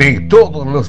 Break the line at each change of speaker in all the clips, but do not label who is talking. de todos los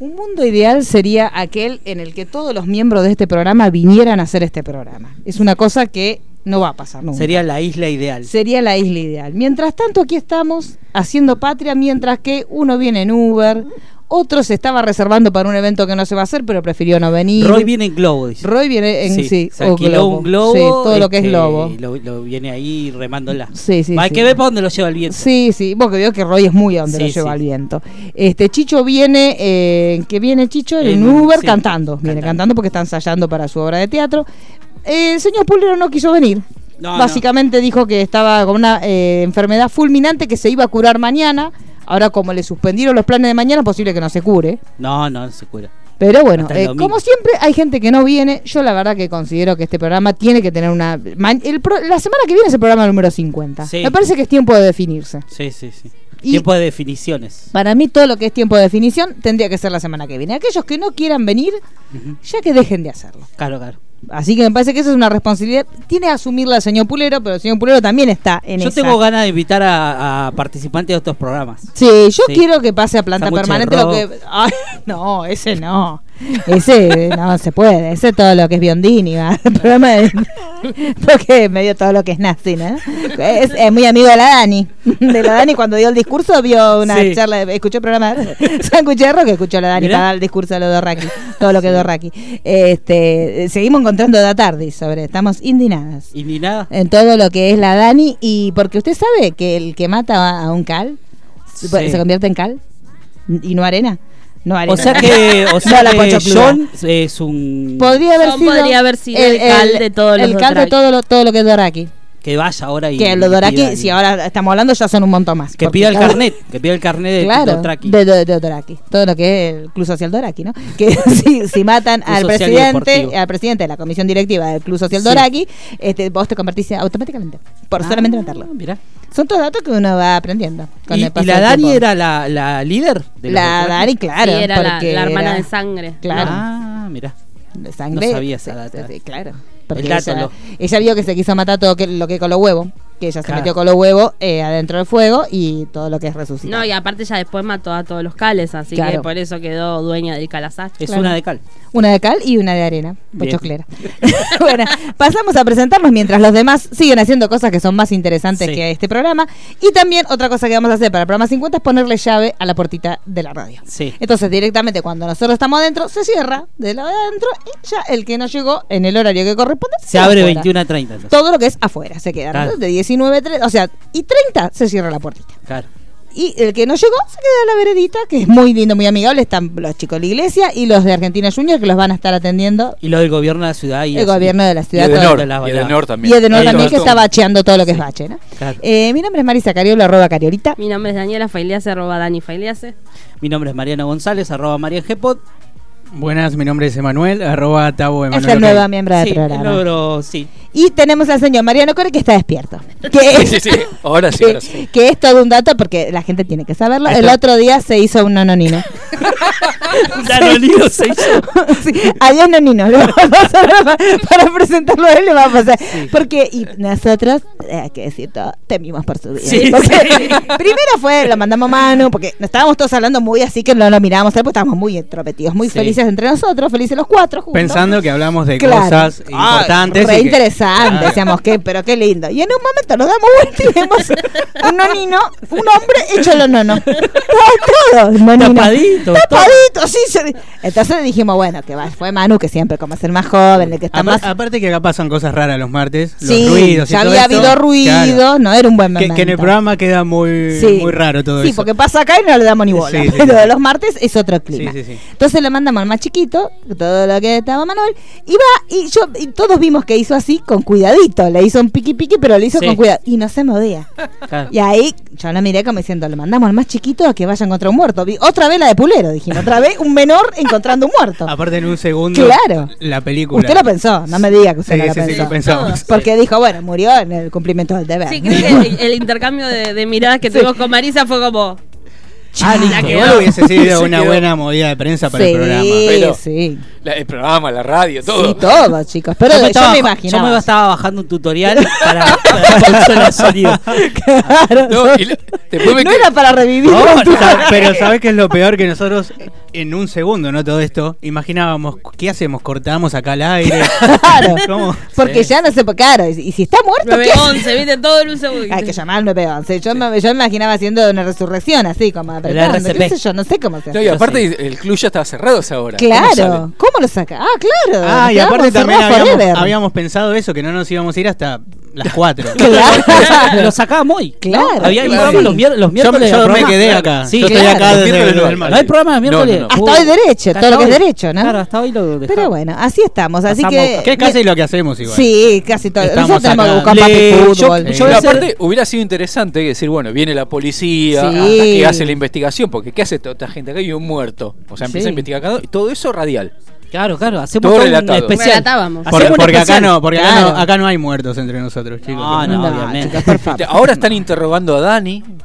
Un mundo ideal sería aquel en el que todos los miembros de este programa vinieran a hacer este programa. Es una cosa que no va a pasar nunca.
Sería la isla ideal.
Sería la isla ideal. Mientras tanto, aquí estamos haciendo patria, mientras que uno viene en Uber, otro se estaba reservando para un evento que no se va a hacer, pero prefirió no venir.
Roy viene en globo. dice.
Roy viene en sí,
se
o
alquiló
globo.
un globo.
Sí, todo lo que es
este,
globo.
y Lo, lo viene ahí remándola.
Sí, sí,
Hay
sí.
que ver para dónde lo lleva el viento.
Sí, sí, vos que veo que Roy es muy a donde
Sí,
lo lleva
sí.
el viento. Este Chicho viene, eh, que viene Chicho en,
En un-
Uber
sí,
cantando, viene
cantando.
cantando porque está ensayando para su obra de teatro. Eh, el señor Pulero no quiso venir.
No, no.
Básicamente dijo que estaba con una eh, enfermedad fulminante que se iba a curar mañana. Ahora como le suspendieron los planes de mañana, es posible que no se cure.
No, no, no se cura.
Pero bueno,
Hasta el
eh,
domingo.
como siempre hay gente que no viene. Yo la verdad que considero que este programa tiene que tener una... ma- el pro- la semana que viene es el programa número 50.
Sí.
Me parece que es tiempo de definirse.
Sí, sí, sí.
Y-
Tiempo de definiciones.
Para mí todo lo que es tiempo de definición tendría que ser la semana que viene. Aquellos que no quieran venir,
Ujú.
ya que dejen de hacerlo.
Claro, claro.
Así que me parece que eso es una responsabilidad. Tiene que asumirla el señor Pulero, pero el señor Pulero también está en
Yo
esa.
tengo ganas de invitar a, a participantes de otros programas.
Sí, yo
Sí.
quiero que pase a planta
Sándwich de
permanente lo que...
rock.
Ay, no, ese no. Ese no se puede. Ese todo lo que es Biondini. ¿va? El programa de... Porque medio todo lo que es nazi, ¿no? Es, es muy amigo de la Dani. De la Dani cuando dio el discurso vio una
Sí.
charla... de- Escuchó el programa de Sándwich de rock que escuchó la Dani
Mirá.
para dar el discurso de los Dorraki. Todo lo que es Dorraki. Este, seguimos encontrando da tarde sobre... Estamos indignadas.
Y ni nada.
En todo lo que es la Dani. Y porque usted sabe que el que mata a- a un cal se-
Sí.
se convierte en cal y no arena. No arena.
O sea que, o sea
No, la
que
pochocluda.
John es un
podría haber
Son
sido,
podría haber sido el cal de todos los
el cal de
Dothraki.
todo lo, todo lo que es Doraki.
que vaya ahora y
Que los
y pida
Doraki,
el-
si ahora estamos hablando, ya son un montón más.
que
Porque
pida el
cada-
carnet, que pida el carnet de
Claro,
Dothraki.
de, de- de Dothraki. Todo lo que es el Club Social Doraki, ¿no? Que si, si matan
Club
al
Social y
presidente,
Deportivo.
al presidente de la comisión directiva del Club Social
Sí.
Doraki, este, vos te convertís automáticamente. Por
Ah,
solamente matarlo.
mirá.
Son todos datos que uno va aprendiendo. con
Y,
el paso
y la
del
Dani
tiempo.
era la, la líder de los
La
Dothraki.
Dani, claro.
Sí, era la,
porque
la hermana
era-
de sangre.
Claro.
Ah, mirá.
de sangre.
No sabía esa
Sí,
data.
sí, sí, claro. Porque
El dato,
ella,
lo-
ella vio que se quiso matar todo que- lo que con los huevos. Que ella se
Claro.
metió con los huevos eh, adentro del fuego y todo lo que es resucitado.
No, y aparte ya después mató a todos los cales, así
Claro.
que por eso quedó dueña del calazar.
Es
Claro.
una de cal.
Una de cal y una de arena.
Bien.
Pochoclera. bueno, pasamos a presentarnos mientras los demás siguen haciendo cosas que son más interesantes
Sí.
que este programa. Y también otra cosa que vamos a hacer para el programa 50 es ponerle llave a la puertita de la radio.
Sí.
Entonces, directamente cuando nosotros estamos adentro, se cierra de la de adentro y ya el que no llegó en el horario que corresponde
Se
va
abre
afuera.
21 a 30. entonces.
todo lo que es afuera se queda. ¿no?
Claro.
De 19 a 30, o sea, y 30 se cierra la puertita.
Claro.
Y el que no llegó se queda en la veredita, que es muy lindo, muy amigable. Están los chicos de la iglesia y los de Argentina Junior que los van a estar atendiendo
Y lo del gobierno de la ciudad. Y
el
eso.
gobierno de la
Y
ciudad.
el
todo-
Edenor.
Edenor,
la-
y
la-
Edenor
y
también.
Edenor
Ahí lo
también que
ves
está
todo.
bacheando todo lo que es bache, ¿no?
Claro.
Eh, mi nombre es Marisa Cariola, arroba Cariolita.
Mi nombre es Daniela Failiase, arroba Dani Failiase.
Mi nombre es Mariano González, arroba Marian Gepod.
Buenas, mi nombre es Emanuel, arroba Tabo
Es
Emanuel.
la
ok.
nueva miembro del
sí,
programa.
logro- sí.
Y tenemos al señor Mariano Core que está despierto. Que
Sí,
es,
sí, sí. Ahora sí, ahora sí.
que, que es todo un dato porque la gente tiene que saberlo. El otro día se hizo un nononino.
Ya lo lío, se hizo.
Sí, Adiós Nonino, lo vamos a pasar para, para presentarlo a él, le vamos a pasar. Porque y nosotros, eh, hay que decir todo, temimos por su vida.
Sí,
Porque
sí.
Primero fue, lo mandamos a mano, porque nos estábamos todos hablando muy así que no lo mirábamos, a él, porque estábamos muy entrometidos, muy
Sí.
felices entre nosotros, felices los cuatro. juntos.
Pensando que hablamos de
Claro.
cosas
Ah,
importantes. y
Re
que- Ah.
interesante,
Claro.
decíamos, ¿qué? pero qué lindo. Y en un momento nos damos vuelta y vemos un nonino, un hombre hecho lo nono. Todo, todo, nonino.
Tapadito. tapadito. todo.
tapadito, sí. se- Entonces dijimos, bueno, que va- fue Manu, que siempre como es el más joven, el que está
Apar-
más...
Aparte que acá pasan cosas raras los martes,
sí,
los ruidos. y
ya
todo
había
esto.
habido ruido,
Claro.
no era un buen
Que,
momento.
que en el programa queda muy,
Sí.
muy raro todo
Sí,
eso.
porque pasa acá y no le damos ni bola.
Sí, sí,
pero
sí.
los martes es otro clima.
Sí, sí, sí.
Entonces le mandamos al más chiquito, todo lo que estaba Manuel, y va, y yo, y todos vimos que hizo así con cuidadito, le hizo un piqui piqui, pero le hizo
Sí.
con cuidado, y no se movía.
Claro.
Y ahí yo la miré como diciendo, le mandamos al más chiquito a que vaya a encontrar un muerto. Vi- Otra vez la de Pulero, dijimos, otra vez un menor encontrando un muerto.
Aparte en un segundo,
Claro.
la película.
Usted lo pensó, no me diga que usted
Sí,
no lo
sí, sí,
pensó.
lo pensamos.
Porque dijo, bueno, murió en el cumplimiento del deber.
Sí, creo que el, el intercambio de, de miradas que tuvimos con Marisa fue como.
Ah, listo.
quedó.
Igual hubiese sido
Se
una
quedó.
buena movida de prensa para
sí,
el programa.
pero-
sí.
La- el programa, la radio, todo.
Sí, todo, chicos. Pero yo,
estaba-
me
yo
imaginaba.
me estaba bajando un tutorial para, para consolar sonido.
Claro.
No, y le- después me
No
que-
era para revivir.
No,
la-
sa- pero ¿sabes qué es lo peor? Que nosotros en un segundo, ¿no? Todo esto, imaginábamos, ¿qué hacemos? ¿Cortamos acá al aire?
Claro.
¿Cómo?
Porque ya no sé, pues, claro, y y si está muerto, ¿qué?
9-11, viste todo en un segundo.
Hay que llamar al 911. Yo, me, yo me imaginaba haciendo una resurrección así, como apretando,
RCP.
qué sé yo, no sé cómo se
No,
hace.
y aparte el club ya estaba cerrado a esa hora. ¿Cómo sale?
Claro, ¿cómo lo saca? Ah, claro.
Ah,
nos
y aparte
quedamos
también
encerrados forever.
habíamos, habíamos pensado eso, que no nos íbamos a ir hasta las 4.
Claro.
Lo sacábamos hoy.
Claro,
Había
claro.
un programa los, mier- los
Yo,
miércoles.
yo
del
me
programa.
quedé acá.
Sí,
yo estoy
claro.
acá desde
Miércoles
el
no.
del
No
No hay programa de
No,
miércoles.
no, no.
Hasta hoy derecho,
Hasta
todo lo que es
hoy.
derecho, ¿no?
Claro, hasta hoy lo dejamos.
Pero bueno, así estamos. Así
Pasamos-
que.
Que es casi lo que hacemos igual.
Eh, Sí, casi todo.
Estamos
Nosotros tenemos que
acá.
buscar
Le-
papi
yo-
fútbol.
yo
Pero
voy a
aparte hubiera sido interesante decir, bueno, viene la policía,
Sí.
hasta que hace la investigación, porque ¿qué hace toda esta gente acá? Y un muerto. O sea, empieza
Sí.
a investigar cada uno, y todo eso
Ah,
radial.
Claro, claro, hacemos
Todo
todo un
relatado.
especial.
Relatábamos.
Por-
Hacemos un
porque acá
especial.
no, porque acá
Claro. Ah,
no, acá no hay muertos entre nosotros, chicos.
No, no,
No,
obviamente.
chicos, por favor.
Ahora están interrogando a Dani, vuelve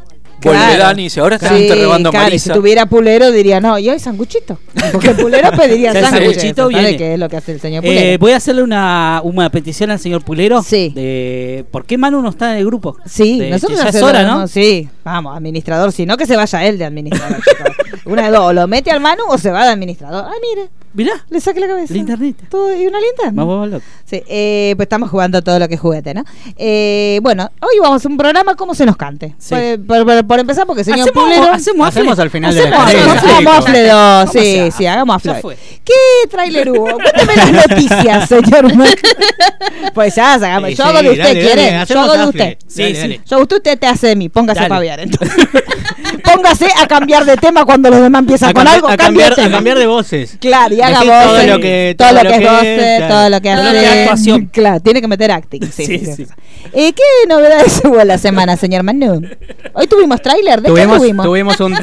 Claro.
Dani, dice, ahora están
Sí,
interrogando a
claro, y
Marisa.
Si tuviera Pulero diría, no, y hoy sanguchito. Porque Pulero pediría
Sí, el
sanguchito.
sanguchito
¿sabe
viene.
qué es lo que hace el señor
Eh,
Pulero?
voy a hacerle una, una petición al señor Pulero.
Sí.
De, ¿Por qué Manu no está en el grupo?
sí,
De-
nosotros
que ya es
hacemos-
hora, ¿no?
Sí, vamos, administrador, si no que se vaya él de administrador. chicos. Una de dos, o lo mete al Manu o se va de administrador. Ah, mire,
Mirá,
le saqué la cabeza.
Linternita.
Todo- y una linterna.
vamos, vamos, loco.
Sí, eh, pues estamos jugando todo lo que es juguete, ¿no? Eh, bueno, hoy vamos a hacer un programa como se nos cante.
Sí.
Por, por- por- por empezar, porque señor
Hacemos-
Pulero...
hacemos afle.
Hacemos al final de la
Hacemos,
carrera.
hacemos,
chicos.
hagamos afle dos,
Vamos
sí,
a-
sí, hagamos afle.
ya fue.
¿Qué trailer hubo? Cuéntame las noticias, señor. Mac. pues ya, hagamos.
Sí,
yo hago de
dale,
usted,
dale,
¿quiere? yo
hacemos
hago de
afle.
usted.
Sí,
Dale,
sí.
dale.
Yo, usted, usted te hace de mí, póngase
Dale.
a paviar entonces. póngase a cambiar de tema cuando los demás empiezan
A
con
cambiar-
algo.
a
cambie
cambiar,
tema.
a cambiar de voces.
Claro, y haga
Decir
voces,
Todo lo que,
todo lo que es
es,
voces,
claro.
todo lo que
Todo lo
hace.
que es
actuación.
Claro, tiene que meter acting. Sí,
Sí,
sí, sí.
sí.
Eh, ¿Qué novedades hubo la semana, señor Manu? Hoy tuvimos tráiler, ¿de
Tuvimos,
qué tuvimos?
tuvimos un
Me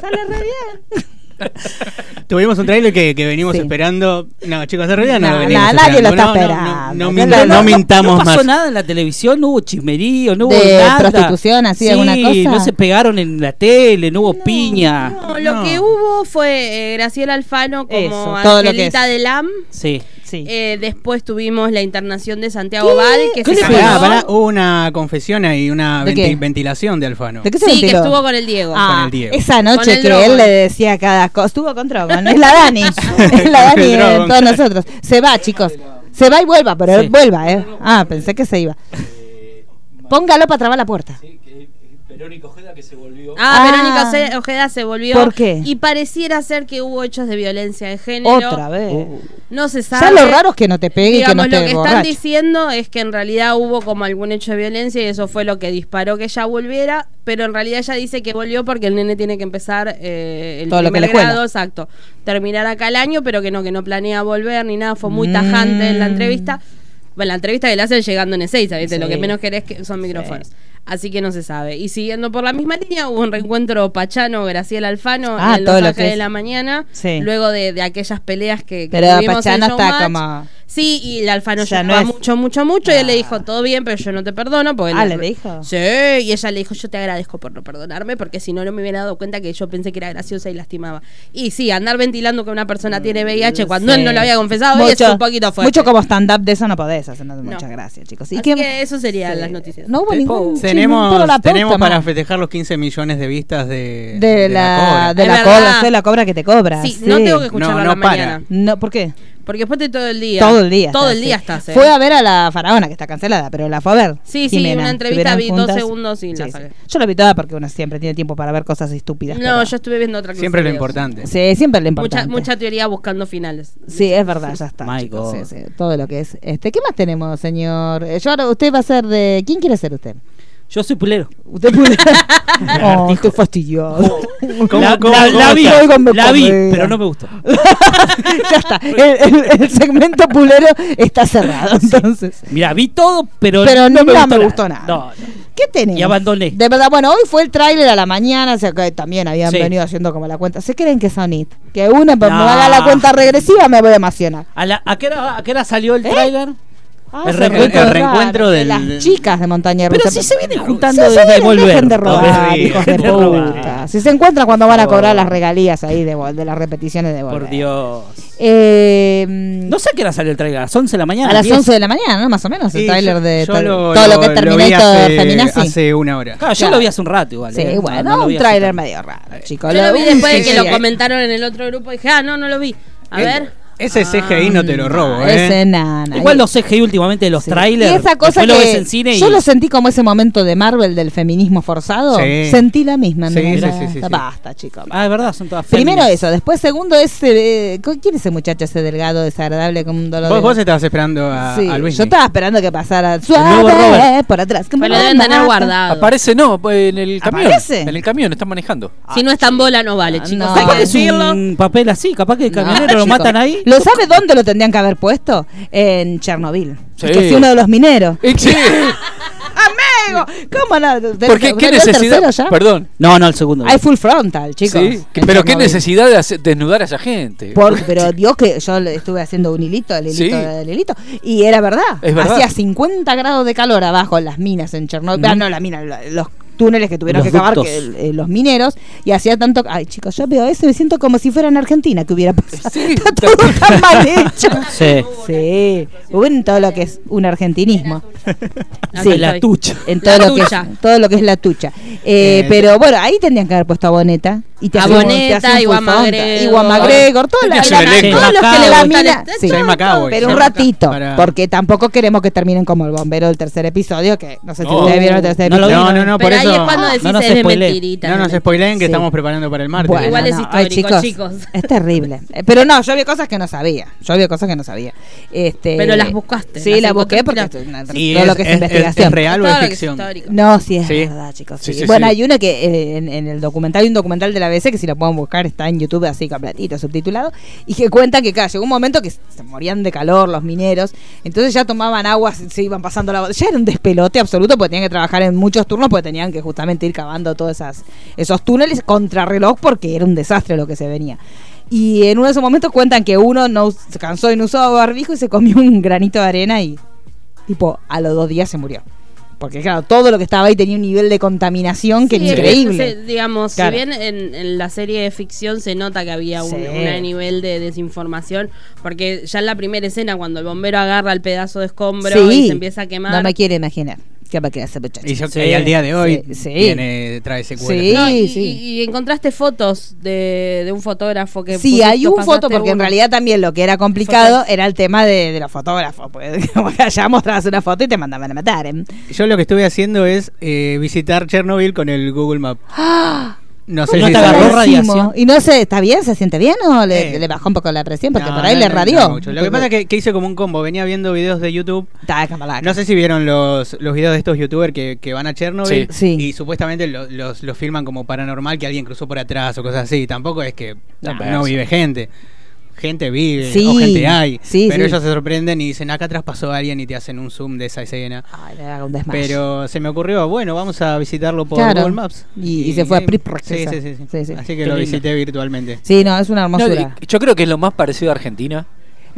sale re bien.
tuvimos un trailer que, que venimos
Sí.
esperando. No, chicos, en realidad no,
No,
lo venimos
no, nadie lo
esperando.
está
No, no,
esperando.
No, no,
No,
min-
no,
no
no
mintamos
No pasó
más.
nada en la televisión, no hubo chismerío, no hubo
De
nada.
prostitución, así,
Sí,
alguna cosa.
no se pegaron en la tele, no hubo piña.
No, lo
No.
que hubo fue eh, Graciela Alfano como
Eso, todo lo que
Angelita
es.
de Lam.
Sí.
Sí.
Eh, después tuvimos la internación de Santiago
¿Qué?
Val, que
¿Qué
se
le
cambió.
pegó?
Pará, pará, hubo una confesión ahí, una
¿De
venti-
qué?
ventilación de Alfano.
¿De qué se
Sí, que
enteró?
estuvo con el Diego.
Ah,
Con el Diego.
Esa
Con
noche
el
que
Drogon.
él le decía cada cosa. Estuvo con Drogon. Es la Dani. es la Dani de
Drogon.
todos nosotros. Se va, chicos. Se va y vuelva, pero
Sí.
vuelva, ¿eh? Ah, pensé que se iba. Póngalo para trabar la puerta.
Verónica Ojeda que se volvió.
Ah,
Ah.
Verónica Oce- Ojeda se volvió.
¿Por qué?
Y pareciera ser que hubo hechos de violencia de género.
Otra vez.
No se sabe.
Ya lo raro es que no te pegue y que no
uh, Digamos, lo
esté
que
borracho.
están diciendo es que en realidad hubo como algún hecho de violencia y eso fue lo que disparó que ella volviera, pero en realidad ella dice que volvió porque el nene tiene que empezar eh, el
Todo lo que
primer
le cuela.
grado, exacto, terminar acá el año, pero que no, que no planea volver ni nada, fue muy
Mm.
tajante en la entrevista. Bueno, la entrevista que le hacen llegando en Ezeiza, ¿viste? Lo
Sí.
que menos querés que son micrófonos. Así que no se sabe. Y siguiendo por la misma línea, hubo un reencuentro Pachano, Graciela Alfano,
Ah,
en el
todo lo
mensaje
que
de
es-
la mañana,
Sí.
luego de, de aquellas peleas que, que
Pero
tuvimos en
Pachano está
Showmatch.
como.
Sí, y el Alfano
Ya
ya
no es-
mucho, mucho, mucho. Y él le
Ah.
dijo, todo bien, pero yo no te perdono. Porque
Ah,
la-
¿le dijo?
Sí, y ella le dijo, yo te agradezco por no perdonarme, porque si no, no me hubiera dado cuenta que yo pensé que era graciosa y lastimaba. Y sí, andar ventilando que una persona tiene VIH cuando
Mm, Sí.
él no lo había confesado hoy es un poquito fuerte.
Mucho como stand-up de eso no podés hacer. no, Muchas gracias, chicos. ¿Y
Así
qué-
que eso serían
Sí.
las noticias.
No hubo ningún. chisme, pero la
Tenemos,
puta
tenemos
madre.
para festejar los 15 millones de vistas de,
De
de
la,
cobra.
de
Es
la
verdad.
cobra, soy la cobra que te cobra.
Sí, no tengo que escucharlo
No,
a
no
la
para.
mañana.
No, ¿por qué?
Porque después de todo el día.
Todo el día.
Todo
estás,
el día
sí.
estás. ¿eh?
Fue a ver a la faraona, que está cancelada, pero la fue a ver.
Sí, sí,
Jimena.
una entrevista
Estuvieron
vi dos
juntas.
segundos y la saqué.
Yo la vi toda porque uno siempre tiene tiempo para ver cosas estúpidas.
No,
pero-
yo estuve viendo otra cosa.
Siempre lo
de eso.
importante.
Sí, siempre le
Mucha,
importante.
mucha teoría buscando finales.
Sí, es verdad, ya está.
My
chicos,
God.
sí, sí, todo lo que es. Este, ¿Qué más tenemos, señor? Eh, Yo ahora, usted va a ser de... ¿Quién quiere ser usted?
Yo soy pulero.
Usted puede... oh, estoy fastidioso.
Oh, la,
cómo,
la-
cómo
la vi,
está? Algo me
la vi,
comía.
pero no me gustó.
ya está. El, el- el segmento pulero está cerrado, entonces.
Mira, vi todo, pero,
Pero
no me
nada
gustó,
me gustó nada.
No, no.
¿Qué tenemos?
Y abandoné.
De verdad, bueno, hoy fue el tráiler a la mañana, o sea, que también habían
Sí.
venido haciendo como la cuenta. ¿Se creen que son it? Que una me
No.
haga la cuenta regresiva me voy a emocionar.
¿A, la- a qué, hora, a qué hora salió el
¿Eh?
tráiler?
Ah,
El
se
reencuentro-
reencuentran
el reencuentro
de
del-
las chicas de montaña rusa.
Pero si se vienen juntando
Sí, se
desde
vienen,
volver.
dejen de robar,
Desde-
hijos de
dejen de robar.
puta. Si se encuentran cuando van a cobrar las regalías ahí de, vol- de las repeticiones de volver.
Por Dios.
Eh,
No sé a qué hora salió el tráiler, a las 11 de la mañana.
a las
10.
11 de la mañana, ¿no? Más o menos,
Sí,
el tráiler
yo-
de
yo
to- todo lo
lo-
que
lo-
es
lo vi
Terminator
hace-
Feminazi.
Hace una hora.
Claro, yo
Claro.
lo vi hace un rato igual.
Sí,
¿eh?
bueno,
No, no lo vi
un
hace
tráiler
tanto.
medio raro, chicos.
Yo lo vi después de
sí,
que
sí,
lo
sí.
comentaron en el otro grupo. Dije, ah, no, no lo vi. A
Eh,
ver.
Ese CGI no te lo robo, ¿eh?
Ah, Mm, Ese nana.
Igual
Y-
los CGI últimamente de los
sí.
trailers.
Y esa cosa
después lo ves
que
en cine y-
yo lo sentí como ese momento de Marvel del feminismo forzado.
Sí.
Sentí la misma.
Sí,
¿no?
sí,
Era-
sí, sí, sí.
Basta, chicos.
Ah, es verdad, son todas
Primero
féminas.
eso, después segundo ese... eh, ¿cu- ¿Quién es ese muchacho, ese delgado, desagradable, con un dolor
Vos,
de-
vos estabas esperando a,
Sí,
al Whitney.
yo estaba esperando que pasara
nuevo
suave
Robert.
por atrás. que
Pero
me
pues lo deben tener
mata.
guardado.
Aparece, no, en el camión.
¿Aparece?
En el camión, están manejando.
Si no está en bola, no vale,
Ah,
chicos.
no.
Hay
Capaz
que
que es
decirlo.
un papel así, capaz que el camionero
No,
lo
chicos.
matan ahí.
¿Lo sabe dónde lo tendrían que haber puesto? En Chernobyl.
Sí.
Que es uno de los mineros.
Eh, sí,
¡Amigo! ¿Cómo no? ¿Te-
¿Por qué?
te-
¿Qué
te- el tercero
necesidad?
ya?
Perdón.
No, no, el segundo.
Hay full frontal, chicos.
Sí, que-
en
pero qué
Chernobyl.
necesidad de hacer- desnudar a esa gente.
Por- pero Dios que yo le estuve haciendo un hilito, el hilito,
Sí.
el hilito, y era verdad.
Es verdad.
Hacía 50 grados de calor abajo en las minas en Chernobyl.
Ujú.
Ah, no, las minas, lo- los túneles que tuvieron
Los
que cavar
ductos.
que, el- eh, los mineros y hacía tanto ay chicos yo veo eso y me siento como si fuera en Argentina que hubiera pasado
Sí,
Está todo tan mal hecho
Sí.
sí hubo en todo lo que es un argentinismo
Así
Sí.
En la
estoy.
tucha.
en todo
La
lo que es,
tucha.
todo lo que es la tucha Eh,
Eh,
pero bueno ahí tendrían que haber puesto a Boneta y te
A
hacen- te
Boneta,
hacen full
Iwan
frontal.
McGregor.
Iwan McGregor toda la,
Tenías un
la-
elenco.
todos los que
Macabro,
le da
tal,
mina
tal,
sí.
Soy Macabo.
pero un
Soy Maca-
ratito
para-
porque tampoco queremos que terminen como el bombero del tercer episodio que no sé si
No.
ustedes vieron el tercer
No lo
episodio
vi,
No, no, no, por
Pero ahí es
eso.
cuando decís
no nos
es de
spoilé.
mentirita.
No nos
¿entendés?
spoileen
Sí.
que estamos preparando para el martes.
Bueno,
Igual es
no,
histórico, chicos.
Es terrible. Eh, Pero no, yo vi cosas que no sabía. Yo vi cosas que no sabía. Este,
Pero las buscaste,
Sí,
las
las busqué porque
encontraste.
es una-
Y
todo
es,
lo que es,
es-
investigación.
es real o es
Todo lo que es
ficción?
histórico.
No, sí, es
Sí.
verdad, chicos.
Sí,
sí.
sí,
bueno,
sí.
hay una que eh, en, en el documental, hay un documental de la BBC que si lo pueden buscar está en YouTube así completito, subtitulado, y que cuenta que claro, llegó un momento que se morían de calor los mineros, entonces ya tomaban agua, se, se iban pasando la botella, ya era un despelote absoluto porque tenían que trabajar en muchos turnos porque tenían que justamente ir cavando todos esas, esos túneles contrarreloj porque era un desastre lo que se venía. Y en uno de esos momentos cuentan que uno no us- se cansó y no usaba barbijo y se comió un granito de arena y tipo a los dos días se murió. Porque claro, todo lo que estaba ahí tenía un nivel de contaminación que
Sí,
era increíble.
entonces, digamos,
Claro.
si bien en, en la serie de ficción se nota que había un,
Sí.
un nivel de desinformación, porque ya en la primera escena, cuando el bombero agarra el pedazo de escombro y se empieza a quemar.
No me quiero imaginar qué va a quedar ese muchacho.
Y yo
Sí,
que al día de hoy este
sí, sí.
viene, trae secuela.
Sí.
No, y,
sí.
y- y encontraste fotos de, de un fotógrafo que.
Sí,
pusiste,
hay un foto,
pasaste
porque en
uno.
realidad también lo que era complicado era el tema de, de los fotógrafos. Porque como que allá mostrabas una foto y te mandaban a matar. ¿eh?
Yo lo que estuve haciendo es eh, visitar Chernobyl con el Google Map. No sé
¿No
si
te
se
agarró
ve.
Rarísimo.
radiación?
Y no sé, ¿está bien? ¿Se siente bien o le,
Eh.
le bajó un poco la presión? Porque
No,
por ahí
no,
le
no,
radió.
no mucho. Lo que pasa es que, que hice como un combo. Venía viendo videos de YouTube.
Está, cámara,
No sé si vieron los, los videos de estos youtubers que, que van a
Sí.
Chernobyl
Sí.
y supuestamente lo- los, los filman como paranormal, que alguien cruzó por atrás o cosas así. Tampoco es que no,
Tampoco es.
vive gente. Gente vive,
Sí.
o gente hay.
Sí,
pero
sí.
ellos se sorprenden y dicen, acá atrás pasó alguien y te hacen un zoom de esa escena.
Ay, le hago un desmayo.
Pero se me ocurrió, bueno, vamos a visitarlo por
Claro.
Google Maps.
Y- y se fue a Prip,
sí,
esa.
sí, sí, sí.
Sí, sí.
Así
Qué
que lo
lindo.
visité virtualmente.
Sí, no, es una
No,
hermosura.
y- yo creo que es lo más parecido a Argentina.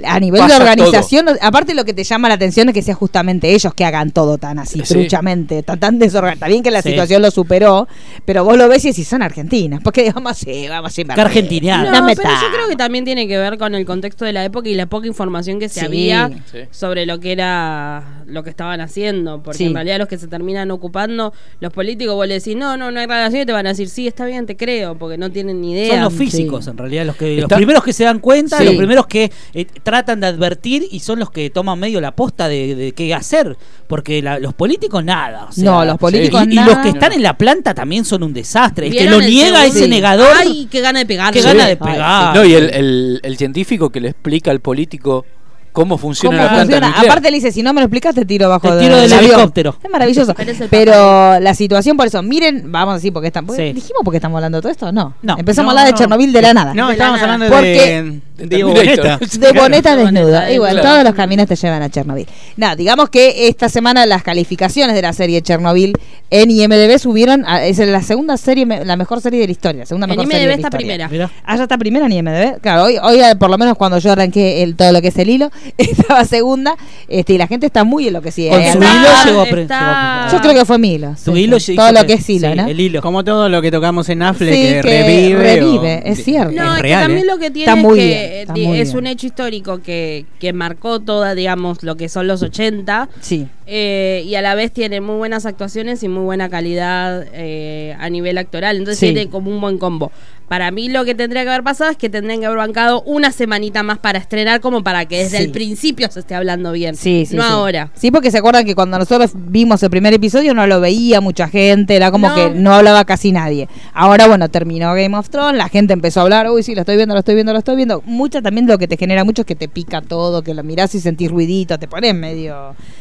A nivel de
Pasa
organización, aparte lo que te llama la atención es que sea justamente ellos que hagan todo tan así,
Sí.
truchamente, tan, tan desorganizado. Está bien que la
Sí.
situación lo superó, pero vos lo ves y decís, son argentinas. Porque digamos, sí, vamos a invertir.
Qué argentineada.
No,
No me
pero
ta-
yo creo que también tiene que ver con el contexto de la época y la poca información que se
Sí.
había
Sí.
sobre lo que era lo que estaban haciendo, porque
Sí.
en realidad los que se terminan ocupando, los políticos vos le decís, "No, no, no hay radiación", y te van a decir, "Sí, está bien, te creo", porque no tienen ni idea.
Son los físicos, en realidad, los que los
Está-
primeros que se dan cuenta,
Sí.
los primeros que eh, tratan de advertir y son los que toman medio la posta de, de qué hacer. Porque la- los políticos nada. o sea,
no, los políticos
y, y
nada.
los que están en la planta también son un desastre. El que
¿Vieron
lo
el
niega
segundo?
ese
Sí.
negador.
Ay, qué gana de pegarle.
Qué
Sí.
gana de
Ay,
pegar.
No, y el, el- el científico que le explica al político cómo funciona
¿Cómo
la planta
funciona?
nuclear.
Aparte le dice, si no me lo explicas, te tiro bajo
Te tiro del
avión.
helicóptero.
Es maravilloso.
Pero es el
Pero la situación, por eso, miren, vamos a decir porque estamos.
Sí.
¿Dijimos porque estamos hablando de todo esto? No.
No.
Empezamos
No,
a hablar
no.
de Chernobyl de la nada.
No,
De
estábamos
la nada.
hablando
Porque-
de,
De
Diego
Terminator.
Boneta.
De boneta
Pues, Boneta
desnuda.
desnuda.
Igual,
Claro.
todos los caminos te llevan a Chernobyl. Nada, digamos que esta semana las calificaciones de la serie Chernobyl en IMDB subieron. a- es la segunda serie, me- la mejor serie de la historia. La segunda
En
mejor
IMDb
serie de la
está
historia.
primera.
Mirá.
Ah, ya está primera en IMDb. Claro, hoy, hoy eh, por lo menos cuando yo arranqué el, todo lo que es el hilo, estaba segunda. Este, y la gente está muy enloquecida.
Con
Eh,
su
está-
hilo llegó a pre-
está-
llegó a
Yo creo que fue mi hilo.
Tu
sí,
hilo
sí.
hizo
Todo lo
pre-
que es hilo,
sí,
¿no?
El hilo.
Como todo lo que tocamos en Affleck,
Sí,
que,
que
revive. o-
revive, es cierto.
No,
es
es
real,
que también
¿eh?
lo que tiene
Está
es
muy
que
bien, está
di-
muy
es
bien.
un hecho histórico que, que marcó toda, digamos, lo que son los 80
Sí.
eh, y a la vez tiene muy buenas actuaciones y muy buena calidad eh, a nivel actoral. Entonces
Sí.
tiene como un buen combo. Para mí lo que tendría que haber pasado es que tendrían que haber bancado una semanita más para estrenar como para que desde
Sí.
el principio se esté hablando bien.
Sí, sí.
no
sí.
ahora.
Sí, porque se acuerdan que cuando nosotros vimos el primer episodio no lo veía mucha gente, era como
No.
que no hablaba casi nadie. Ahora, bueno, terminó Game of Thrones, la gente empezó a hablar, uy, sí, lo estoy viendo, lo estoy viendo, lo estoy viendo. Mucha también lo que te genera mucho es que te pica todo, que lo mirás y sentís ruidito, te pones medio.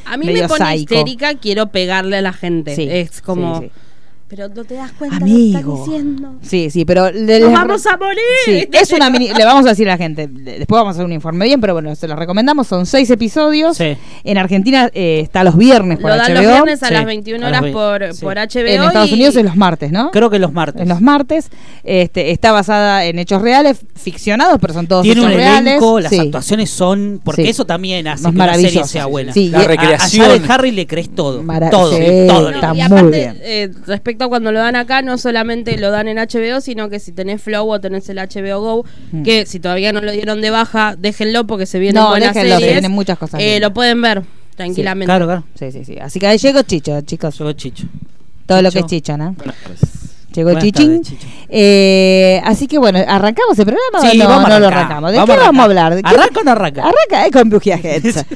A mí
medio
me pone
psycho.
histérica, quiero pegarle a la gente.
Sí,
es como...
sí, sí.
Pero no te das cuenta lo que
Amigo.
están diciendo.
Sí, sí, pero. le-
¡Nos
les-
vamos a morir!
Sí, es una mini- le vamos a decir a la gente, de- después vamos a hacer un informe bien, pero bueno, se los recomendamos, son seis episodios.
Sí.
En Argentina eh, está los viernes por
Lo dan
HBO.
los viernes a
Sí,
las 21
a las
horas
ve-
por,
sí.
por HBO.
en Estados
y-
Unidos es los martes, ¿no?
Creo que los martes.
en los martes. Este, está basada en hechos reales, ficcionados, pero son todos
Tiene un
hechos reales.
elenco, las
Sí.
actuaciones son. Porque
Sí.
eso también hace
Más
que la serie
maravilloso.
sea buena.
Sí, y-
La re-
A, a
Recreación.
Jared Harry le crees todo.
Mara-
todo,
sí,
todo.
No,
está
y
muy
aparte,
bien.
eh, respecto a cuando lo dan acá, no solamente lo dan en HBO, sino que si tenés Flow o tenés el HBO Go, que si todavía no lo dieron de baja, déjenlo porque se vienen
Mm. No,
buenas
déjenlo, se
series.
vienen muchas cosas
Eh,
lindas.
lo pueden ver tranquilamente.
Claro, claro.
Sí, sí, sí. Así que ahí llegó Chicho, chicos.
Llegó Chicho.
Todo lo que es
Chicho.
Chicho, ¿no? Llegó
Buenas
Chichín.
tardes, Chicho.
Eh, así que bueno, ¿arrancamos el programa
Sí,
o no,
vamos a
no lo
arrancar.
arrancamos? ¿De
Vamos
qué
a
vamos a
arrancar.
hablar? ¿De qué-
Arranca o no arranca.
Arranca eh, con Brujiaget.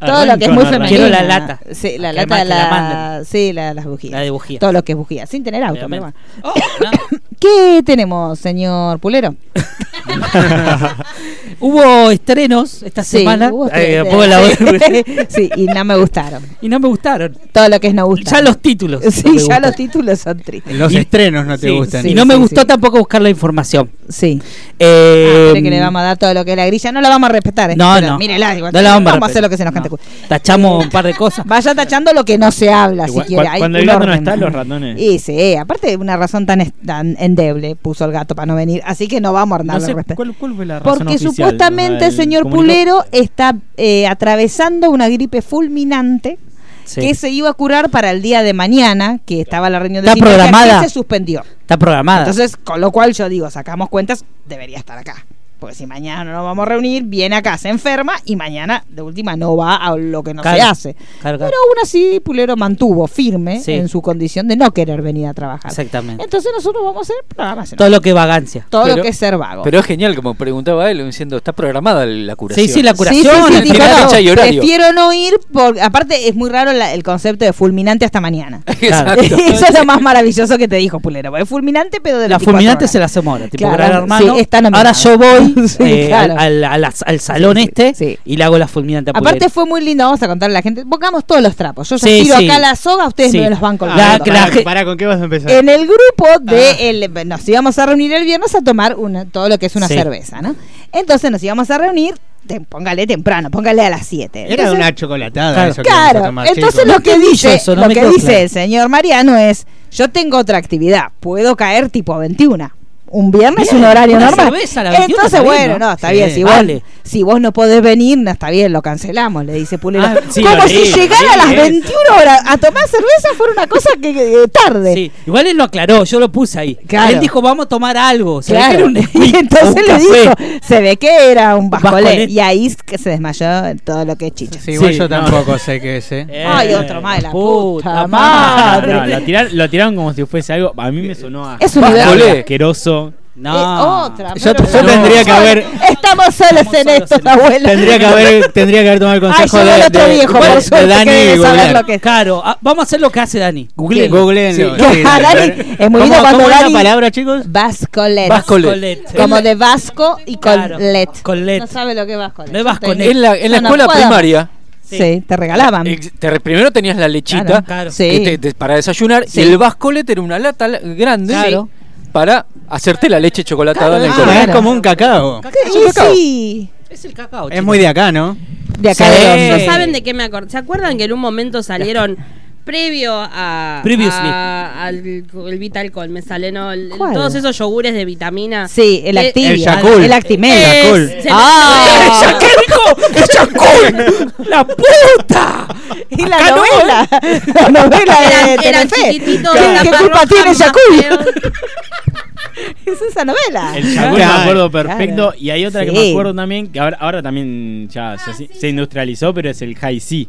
Todo lo que es
Arranca o
muy
no arranca.
femenino.
Quiero la lata.
Sí, la
Que
lata,
más que la
la,
manden.
sí, la, las bujías.
La de bujía.
Todo lo que es bujía, sin tener auto. Pero
Obviamente.
bueno.
Oh, no.
¿Qué tenemos, señor Pulero?
Hubo estrenos esta
Sí,
semana.
hubo
Eh,
tres-
pongo la voz.
sí, y no me gustaron.
y no me gustaron.
Todo lo que es no gusta.
Ya los títulos.
Sí,
no me
ya
gustan.
los títulos son tristes.
Los
Y-
estrenos no te
Sí,
gustan.
sí, y no me
sí,
gustó
sí.
tampoco buscar la información.
Sí.
Eh,
Ah, mire que le vamos a dar todo lo que es la grilla. No la vamos a respetar. eh,
No,
pero
no.
mírela, igual.
No la vamos,
a hacer lo que se este nos cante. pues.
No. Tachamos un par de cosas.
Vaya tachando lo que no se habla,
Igual,
si quiere.
cua-
hay
cuando
un
el gato no
orden.
está, los ratones.
Y sí, aparte de una razón tan, es- tan endeble puso el gato para no venir. Así que no vamos a
No
andar
sé,
al respecto.
¿cuál, cuál fue la razón
Porque
oficial? O
supuestamente
sea,
el señor
comunicado-
Pulero está eh, atravesando una gripe fulminante
Sí.
que se iba a curar para el día de mañana, que estaba la reunión de
Está
sinergia,
programada. Ah.
que se suspendió.
Está programada.
Entonces, con lo cual yo digo, sacamos cuentas, debería estar acá. Porque si mañana no nos vamos a reunir, viene acá, se enferma y mañana de última no va a lo que no se
Claro,
hace.
claro, claro.
Pero aún así, Pulero mantuvo firme
Sí.
en su condición de no querer venir a trabajar.
Exactamente.
Entonces nosotros vamos a hacer programas.
Todo lo que es vagancia.
Todo lo
Pero-
que es ser vago.
Pero es genial, como preguntaba él, diciendo, está programada la curación.
Sí, sí, la
Sí,
curación.
sí, sí,
el
dijo,
tiene
no,
fecha y horario.
prefiero no ir porque aparte es muy raro la- el concepto de fulminante hasta mañana.
Exacto.
Eso es lo más maravilloso que te dijo Pulero. porque Es fulminante, pero de
La
24
fulminante
horas.
se la hace mora, tipo
Claro,
gran hermano.
sí, está nominada.
Ahora yo voy
Sí,
eh,
claro.
al, al- al- al salón
Sí, sí,
este
sí.
y le hago la fulminante a
Aparte
Pulero.
fue muy lindo, vamos a contarle a la gente. Pongamos todos los trapos. Yo ya
Sí,
tiro
sí.
acá la soga, ustedes
Sí.
me los van
Ah,
colgando.
La-
pará,
que la
pará,
ge-
pará, ¿con qué vas a empezar?
Ah.
En el grupo de el- nos íbamos a reunir el viernes a tomar una, todo lo que es una
Sí.
cerveza, ¿no? Entonces nos íbamos a reunir, te- póngale temprano, póngale a las 7.
Era una chocolatada
Claro.
eso que vamos
Claro,
a tomar,
entonces
chicos.
lo que
entendí yo
dice,
eso, no
lo
me
que
quedó
dice
claro.
el señor Mariano es, yo tengo otra actividad, puedo caer tipo 21. Un viernes
Bien,
un horario
una
normal.
cerveza a la 21
Entonces,
está bien,
bueno,
¿no?
no, está
Sí,
bien, si vos,
vale.
si vos no podés venir, no está bien, lo cancelamos, le dice Pulero.
Ah, sí,
Como si
horrible,
llegara a las
horrible.
21 horas a tomar cerveza fuera una cosa que, que- tarde.
Sí, igual él lo aclaró, yo lo puse ahí.
Claro.
Él dijo, vamos a tomar algo. Se ve que
Claro.
era un-
y entonces
un
le
café.
dijo, se ve que era un bascolé.
bascolé.
Y ahí es que se desmayó en todo lo que es chicha.
Sí, igual
Sí,
yo
no.
tampoco sé qué es. eh.
Eh,
Ay, otro más de la puta
Ah,
madre.
Ah.
Eh,
no, lo, tirar- lo tiraron como si fuese algo. A mí me sonó a.
Es un
Bascolé.
asqueroso.
No.
Eh, otra.
Yo-
pero-
yo tendría que haber-
Estamos solos
Estamos
en
solos
esto,
en-
abuelo.
Tendría que haber, tendría que haber tomado el
Ay,
consejo
llegó
de,
el otro
de-
viejo,
de
por suerte,
Dani
que debe
y
saber
googlear.
lo que es.
Claro, ah, vamos a hacer lo que hace Dani. Google.
Googleenlo,
Sí.
sí,
A
a
Dani, Ah,
ver.
es muy lindo
¿Cómo-
cuando
cómo es
Dani-
la palabra, chicos?
Vascolet.
Vasco-
Como de Vasco y con
Claro,
let.
con let.
No sabe lo que es Vascolet.
No es Vasconet.
En la, en la
No, no
escuela
puedo.
primaria,
Sí. Sí, te regalaban.
ex- te- primero tenías la lechita
Claro,
claro.
Sí.
que te- te- Este, para desayunar
Sí.
y el vascolet era una lata la- grande
Claro.
para hacerte la leche chocolatada
Claro,
en el
ah,
colegio.
Ah,
claro.
Es como un cacao.
Cacao.
¿Qué?
es un
Y
cacao.
sí.
Es el cacao.
Es muy de acá, ¿no?
De acá
Sí.
de
No
donde.
Sí.
Eh, saben de qué me acordé. ¿Se acuerdan que en un momento salieron previo a.
Previously.
a- al el Vitalcol? Me salen ¿no? El- el-
¿Cuál?
todos esos yogures de vitamina.
Sí, el
Eh,
Activia.
el Yakult.
El Actimel.
Eh, Yakult.
se-
Ah.
¡Ya qué rico! ¡Es Yakult! ¡La puta!
Y la
Acá no,
novela. La novela de
Era- era
Telefe.
chiquitito,
¿Qué,
tapa
qué culpa
roja,
tiene
más
Yakult? es esa novela. Ah,
El Yakult
Claro.
me acuerdo perfecto.
Claro.
Y hay otra que
Sí.
me acuerdo también, que ahora, ahora también ya se, se industrializó, pero es el High C.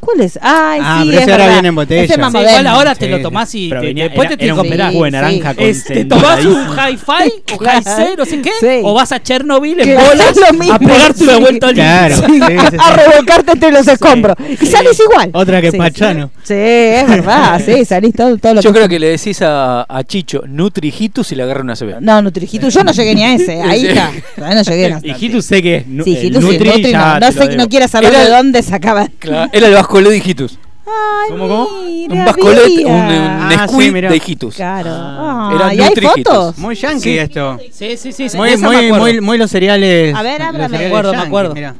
¿Cuál es? Ay,
Ah,
sí,
pero
es
ese ahora
verdad.
viene en botella.
Ese es más
Sí,
moderno.
igual ahora te
Sí,
lo
sí.
tomás y
Pero
te-
venía,
después
era-
te tienes
era
que
un
operar.
jugo de naranja
Sí,
con
Es- te Este, tomás un hi-fi o hi-c, no sé qué,
Sí.
o vas a Chernobyl en
Que
bolas
es lo mismo,
a pegarte una
sí.
vuelta al
Claro.
Sí.
Sí, sí, sí.
a revolcarte entre los escombros. Y salís igual.
Otra que
Sí,
Pachano.
Sí, es verdad. Sí, salís todo, todo lo
Yo creo que le decís a, a Chicho Nutrijitus y le agarra una CB.
No, Nutrijitus, yo no llegué ni a ese. Ahí está. Todavía no llegué. No.
Hijitus sé que es. nu-
Sí,
eh,
Hijitus sí,
Nutri,
Nutri
ya
no. No,
te lo
sé,
debo.
no quiere saber
Era-
de dónde sacaban.
Claro, era el vascolet de hijitus.
Ay,
¿Cómo, cómo?
mira,
Un vascolet, un,
había.
un
Ah,
squid
sí, mirá.
de hijitus.
Claro.
Ah.
Era
Era
¿Y hay
Nutrijitus.
fotos?
Muy yankee esto.
Sí, sí, sí. sí, de
Muy,
esa me
muy,
acuerdo.
muy, muy los cereales.
A ver, ábrame.
los cereales
Me acuerdo, me
yankees,
acuerdo.
mirá.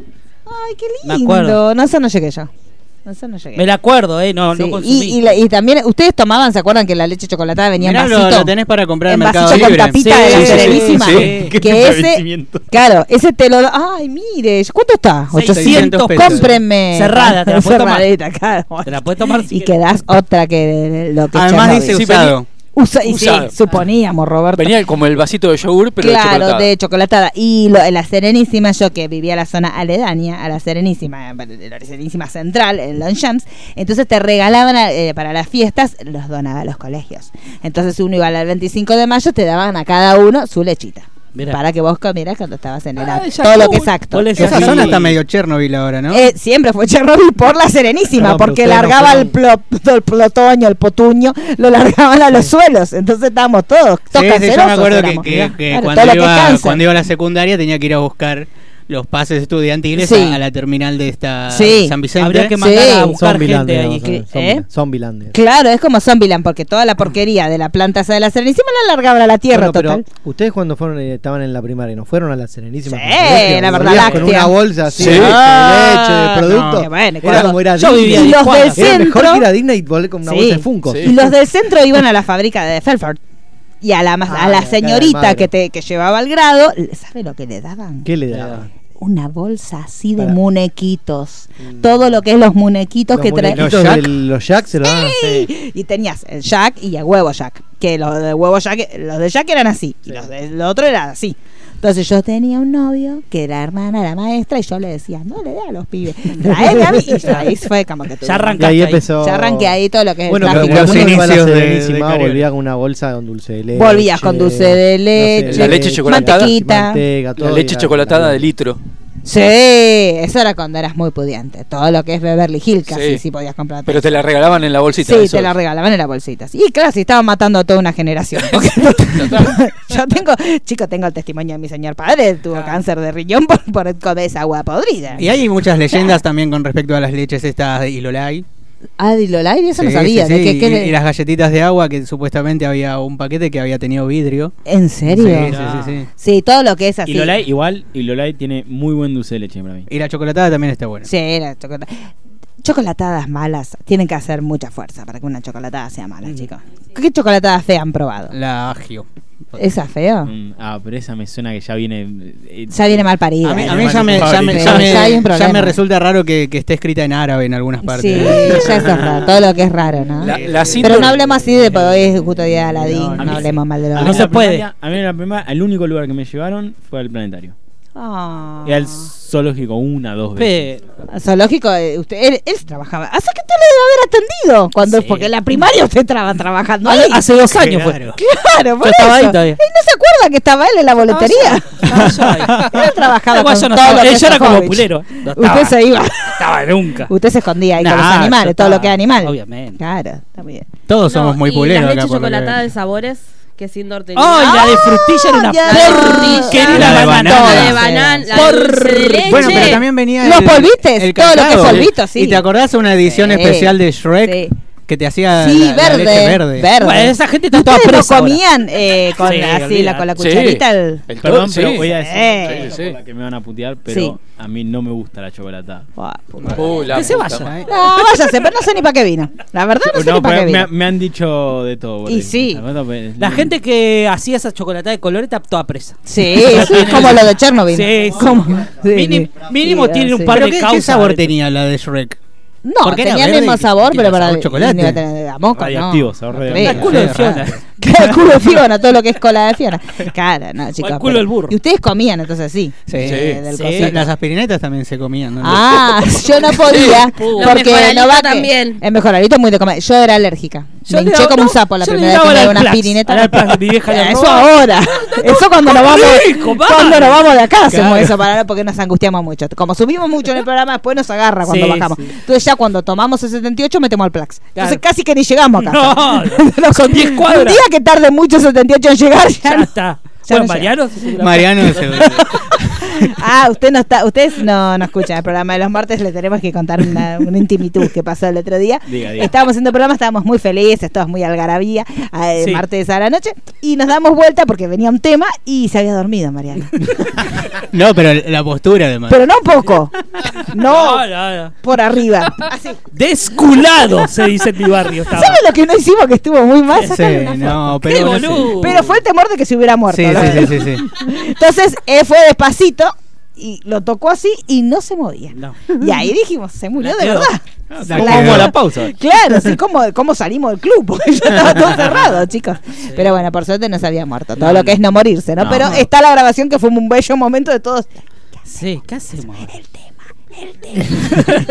Ay, qué
Me
lindo.
acuerdo.
No, eso no llegué yo. No, eso no llegué.
Me la acuerdo, eh, no,
Sí,
no consumí.
y, y la- y también, ¿ustedes tomaban, se acuerdan que la leche chocolatada venía
Mirá,
en
lo,
vasito?
lo tenés para comprar en
en
Mercado
vasito con
Libre.
tapita
Sí,
de
sí, sí,
serenísima.
sí.
Qué
Que ese,
agradecimiento.
claro, ese te lo Ay, mire, ¿cuánto está?
800
pesos.
Cómprenme.
Cerrada, te la puedo tomar.
Cerradita, claro.
Te la puedes tomar si
Y
querés.
quedás otra que de- de lo que
Además
Chernobyl.
dice
Sí,
usado.
Usa- y
usado.
Sí, suponíamos, Roberto.
Venía como el vasito de yogur, pero de
claro,
chocolatada.
de chocolatada. Y lo- la Serenísima, yo que vivía la zona aledaña a la Serenísima, eh, la Serenísima Central, en Longchamps, entonces te regalaban eh, para las fiestas, los donaba a los colegios. Entonces uno iba al 25 de mayo, te daban a cada uno su lechita.
Mirá.
Para que vos comieras cuando estabas en el
Ah,
acto.
esa
Todo lo
cool.
que es acto.
Vos le decías
Esa
Sí.
zona está medio Chernobyl ahora, ¿no?
Eh, siempre fue Chernobyl por la Serenísima,
No, pero
porque
ustedes no
largaba
fueron.
el, plo- el plotoño, el potuño, lo largaban a los suelos. Entonces estábamos todos, todos
Sí, sí, yo me
cancerosos
acuerdo que,
éramos.
que- que
Claro, todo
cuando,
lo que es
iba,
cáncer.
cuando iba a la secundaria tenía que ir a buscar los pases estudiantiles
Sí.
a, a la terminal de esta
Sí.
San Vicente.
Habría que mandar
Sí.
a buscar gente
Zombielandia,
ahí.
vamos a ver,
¿eh?
Zombieland- Zombielandia.
Claro, es como Zombieland, porque toda la porquería de la planta esa de la Serenísima la largaban a la tierra
Bueno, pero
total.
ustedes cuando fueron eh, estaban en la primaria, ¿no fueron a la Serenísima?
Sí,
con el colegio?
la Verdad
Volvían Con
Láctea.
una bolsa así
Sí.
de
Ah,
leche, de producto.
no, bueno,
era
cuando-
como era
yo vivía
Y
Disney.
los
Juana,
del
Era mejor
centro.
que ir a Disney y volver con una
Sí.
bolsa de Funko.
Sí.
Y los del centro iban a la fábrica de Felford. Y a la, mas-
Ah,
a la
la cara de
señorita
madre.
que, te, que llevaba el grado, ¿sabe lo que le daban?
¿Qué le daban?
Una bolsa así de
Para. Mm.
muñequitos. Todo lo que es los muñequitos
Los
que traen.
muñequitos
¿Los Jack?
del- Ah, Los Jack se lo daban.
Y tenías el Jack y el huevo Jack. Que los de huevo Jack, los de Jack eran así. Y los del otro eran así. Entonces yo tenía un novio que era hermana de la maestra y yo le decía, no le dé a los pibes. Traeme a mí. Y ya ahí fue como que
Ya
Y
arrancaste
ahí
ahí.
empezó.
Ya arranqué ahí todo lo que es
Bueno,
el
pero
tráfico.
los
cuando uno iba a la
inicios de- de
Serenísima
Cariola.
volvía con una bolsa con dulce de leche.
Volvías con dulce de leche,
La leche chocolatada.
mantequita.
manteca, todo
La leche
era-
chocolatada de litro.
Sí, eso era cuando eras muy pudiente. Todo lo que es Beverly Hills casi
Sí.
sí podías comprar.
Pero te la regalaban en la bolsita.
Sí,
eso
te la
es.
regalaban en las bolsitas. Y claro, si estaban matando a toda una generación. Porque yo tengo, chico, tengo el testimonio de mi señor padre, tuvo cáncer de riñón por, por comer esa agua podrida.
Y hay muchas leyendas también con respecto a las leches estas de Ilolai.
Ah, dilo al aire, eso no
Sí,
sabía.
sí,
¿de
sí,
qué- qué-
y, y las galletitas de agua que supuestamente había un paquete que había tenido vidrio.
¿En serio?
Sí,
Sí,
sí, sí, sí.
todo lo que es así.
Y Lolay, igual, y Lolay tiene muy buen dulce de leche para mí.
Y la chocolatada también está buena.
Sí, era chocolate. Chocolatadas malas tienen que hacer mucha fuerza para que una chocolatada sea
Mm.
mala, chicos. ¿Qué chocolatada fea han probado?
La agio.
¿Esa feo?
Mm, ah, pero esa me suena que ya viene. eh,
Ya viene mal parida.
A mí, a
¿no?
mí ya, me, ya, me,
Sí,
ya, me,
ya hay un
ya
problema.
me resulta raro que, que esté escrita en árabe en algunas
Sí,
partes.
ya eso es raro, todo lo que es raro, ¿no?
La, la
Pero
síndrome-
no hablemos así de porque hoy es justo día de Aladín, no,
No, no.
hablemos mal de
a
los
mí
no
en
se
la
puede.
primaria- A mí en la primera, el único lugar que me llevaron fue al planetario.
Ah.
Era el zoológico una, dos veces.
Pe-
Zoológico, eh, usted, él, él trabajaba. ¿Hace qué gente lo debe haber atendido. cuando
Sí.
Porque la primaria usted estaba trabajando ahí.
Hace dos años
Claro.
fue.
Claro, por
Yo estaba
eso.
ahí todavía.
Él no se acuerda que estaba él en la boletería.
Estaba yo ahí.
Él trabajaba
El guayo
con
no
todo
estaba.
lo que
Él
es
yo era como
Sofovich.
pulero. No
Usted se iba.
estaba nunca.
Usted se escondía ahí con los
Nah, yo
animales, todo lo que es
estaba-
animal.
obviamente.
Claro, está bien.
Todos somos
No,
muy
y
puleros
La
acá
leche
por lo que
chocolatada de
veo.
sabores que sin tenía.
¡Ay, la de frutilla era una
ya-
porquería
La de
banana.
banana.
La de banana, la de dulce de leche.
Eh, Bueno, pero también venía
Los
el-
polvites,
el
todo lo que
cantado.
es polvito, sí.
¿Y te acordás de una edición
Sí.
especial de Shrek
Sí.
que te hacía
sí,
la- la
verde,
leche
verde.
Bueno, esa gente está toda
¿Ustedes no
presa ahora.
comían eh, con,
Sí,
así, la,
olvídate.
con la
Sí.
cucharita? el- Eh,
El
Perdón,
to-
pero
sí.
voy a
Sí.
decir
Sí,
por
sí.
la que me van a putear, pero
Sí.
a mí no me gusta la chocolatada.
Buah, puta.
Uh, la
Que se
puta
vaya.
madre.
No, váyase, pero no sé ni para qué vino. La verdad no sé ni
No,
para qué
pero
vino.
me, me han dicho de todo. boludo.
Y sí.
La verdad, pues,
La
mm.
no-
gente que hacía esa chocolatada de colores está toda presa.
Sí, sí, como lo de Chernobyl.
Sí, sí.
Como- sí,
Mínimo-
sí.
mínimo tiene un
sí.
par
¿Pero
de
qué, qué
causas
sabor
de-
tenía la de Shrek?
No,
Porque era
tenía el
verde
mismo
y-
sabor,
y
pero
sabor
para
chocolate.
no iba a tener- a moco, no.
Radioactivo, sabor
No
radioactivo.
creo.
El culo de
Sí,
Fiona.
Claro, el culo de Fiona, todo lo que es cola de Fiona. Cara, no, chicos.
culo
pero-
del burro.
Y ustedes comían entonces sí.
Sí.
eh, del
Sí.
cosito.
Las aspirinetas también se comían, ¿no?
Ah, yo no podía.
Los
porque
mejoralitos
no va que-
también.
El mejoralito es muy de comer. Yo era alérgica. me
le
hinché
daba-
como un
no,
sapo la
yo le
primera vez
daba
que me
al
dio una
Plax,
aspirineta.
al Plax, mi vieja la
eso
robaba.
ahora. Eso cuando nos vamos.
rico, va.
cuando nos vamos de acá hacemos
Claro.
eso para porque nos angustiamos mucho. Como subimos mucho en el programa, después nos agarra cuando
Sí,
bajamos.
sí.
Entonces ya cuando tomamos el 78 metemos al Plax. Entonces
Claro.
casi que ni llegamos acá.
No, no, son 10
Un
cuadras.
día que tarde mucho 78 en llegar, ya,
Ya
no-
está.
Ya
Bueno,
no
Mariano.
Mariano se...
Ah, usted no está, ustedes no, no escuchan el programa de los martes, le tenemos que contar una, una intimitud que pasó el otro día.
Diga, diga.
Estábamos haciendo el programa, estábamos muy felices, todos muy algarabía, eh,
Sí.
martes a la noche, y nos damos vuelta porque venía un tema y se había dormido Mariano.
No, pero la postura además.
Pero no un poco, no,
No, no, no.
por arriba. Así.
Desculado, se dice en mi barrio. estaba.
¿Sabe lo que no hicimos que estuvo muy mal?
Sí,
Sácale una foto.
no,
¡Qué
pero... no sé.
boludo!
Pero fue el temor de que se hubiera muerto.
Sí,
la
sí,
verdad.
sí, sí, sí.
Entonces eh, fue despacito y lo tocó así y no se movía.
No.
Y ahí dijimos, se murió de
Lateó.
verdad.
La
Claro.
como la Ah, pausa.
Claro, sí, ¿cómo, cómo salimos del club? Porque ya estaba todo cerrado, chicos. Pero bueno, por suerte no se había muerto. Todo lo que es no morirse, ¿no?
No.
Pero está la grabación que fue un bello momento de todos.
Sí, ¿qué hacemos?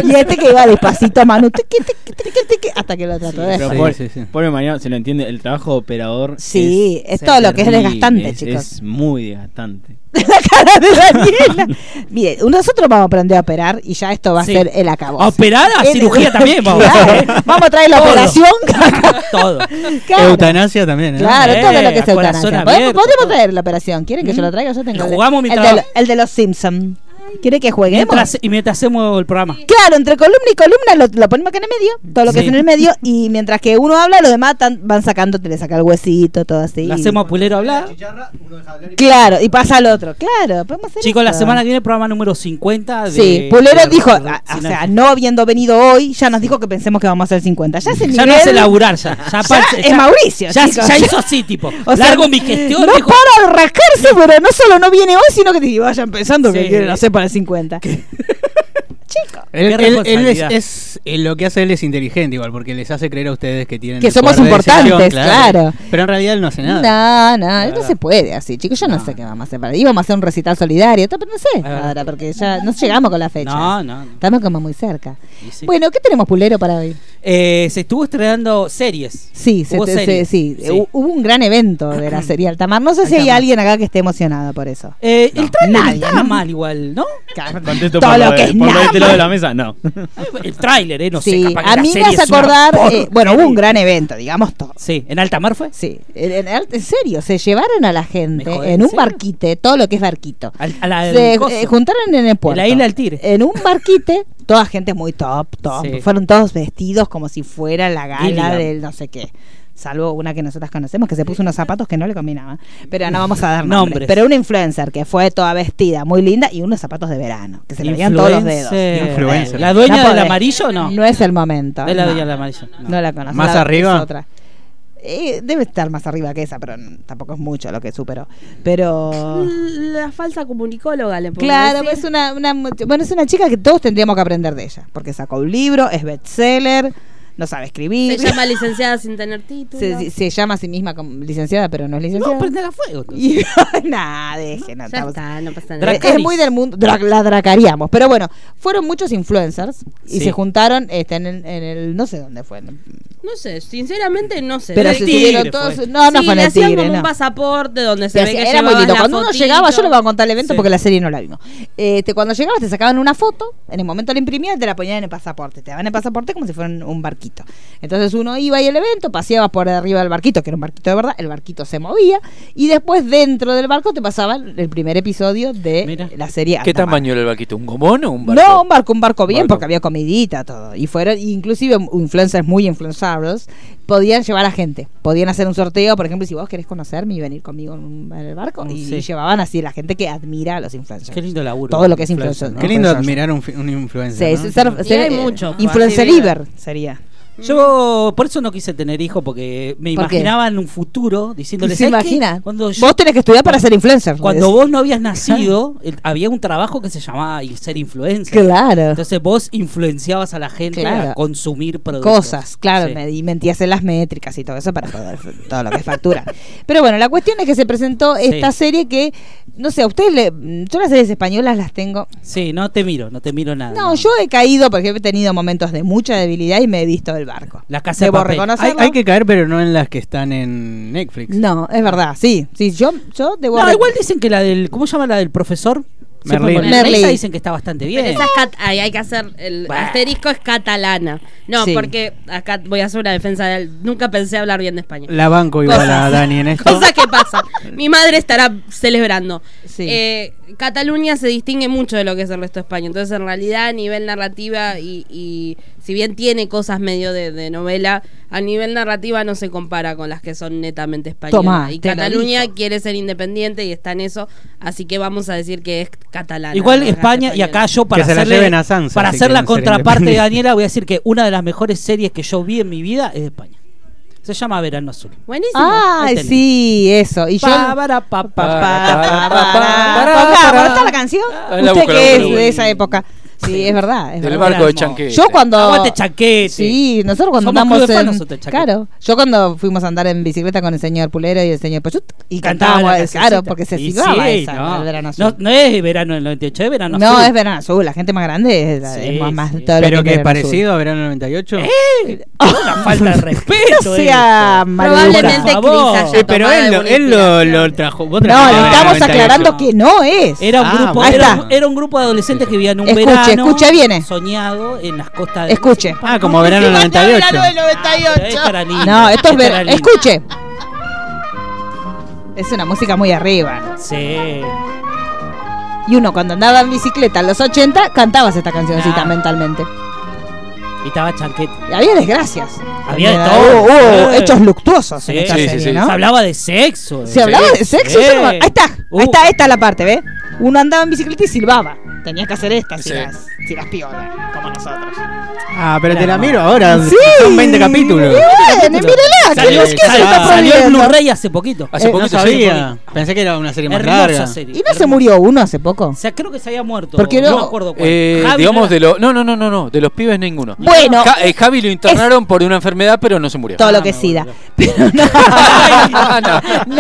Y este que iba despacito, Manu, tiqui, tiqui, tiqui, tiqui, hasta que lo trató de
Pero
dejar.
Sí,
pobre,
sí, sí.
pobre Mariano, se lo entiende. El trabajo de operador.
Sí, es todo lo que es
terrible,
desgastante,
es-
chicos.
Es muy desgastante.
La cara de Daniela. Mire, nosotros vamos a aprender a operar y ya esto va a
Sí.
ser el acabo.
A operar, a
El-
cirugía también vamos a
Claro,
hacer, ¿eh?
Vamos a traer la
Todo.
operación.
Todo.
Claro.
Eutanasia también, ¿eh?
Claro,
Eh,
todo lo que
a
es
corazón
eutanasia.
abierto,
Podemos, podemos
todo.
traer la operación. ¿Quieren que yo la traiga? Yo tengo el de-
Jugamos
el,
mientras-
de, el de los Simpsons. ¿Quiere que jueguemos?
Mientras- y mientras hacemos el programa.
Claro, entre columna y columna lo, lo ponemos acá en el medio, todo lo que
Sí.
es en el medio, y mientras que uno habla, los demás tan- van sacando, te le saca el huesito, todo así.
La hacemos a Pulero hablar.
Claro, y pasa al otro. Claro, podemos hacer
Chicos, la
eso.
semana que viene, programa número 50. De,
Sí, Pulero
de-
dijo,
de-
a- o sea, no habiendo venido hoy, ya nos dijo que pensemos que vamos a hacer 50. Ya es el
Ya no
nivel-
hace laburar, ya. Ya,
Ya
parte-
es Mauricio,
Ya,
chicos.
ya hizo así, tipo.
O sea,
largo mi gestión.
No
dijo,
para de rascarse, pero no solo no viene hoy, sino que te vayan pensando que
Sí.
quieren hacer para el 50. Chicos,
Él,
Qué
él- él es,
responsabilidad.
es- eh, lo que hace él es inteligente igual, porque les hace creer a ustedes que tienen
Que
el
somos
poder de decisión,
importantes, claro.
Pero en realidad él no hace
no,
nada.
no, no se puede así, chicos. Yo no,
No.
sé qué vamos a hacer. Para... Íbamos a hacer un recital solidario, todo, pero no sé
verdad.
ahora, porque ya no llegamos con la fecha.
No, no, no.
Estamos como muy cerca.
Y sí.
Bueno, ¿qué tenemos pulero para hoy?
Eh, se estuvo estrenando series.
Sí, se-
Hubo
se-
series.
sí,
Sí.
hu- hubo un gran evento de la serie Altamar. No sé si hay
Altamar.
alguien acá que esté emocionado por eso.
Eh, El tráiler
Nadie, ¿no?
estaba mal igual, ¿no?
Contento
Todo
por,
lo
lo
que
de-
es
por lo de
nada.
este lado de la mesa, no.
Ah, El tráiler, eh, no
sí,
sé. capaz que
a
la
mí me
serie
hace
es una
acordar, eh,
porquería.
bueno, hubo un gran evento, digamos todo.
Sí, ¿en alta mar fue?
Sí, en, en- en serio, se llevaron a la gente
Me jodés,
en un
¿en serio?
barquite, todo lo que es barquito.
Al- a la-
se
al coso.
eh, juntaron en el puerto.
isla del Tigre.
En un barquite, toda gente muy top, top.
Sí.
Fueron todos vestidos como si fuera la gala
Gilligan.
del no sé qué. Salvo una que nosotras conocemos que se puso unos zapatos que no le combinaban. Pero no vamos a dar nombres.
Nombres.
Pero una influencer que fue toda vestida, muy linda, y unos zapatos de verano, que se le veían todos los dedos.
Influencer.
Influencer.
¿La
No
dueña del
podés.
amarillo o no?
No es el momento.
Es la
no.
dueña del amarillo.
No,
no.
la conozco.
¿Más
la-
arriba?
es otra. Eh, debe estar más arriba que esa, pero n- tampoco es mucho lo que superó. Pero.
La falsa comunicóloga le podemos
Claro, pues
decir.
es una, una mu- bueno, es una chica que todos tendríamos que aprender de ella, porque sacó un libro, es bestseller, no sabe escribir.
Se llama licenciada sin tener título.
Se- se- se llama a sí misma como licenciada, pero no es licenciada.
No, prende a fuego. entonces.
Y nada, dejen, no,
ya
estamos-
está, no pasa nada.
Eh, Es muy del mundo, dra- la dracaríamos. Pero bueno, fueron muchos influencers y
Sí.
se juntaron este, en, el, en el- no sé dónde fue. en-
No sé, sinceramente no sé.
pero
el
se
tigre
subieron
fue.
todos. No, no
Sí,
fue en
le
el
hacían
tigre.
como
no.
un pasaporte donde se
Pero
ve
sí,
que
era muy
llevabas
lindo.
la
Cuando uno
fotito.
llegaba, yo le voy a contar el evento
Sí.
porque la serie no la vimos. Este, cuando llegabas te sacaban una foto, en el momento la imprimían y te la ponían en el pasaporte. Te daban el pasaporte como si fuera un- un barquito. Entonces uno iba y el evento, paseaba por arriba del barquito, que era un barquito de verdad, el barquito se movía y después dentro del barco te pasaban el primer episodio de
Mira.
la serie.
¿Qué
Alta Mar.
tamaño era el barquito? ¿Un gomón o un barco?
No, un barco, un barco bien,
Barco.
porque había comidita, todo. Y fueron, inclusive um, influencers muy influenciables, podían llevar a gente. Podían hacer un sorteo, por ejemplo, si vos querés conocerme y venir conmigo en, un- en el barco.
Mm,
y,
sí.
y llevaban así la gente que admira a los influencers.
Qué lindo laburo.
Todo lo que es influencer. ¿no?
Qué lindo
Influencer.
admirar un, fi- un
Sí,
influencer.
sí,
¿no?
ser-
Y
ser,
hay
eh,
mucho,
Influencer
así
Iber sería.
Yo por eso no quise tener hijos, porque me
¿Por qué?
imaginaba en un futuro diciéndole,
¿Se
"¿Sabes qué?
imagina?
Cuando yo-
Vos tenés que estudiar para ser influencer.
Cuando
les-
vos no habías nacido, el- había un trabajo que se llamaba y- ser influencer.
Claro.
Entonces vos influenciabas a la gente
Claro.
a consumir productos.
cosas, claro,
Sí.
me- y mentías en las métricas y todo eso para poder todo lo que es factura. Pero bueno, la cuestión es que se presentó esta
Sí.
serie que, no sé, a ustedes, le, yo las series españolas las tengo.
Sí, no te miro, Ah, no te miro nada.
No, yo he caído porque he tenido momentos de mucha debilidad y me he visto del barco.
La casa de
Debo
papel.
Hay,
reconocerlo.
hay que caer, pero no en las que están en Netflix.
No, es verdad, sí, sí, yo, yo debo.
No,
re-
igual dicen que la del. ¿Cómo se llama la del profesor? Siempre
Merlín.
con la
Merlín.
risa Dicen que está bastante
Pero
bien.
esa es cat- ahí hay que hacer el
Bah.
asterisco es catalana. No,
Sí.
porque acá voy a hacer una defensa del nunca pensé hablar bien de español.
La banco igual a
Cosas.
Dani en esto.
Cosas que pasan. Mi madre estará celebrando.
Sí.
Eh, Cataluña se distingue mucho de lo que es el resto de España. Entonces, en realidad, a nivel narrativa, y, y si bien tiene cosas medio de, de novela, a nivel narrativa no se compara con las que son netamente españolas.
Tomá,
y
te lo
Cataluña
dijo.
quiere ser independiente y está en eso. Así que vamos a decir que es catalana.
Igual
no es
España y
española.
acá yo para
se la
hacerle-
lleven a Sansa,
para
si
hacer la
quieren ser
contraparte de
independientes.
Daniela voy a decir que una de las mejores series que yo vi en mi vida es de España. Se llama Verano Azul.
Buenísimo.
Ay,
Ahí tenés.
Ah, sí, eso. Y yo.
Pa, para, pa, pa,
Pa,
pa,
pa,
pa,
pa, pa,
Pará,
pa,
pará,
pa.
¿está la canción?
Ah, la
Usted
busco, la
que es
busco, la
de
busco.
esa época. Sí, es verdad. es
Del
verdad.
barco de
Era hermoso.
Chanquete.
Yo cuando.
Aguante Chaquete.
Sí, nosotros cuando
Somos
andamos
club de fans
en-
nosotros de Chaquete.
Claro, yo cuando fuimos a andar en bicicleta con el señor Pulero y el señor Pochut y
Cantaba
cantábamos,
la
claro,
cancioncita.
porque se
Y
silbaba
sí,
esa,
no.
el verano azul.
No, no es verano del 98, es verano
No,
azul.
es verano azul, la gente más grande es, la-
Sí,
es más, más
sí.
todo lo
Pero
que
que es
verano azul.
parecido a verano 98.
Eh,
Una falta de respeto.
O sea,
esto.
Probablemente
Por favor.
Cris haya-
Eh, pero él, lo, él lo, lo trajo. vos
No,
trajiste
le
verano
estamos
98.
aclarando que no es.
Era un,
Ah,
grupo,
bueno.
era,
Ahí
un-
está.
era un grupo de adolescentes que vivían un
Escuche,
verano
escuche, viene.
soñado en las costas de
Escuche.
Ah, como verano 98.
Pero es para lindos,
No, esto es
para
ver,
lindos.
escuche. Es una música muy arriba.
Sí.
Y uno cuando andaba en bicicleta en los 80 cantabas esta cancioncita
Ah.
mentalmente.
Y estaba chanquete.
Y había desgracias.
Había de
Hubo-
todo.
hubo
Sí.
hechos luctuosos en
Sí,
esta
sí,
serie,
sí,
¿no?
Se hablaba de sexo.
Se hablaba de sexo.
Sí.
yo no- Ahí está,
Uh.
ahí está, esta es la parte, ¿ves? Uno andaba en bicicleta y silbaba. Tenías que hacer estas si
Sí.
las, si las piolas, como nosotros.
Ah, pero te la miro ahora.
Sí.
Son 20 capítulos.
Y bueno, mírala, ¿qué,
Salió,
es que se
salió-
está
salió el
prohibiendo?
Blu-ray hace poquito.
Hace
Eh,
No
poquito sí.
sabía. Pensé que era una serie más
Hermosa
larga.
serie.
¿Y no se murió uno hace poco?
O sea, creo que se había muerto.
Porque
no,
no-
me acuerdo cuál.
Eh,
Javi
digamos
no
de
era-
los. No, no, no, no, no. De los pibes ninguno.
Bueno,
Ja- eh, Javi lo internaron por una enfermedad, pero no se murió.
todo
Ah,
lo que
me
sida.
volvió.
Pero no. no,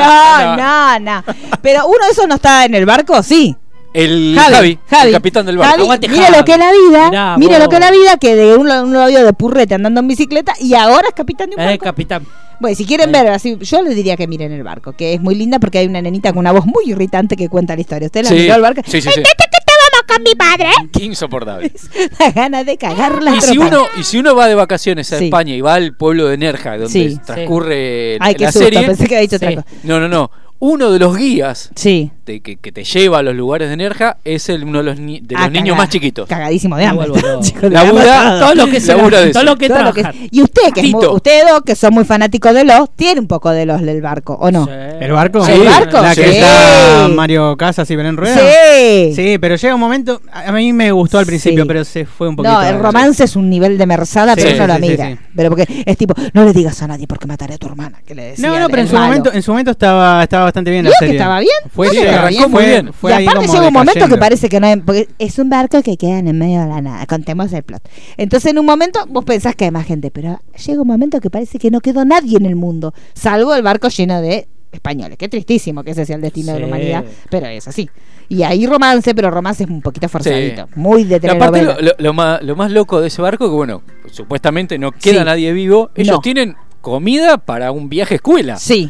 no, no. Pero uno de esos no está en el barco, sí.
El Javi,
Javi, Javi.
el capitán del barco.
Javi,
Aguante,
mira
Javi.
lo que es la vida,
Mirá,
mira lo
vos.
que es la vida, que de un, un novio de purrete andando en bicicleta y ahora es capitán de un
Era el
barco.
Eh, capitán.
Bueno, si
eh.
quieren ver, así, yo les diría que miren el barco, que es muy linda porque hay una nenita con una voz muy irritante que cuenta la historia. ¿Usted la
Sí.
miró al barco? Eh,
Sí, sí, sí.
"Vete que te vamos con mi padre?
Insoportable.
La gana de cagarla.
Y si, uno, y si uno va de vacaciones a
Sí.
España y va al pueblo de Nerja, donde
Sí.
transcurre
Ay, qué
la
susto,
serie.
pensé que había dicho otra
Sí.
cosa.
No, no, no. Uno de los guías
Sí.
de- que, que te lleva a los lugares de Nerja es el, uno de los, ni- de los
Ah,
niños
cagá-
más chiquitos.
Cagadísimo de hambre.
vuelvo loco.
Chico,
Labura-
le gana todo.
Todo lo que se
Labura de
todo
eso.
lo que
Todo lo que
trabaja.
es- Y usted, que es muy,
Tito.
usted dos, que son muy fanáticos de los, tiene un poco de los del barco, ¿o no?
¿El barco?
Sí. ¿El
barco?
La que
Sí.
está Mario Casas y Belén Rueda.
Sí.
Sí, pero llega un momento. A a mí me gustó al principio,
Sí.
pero se fue un poquito.
No, el romance es un nivel de merzada,
Sí,
pero uno
sí,
lo
sí,
mira.
sí.
Pero porque es tipo, no le digas a nadie porque mataré a tu hermana, que le decía
No, no,
el-
pero en
el
su
malo.
momento, en su momento estaba, estaba bastante bien la
¿Vio que
serie.
estaba bien?
Fue
¿Dónde
llegando
arrancó muy bien.
y
Fue ahí
aparte
como
llega un momento que
decayendo.
parece que no hay, porque es un barco que queda en el medio de la nada, contemos el plot. Entonces en un momento vos pensás que hay más gente, pero llega un momento que parece que no quedó nadie en el mundo, salvo el barco lleno de españoles. Qué tristísimo que ese sea el destino de la
Sí.
humanidad, pero es así. Y hay romance, pero romance es un poquito forzadito,
Sí.
muy de
Y aparte,
telenovela.
lo, lo- lo más, lo más loco de ese barco es que, bueno, supuestamente no queda
Sí.
nadie vivo. Ellos
No.
tienen comida para un viaje escuela.
Sí.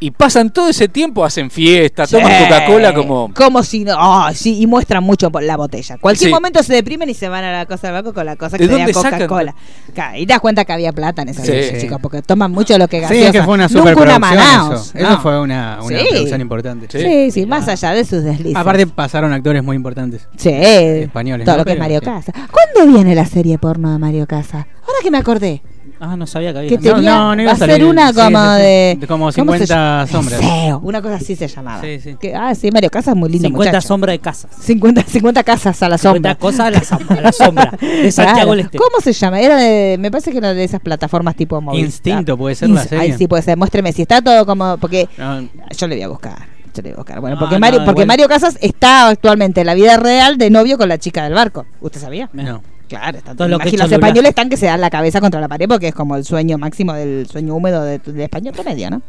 Y pasan todo ese tiempo, hacen fiesta,
Sí.
toman Coca-Cola como...
Como si no. ah, sí, y muestran mucho por la botella. Cualquier
Sí.
momento se deprimen y se van a la cosa del banco con la cosa que
¿De
tenía
dónde sacan?
Coca-Cola. Ca- Y te das cuenta que había plata en esa
Sí.
noche, chicos, porque toman mucho lo que
Sí,
gaseosa.
es que fue una
Nunca una
superproducción
Manaos,
eso. Eso
no.
fue una, una
Sí.
producción importante.
Sí.
Sí, sí, más allá de sus deslices.
Aparte pasaron actores muy importantes.
sí,
españoles,
todo
¿no?
lo que es
Pero,
Mario
sí.
Casa. ¿Cuándo viene la serie porno de Mario Casa? Ahora que me acordé.
Ah, no sabía que había.
Que
tanto.
tenía,
no, no iba
va
a
a ser
salir.
una
Sí,
como
sí, sí.
de...
De como
¿cómo se
50
llama?
sombras.
Deseo, una cosa así se llamaba.
Sí, sí.
Que- ah, sí, Mario Casa es muy lindo
50
muchacho.
sombras de casas.
50, 50 casas a la
50
sombra.
cosas a la, som- a la sombra. De
Claro.
Santiago del Este.
¿Cómo se llama? Era de, me parece que era de esas plataformas tipo móvil.
Instinto, puede ser la
Ay,
serie.
sí, puede ser. Muéstreme si está todo como. Porque
No,
yo le voy a buscar. Yo le voy a buscar. Bueno,
Ah,
porque,
no,
Mario, porque
igual.
Mario Casas está actualmente en la vida real de novio con la chica del barco. ¿Usted sabía?
no.
Claro, están
Todo lo que
imagino, los
es celular.
españoles están que se dan la cabeza contra la pared porque es como el sueño máximo del sueño húmedo de- del español promedio, ¿no?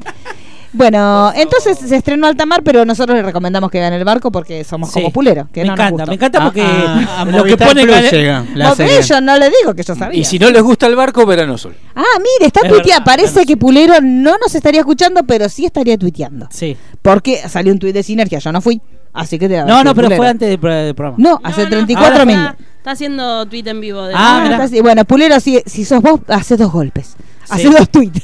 Bueno, entonces se estrenó Alta Mar, pero nosotros le recomendamos que vean el barco porque somos
Sí.
como puleros. Que
me
no nos
encanta,
gustó.
me encanta porque
Ah, a
lo que
Movistar
pone
Plus
Canal-
llega la
Porque
serie.
yo no le digo que yo sabía.
Y si no les gusta el barco, verano sol.
Ah, mire, está
Es
tuiteando.
verdad,
Parece
claro.
que Pulero no nos estaría escuchando, pero sí estaría tuiteando.
Sí.
Porque salió un tuit de Sinergia, yo no fui. Así que te
No, no, pero fue antes del pro- del programa.
No, hace
No, no,
34
ahora
minutos.
Está, está haciendo tweet en vivo. De
Ah, mirá.
está así. bueno, Pulero, si, si sos vos, haces dos golpes. Haces dos tuits.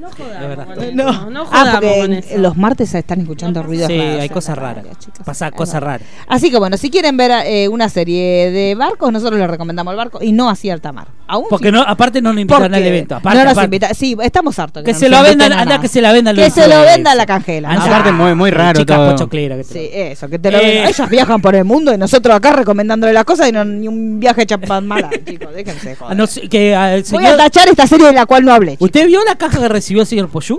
No
Es
jodamos
verdad.
con eso.
No.
No, jodamos
Ah, porque
con
en-
eso.
los martes están escuchando ruidos
Sí,
raros
hay
en
cosas
la
raras.
radio, chicos.
Pasa
Es
cosas
verdad.
raras.
Así que bueno, si quieren ver eh, una serie de barcos, nosotros les recomendamos el barco y no así alta mar. Aún
Porque
sí.
no, aparte no nos
Porque
invitaron al evento. Aparte,
no nos
aparte.
invita- Sí, estamos hartos.
Que
no
se
nos
lo
inviten
vendan,
a
anda
nada.
que se la vendan.
Que se lo venda la cangela. Ah,
Anda.
Aparte, muy, muy raro
Chicas
todo.
pochocleras que
Sí,
tenemos.
eso, que te lo
Eh.
vendan. Ellos viajan por el mundo y nosotros acá recomendándole las cosas y no ni un viaje champamala, chicos. Déjense,
Ah,
joder.
no sé, que, ah, el
Voy
señor-
a tachar esta serie de la cual no hablé.
¿Usted vio la caja que recibió el señor Poyú?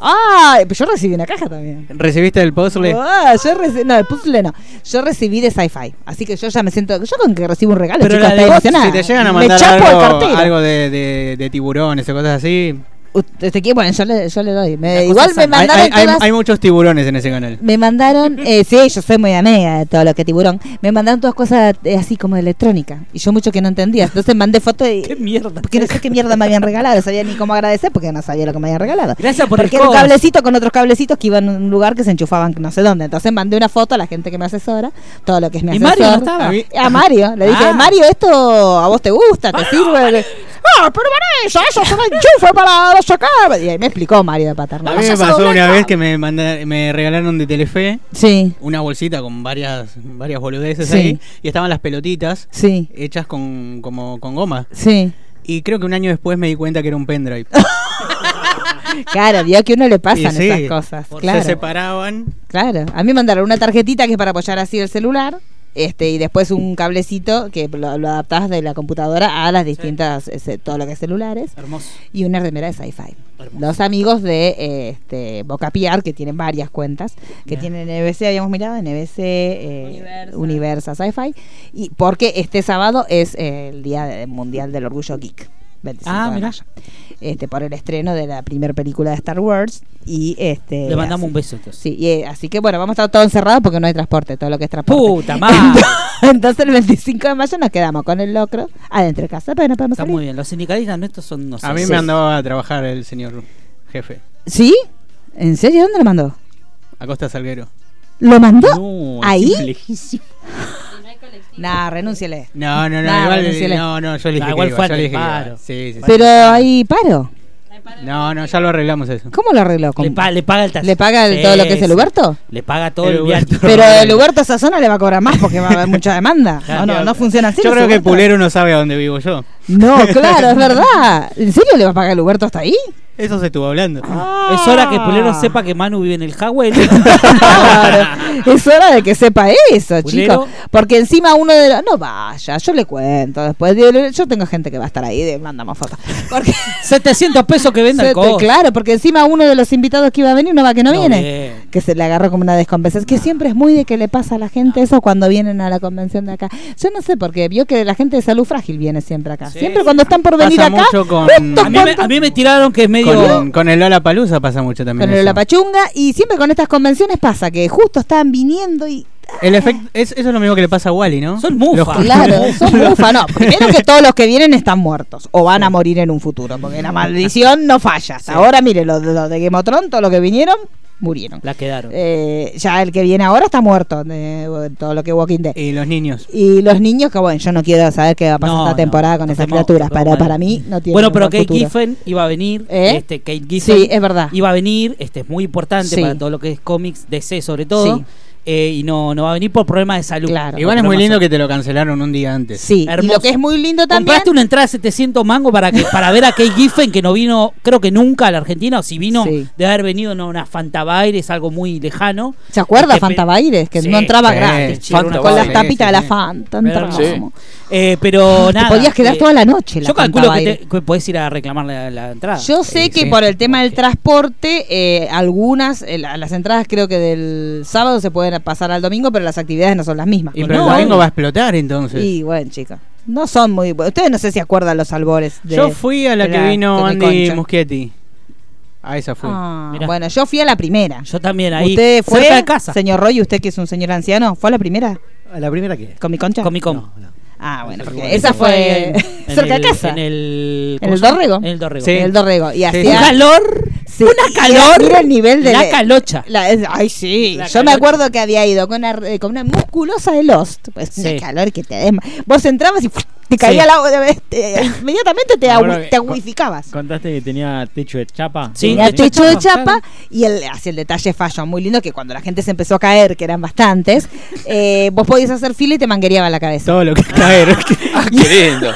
Ah, pero yo recibí una caja también.
¿Recibiste el puzzle?
Ah, yo recibí, no, el puzzle no. Yo recibí de sci-fi, así que yo ya me siento. Yo con que recibo un regalo,
Pero
chicos,
la de
estoy
vos,
emocionada.
Si te llegan a
me
mandar
chapo al
algo,
cartero.
algo de, de, de tiburones o cosas así.
Usted, te quiere- este, bueno, yo le, yo le doy. Me-
La cosa
Eh, igual me
sana.
Hay,
mandaron
hay- hay-
todas-
hay muchos tiburones en ese canal.
Me mandaron, eh, sí, yo soy muy amiga de todo lo que tiburón. Me mandaron todas cosas eh, así como de electrónica. Y yo mucho que no entendía. Entonces mandé fotos y.
¡Qué mierda!
Porque no sé qué mierda me habían regalado. Sabía ni cómo agradecer porque no sabía lo que me habían regalado.
Gracias por el
Porque era un
coso.
cablecito con otros cablecitos que iban a un lugar que se enchufaban no sé dónde. Entonces mandé una foto a la gente que me asesora. Todo lo que es mi
¿Y Mario no
asesor.
estaba?
A mí-
A Mario, le dije,
Ah.
Mario, esto a vos te gusta, te sirve. Le- Ah, pero Vanessa, eso es un enchufe para no sé qué. Y ahí me explicó Mario de Paterno.
A mí me pasó una vez que me, manda- me regalaron de Telefe
Sí,
una bolsita con varias varias boludeces
Sí.
ahí y estaban las pelotitas
sí,
hechas con como con goma
sí.
y creo que un año después me di cuenta que era un pendrive
Claro, vio que a uno le
Y
pasan
sí,
esas cosas.
por-
Claro,
se separaban
claro. A mí me mandaron una tarjetita que es para apoyar así el celular. Este, y después un cablecito que lo, lo adaptás de la computadora a las distintas, ese- todo lo que es celulares.
Hermoso.
Y una remera de sci-fi.
hermoso.
Los amigos de eh, este, Boca PR, que tienen varias cuentas, que
Bien.
tienen NBC, habíamos mirado, NBC, eh,
Universa.
Universa, Sci-Fi, y porque este sábado es eh, el Día de- Mundial del Orgullo Geek. 25
Ah,
de
mirá.
mayo. Este, por el estreno de la primera película de Star Wars. Y este.
Le mandamos
así-
un beso entonces.
Sí, y, eh, así que bueno, vamos a estar todos encerrados porque no hay transporte, todo lo que es transporte.
¡Puta madre!
Entonces el 25 de mayo nos quedamos con el locro adentro de casa, pero no podemos
Está
salir.
muy bien. Los sindicalistas nuestros son no sé,
a mí
sí.
me andaba a trabajar el señor jefe
¿Sí? ¿En serio? ¿Dónde lo mandó?
Acosta Salguero
¿Lo mandó?
No,
¿Ahí?
es lejísimo.
Nah, renúnciele.
no no no
Nah,
igual-
renunciale.
no no yo le dije
Nah,
que
igual
iba,
fue
yo
antes,
le dije que iba.
paro.
Sí, sí, sí.
Pero ahí paro.
no no ya lo arreglamos eso
¿Cómo lo arregló?
Le,
¿Cómo?
pa- le paga el taxi.
¿Le paga el- todo lo que es el Huberto?
Le paga todo
El
el, viaje.
Huberto.
Pero el Huberto a esa zona le va a cobrar más porque va a haber mucha demanda. No, no, no funciona así.
yo
los
creo que
Hubertos.
Pulero no sabe a dónde vivo yo
No, claro, es verdad. ¿En serio le va a pagar el Huberto hasta ahí? Ah,
eso se estuvo hablando
Es hora que Pulero sepa que Manu vive en el Jawel.
Claro. Es hora de que sepa eso,
Pulero.
chicos. Porque encima uno de los. No vaya, yo le cuento después. Yo- Yo tengo gente que va a estar ahí, de- mandamos fotos. Porque.
700 pesos que venda
Se-
el coche.
claro, porque encima uno de los invitados que iba a venir no va que no,
No
viene.
viene.
Que se le agarró como una descompensación. Que siempre es muy de que le pasa a la gente eso cuando vienen a la convención de acá. Yo no sé por qué. Vio que la gente de salud frágil viene siempre acá.
Sí,
siempre
sí.
cuando están por
Pasa
venir acá.
mucho con-
justo
A mí, me,
cuando-
a mí me tiraron que es medio.
Con, con el Lola Palusa pasa mucho también.
con el
eso.
la pachunga. Y siempre con estas convenciones pasa que justo están viniendo y.
El efecto, es- eso es lo mismo que le pasa a Wally, ¿no?
Son mufas.
Los-
Claro, son mufa, no. Primero que todos los que vienen están muertos o van a morir en un futuro, porque la maldición no falla. Hasta Ahora, mire, los los de Game of Thrones, todos los que vinieron, murieron.
La quedaron.
Eh, ya el que viene ahora está muerto de todo lo que Walking Dead.
Y los niños.
Y los niños, que bueno, yo no quiero saber qué va a pasar
No,
esta
no,
temporada con
nos
esas
vemos-
criaturas,
nos
para,
vemos mal.
para mí no tiene
Bueno, pero
que
Kate Giffen iba a venir.
¿Eh?
Este, Kate Giffen
Sí, es verdad.
Iba a venir, este es muy importante
Sí.
para todo lo que es cómics, DC sobre todo.
Sí.
eh, y no, no va a venir por problemas de salud.
Claro.
Igual es
Por
muy
problemas
lindo que te lo cancelaron un día antes.
Sí, y
Hermoso.
lo que es muy lindo también.
Compraste una entrada de 700 mango para que para ver a Kate Giffen que no vino, creo que nunca a la Argentina, o si vino
Sí.
de haber venido en una Fantabaire, es algo muy lejano.
¿Se acuerda
Este,
Fanta Baires? Que
Sí,
no entraba
sí,
gratis, chico,
Fanta
con las
Baires,
tapitas
sí,
de la
sí.
Fanta.
Era
entramos.
hermoso.
Eh, pero
Te
nada.
podías quedar
eh,
toda la noche. en la
Yo calculo
Fanta
que,
Baires.
te- que podés ir a reclamar la, la entrada.
Yo sé
Sí,
que
sí.
por el tema del transporte, eh, algunas, eh, la- las entradas creo que del sábado se pueden pasar al domingo, pero las actividades no son las mismas.
Y
No,
pero el
no.
domingo va a explotar entonces.
Y bueno, chicos, no son muy buenos. Ustedes no sé si acuerdan los albores. De,
Yo fui a la
de
que vino
de
Andy
Concha.
Muschietti. A esa fui.
Ah,
Mirá.
bueno, yo fui a la primera.
Yo también ahí.
¿Usted fue,
cerca de casa.
señor Roy, usted que es un señor anciano, fue a la primera
¿A ¿La primera qué?
con mi concha?
Con mi com.
Ah, bueno, porque
Bueno,
esa
eso
fue
en- en
cerca
el-
de casa.
En el,
¿En el
¿cómo se llama?
Dorrego?
En el Dorrego.
Sí.
En el Dorrego. Y hacía...
Un calor.
Sí,
Una
y
calor.
Mira el nivel de
La calocha.
La- es- ay, sí.
La
Yo me
calocha.
acuerdo que había ido con una, eh, con una musculosa de Lost. Pues
Sí.
una calor que te desma. Vos entrabas y ¡fuf! te caía
Sí.
el agua. de- te- inmediatamente te,
Me
agui-
acuerdo que
te
con-
aguificabas.
Contaste que tenía techo de chapa.
Sí,
Tenía
techo de
techo de
chapa,
chapa y el, hacia el detalle fashion muy lindo que cuando la gente se empezó a caer, que eran bastantes, eh, vos podías hacer fila y te manguereaba la cabeza.
Todo lo que caer.
Ah, qué lindo.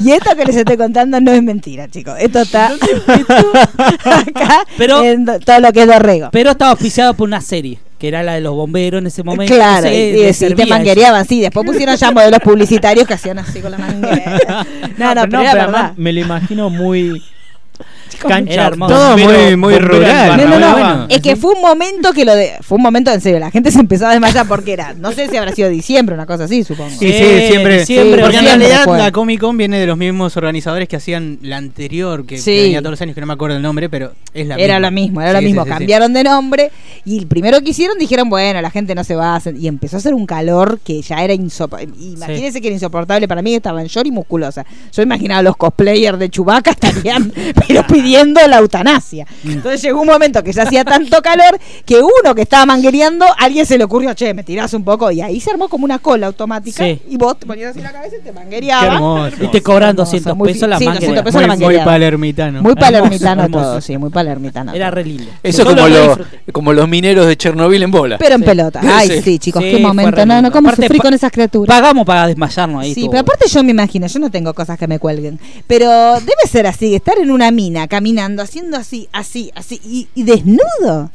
Y esto que les estoy contando no es mentira, chicos. Esto está acá
Pero-
en do- todo lo que es Dorrego.
Pero estaba auspiciado por una serie, que era la de los bomberos en ese momento.
Eh, Claro,
Entonces,
y,
le
y
servía
te
eso.
manguereaban, sí. Después pusieron ya modelos publicitarios que hacían así con la manguera. No, no, pero, era
además
verdad.
me lo imagino muy
Era
cancha.
hermoso.
Todo
bombero-
muy- muy
bombero en
rural.
barra
No, no, no.
brava.
es que fue un momento que lo de. Fue un momento en serio. La gente se empezó a desmayar porque era. No sé si habrá sido diciembre, una cosa así, supongo.
Sí, sí,
Sí,
siempre.
diciembre,
porque en
noviembre
realidad
Eh, fue.
la Comic Con viene de los mismos organizadores que hacían la anterior, que, que
Sí.
venía todos los años, que no me acuerdo el nombre, pero es la
era
misma.
lo mismo, era lo
Sí,
mismo.
sí, sí, sí.
Cambiaron de nombre y el primero que hicieron dijeron, bueno, la gente no se va a hacer. Y empezó a hacer un calor que ya era insoportable. Imagínense que era insoportable para mí, que estaba en short y musculosa. Yo imaginaba los cosplayers de Chubaca estarían pero pidiendo la eutanasia.
Mm.
Entonces llegó un momento que ya hacía tanto calor que uno que estaba manguereando, a alguien se le ocurrió, che, me tirás un poco. Y ahí se armó como una cola automática
Sí.
y vos te ponías así la cabeza y te
Qué
manguereabas.
hermoso.
Y te cobran 200
Hermoso, muy
pesos la
sí,
manga.
200 pesos. Eso
muy,
la
muy
manguería.
palermitano.
Muy
Hermoso,
palermitano
hermoso.
todo, sí, muy palermitano.
Era
todo.
re lindo.
Eso
Yo
es como,
lo
lo-
disfruté.
como los mineros de Chernobyl en bola.
Pero en
Sí.
pelota. Ay, sí,
Sí.
chicos,
Sí,
qué
fue re
momento. No,
lindo.
no, cómo
Aparte,
sufrí
pa-
con esas criaturas.
Pagamos para desmayarnos ahí.
Sí,
estuvo.
pero aparte yo me imagino, yo no tengo cosas que me cuelguen, pero debe ser así, estar en una mina, caminando, haciendo así, así, así, y, y desnudo.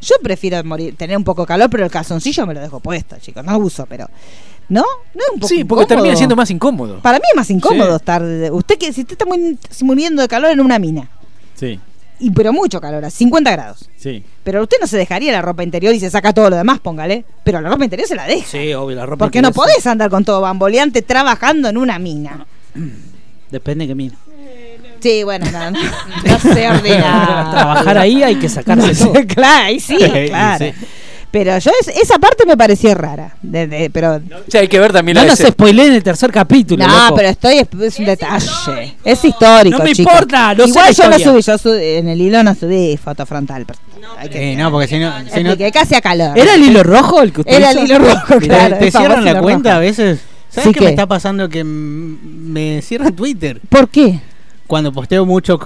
Yo prefiero morir, tener un poco de calor, pero el calzoncillo me lo dejo puesto, chicos, no uso, pero... ¿No? ¿No es un poco
sí, porque
incómodo?
termina siendo más incómodo.
Para mí es más incómodo
Sí.
estar... Usted que si usted está muy- muriendo de calor en una mina,
Sí,
y pero mucho calor, a 50 grados,
sí.
pero usted no se dejaría la ropa interior y se saca todo lo demás, póngale, pero la ropa interior se la deja.
Sí, obvio, la ropa.
Porque no
interior,
podés andar con todo bamboleante trabajando en una mina.
sí. Depende que mira.
Sí, bueno, no, no, no sé ordenar.
Trabajar ahí hay que sacarse todo.
claro, ahí sí,
Sí,
claro.
sí.
Pero yo es- esa parte me pareció rara. de- de- pero
O sea, hay que ver también
No
la
nos
escena.
spoilé en el tercer capítulo.
no,
loco.
pero estoy es, es un detalle. Es histórico.
No me
chicos.
importa, no sé la
Igual yo
historia.
lo subí, yo su- en el hilo no subí foto frontal. pero hay que,
Sí, Eh, no, porque si no. si no-
expliqué, casi a calor.
¿Era el hilo rojo el que usted
Era
hizo?
el hilo rojo,
te-
claro.
te
el famoso
cierran la
hilo
cuenta a
rojo.
veces. ¿Sabes
Sí,
qué
¿qué?
me está pasando? Que mm, me cierran Twitter.
¿Por qué?
Cuando posteo mucho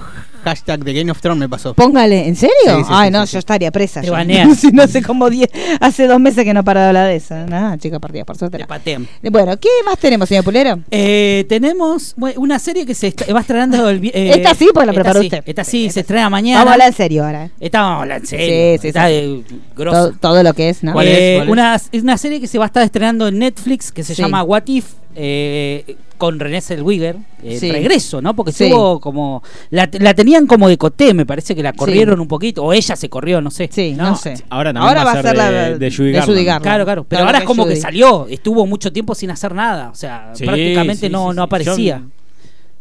hashtag de Game of Thrones me pasó.
Póngale, ¿en serio?
Sí, sí, sí,
Ay,
sí,
no,
sí.
yo estaría presa.
Te
yo.
banean.
Si no sé cómo diez- hace dos meses que no para de hablar de eso. Nada, chica, partida, por suerte.
Te
no.
patean.
Bueno, ¿qué más tenemos, señor Pulero?
Eh, tenemos bueno, una serie que se est- va estrenando el vi- eh,
Esta sí, porque la
esta
preparó
sí,
usted.
Esta sí,
Esta
se
sí.
estrena mañana.
Vamos a hablar en serio ahora.
Esta vamos a hablar en serio. eh,
Sí, sí,
Esta
sí.
de- grosa.
Todo, todo lo que es, ¿no?
¿Cuál es?
Eh,
¿Cuál es?
Una, es una serie que se va a estar estrenando en Netflix que se
Sí.
llama What If eh, con René Zellweger. eh,
Sí.
Regreso, ¿no? Porque
Sí.
estuvo como. La, la tenían como de coté, me parece que la corrieron un poquito. O ella se corrió, no sé.
Sí, no,
No,
sé.
ahora también va a ser de- de Judy Garland.
Claro, claro. Pero
Todo lo
ahora es como que
Judy.
salió. Estuvo mucho tiempo sin hacer nada. O sea,
Sí,
prácticamente
sí,
no,
sí,
no
sí.
aparecía.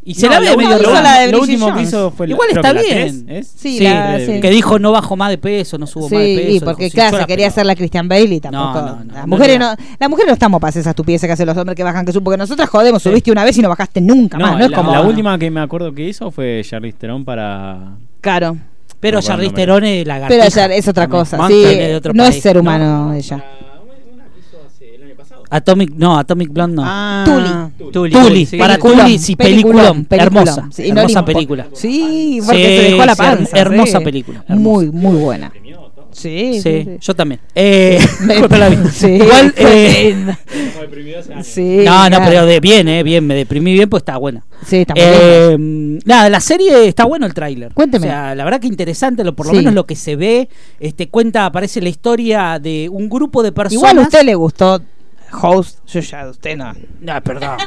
Y se
No,
la
lo
ve
único-
medio
hizo
lo-
rara.
la de
Lo
Bridget
último que
Jones.
hizo fue la-
Igual
creo
está
que la
bien.
tres, ¿es?
Sí, la-
de-
sí.
Que dijo no bajo más de peso, no subo más de peso.
Sí,
dijo,
porque
sí,
claro,
yo
se
la
quería
pelaba.
hacer la Christian Bailey tampoco.
No, no, no,
las,
no
mujeres
le
no, las mujeres no estamos para hacer esas estupideces que hacen los hombres que bajan que supo porque nosotras jodemos,
Sí.
subiste una vez y no bajaste nunca
No,
más. No
la,
es como.
la última que me acuerdo que hizo fue Charlize Theron para...
Claro.
Pero
No, bueno,
Charlize
no me-
Theron es la
Pero ella es otra cosa. Sí,
Monster
es de otro
no es
país.
ser
No,
humano ella.
Atomic, no, Atomic Blonde no.
Ah, Tuli.
Tuli,
sí.
para
Peliculón,
Tuli, sí,
peliculón,
peliculón,
peliculón.
hermosa,
Sí, y no
hermosa
le impo-
película.
Sí, porque
Sí,
se dejó la
sí, her-
panza.
hermosa
sí.
película, hermosa.
Muy, muy buena. Sí,
Sí,
sí, sí.
yo también. Eh,
Me-
cuando la vi.
sí.
Igual, eh,
Sí,
no, no,
claro.
pero de bien, eh, bien, me deprimí bien, pues está buena.
Sí, está muy bien. pues.
Eh, nada, la serie está bueno el tráiler.
Cuénteme.
O sea, la verdad que interesante, lo, por lo
Sí.
menos lo que se ve, este cuenta, aparece la historia de un grupo de personas.
Igual a usted le gustó Host, yo ya, usted no.
No, Ah, perdón.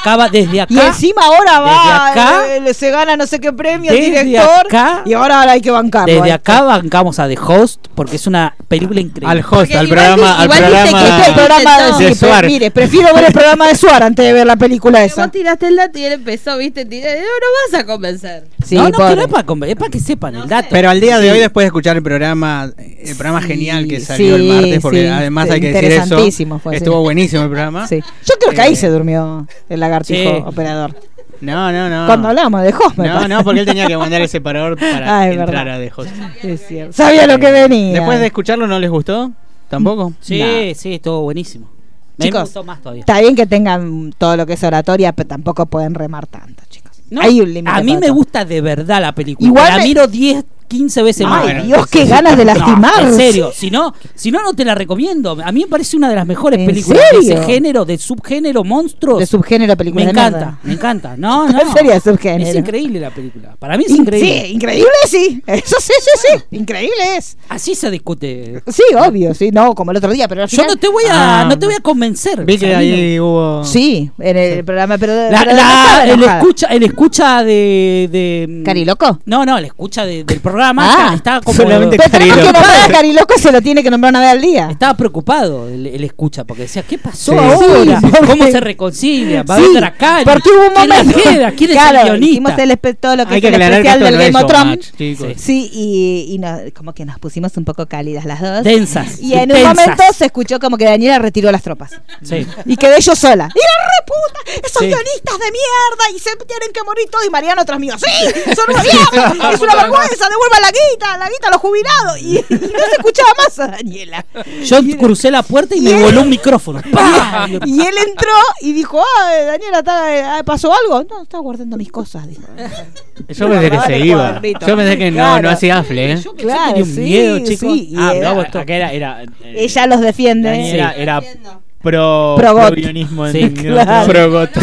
Acaba desde acá.
Y encima ahora va,
desde acá-
eh, le- se gana no sé qué premio,
Desde
director.
acá-
y ahora, ahora hay que bancarlo. eh.
Desde
a
acá bancamos a The Host porque es una película increíble.
Al host, al
igual
programa,
dice-
al
igual dice que
esto. Este
programa.
es el programa de,
de
sí, pero
Suar.
Mire, prefiero ver el programa de Suar antes de ver la película
Pero
esa.
Vos tiraste el dato y él empezó, viste, Tiré, no, no vas a convencer.
Sí,
no, no,
pobre.
pero es para, conven- es para que sepan el dato.
Pero al día de hoy, después de escuchar el programa, eh, el programa
Sí,
genial que salió
sí,
el martes, porque
sí,
además
sí,
hay que decir
interesantísimo
eso,
fue, sí.
estuvo buenísimo el programa.
Sí. Yo creo que ahí
Eh,
se durmió el lagartijo
sí.
operador.
No, no, no.
Cuando hablamos de Host, me
Ah. No,
parece.
no, porque él tenía que mandar el separador para
Ah, es
entrar
verdad.
a The Host.
Es cierto. Sabía lo que venía.
Eh, Después de escucharlo, ¿no les gustó?
Mm,
¿Tampoco?
Sí,
Nah.
sí, estuvo buenísimo. Me
Chicos,
gustó más todavía.
Está bien que tengan todo lo que es oratoria, pero tampoco pueden remar tanto, chicos.
No,
Hay un límite.
a mí
para
me
todo.
gusta de verdad la película.
Igual
la
me-
miro 10, 15 veces más.
Ay,
Bueno,
Dios, qué
entonces-
ganas de
No,
lastimar.
en serio, si no, si no, no te la recomiendo. A mí me parece una de las mejores
¿En
películas de
serio?
ese género, de subgénero, monstruos.
De subgénero película
me
de mierda.
encanta, me encanta. No, no.
En serio, de subgénero.
Es increíble la película. Para mí es
In-
increíble.
Sí, increíble sí. Eso sí, sí, sí. Increíble es.
Así se discute.
Sí, obvio, sí. No, como el otro día, pero al
Yo
final...
no te voy a,
Ah.
no te voy a convencer.
Vi que
A mí no.
ahí hubo.
Sí, en el programa, pero...
La-
pero
la-
no estaba
el
enojada.
escucha, el escucha de, de
¿Cariloco?
No, no, el escucha de- del programa
Ah,
está- está como
solamente
Pero tenemos que
Cariloco.
nombrar a Cariloco, se lo tiene que nombrar una vez al día.
estaba preocupado el, el escucha porque decía qué pasó
Sí.
ahora,
Sí, porque-
cómo se reconcilia, va
Sí,
a estar acá,
porque hubo un
¿Quién la
momento.
queda? ¿Quién es
claro,
el guionista?
hicimos el espe- todo lo que
Hay
es
que
el
aclarar que
especial
esto
del
no es
Game of Thrones.
showmatch, chicos.
Sí, y, y nos- como que nos pusimos un poco cálidas las dos.
Densas,
Y en un
densas.
momento se escuchó como que Daniela retiró las tropas.
Sí.
Y quedé yo sola. ¡Y la reputa! ¡Esos
Sí.
guionistas de mierda! Y se tienen que morir todos. Y Mariano tras mío. ¡Sí! ¡Son una mierda! ¡Es una vergüenza! ¡Devuelvan la guita! ¡La guita a los jubilados! Y, y no se escuchaba más a Daniela.
Yo crucé la puerta y
Y
me
él-
voló un micrófono. ¡Pah! Y lo-
Y él entró y dijo, ah, Daniela, ¿está- ah, ¿pasó algo? No, estaba guardando mis cosas. Dijo.
Yo pensé que
Guardaba
se
en el
iba.
cuadernito.
Yo pensé que no,
Claro.
no hacía afle, ¿eh?
Claro,
tenía un miedo, chicos.
sí, y
Ah,
era-
no, acá era... era eh,
ella los defiende.
Daniela era pro,
Pro
pro
got.
guionismo en
Sí,
en
claro.
otro-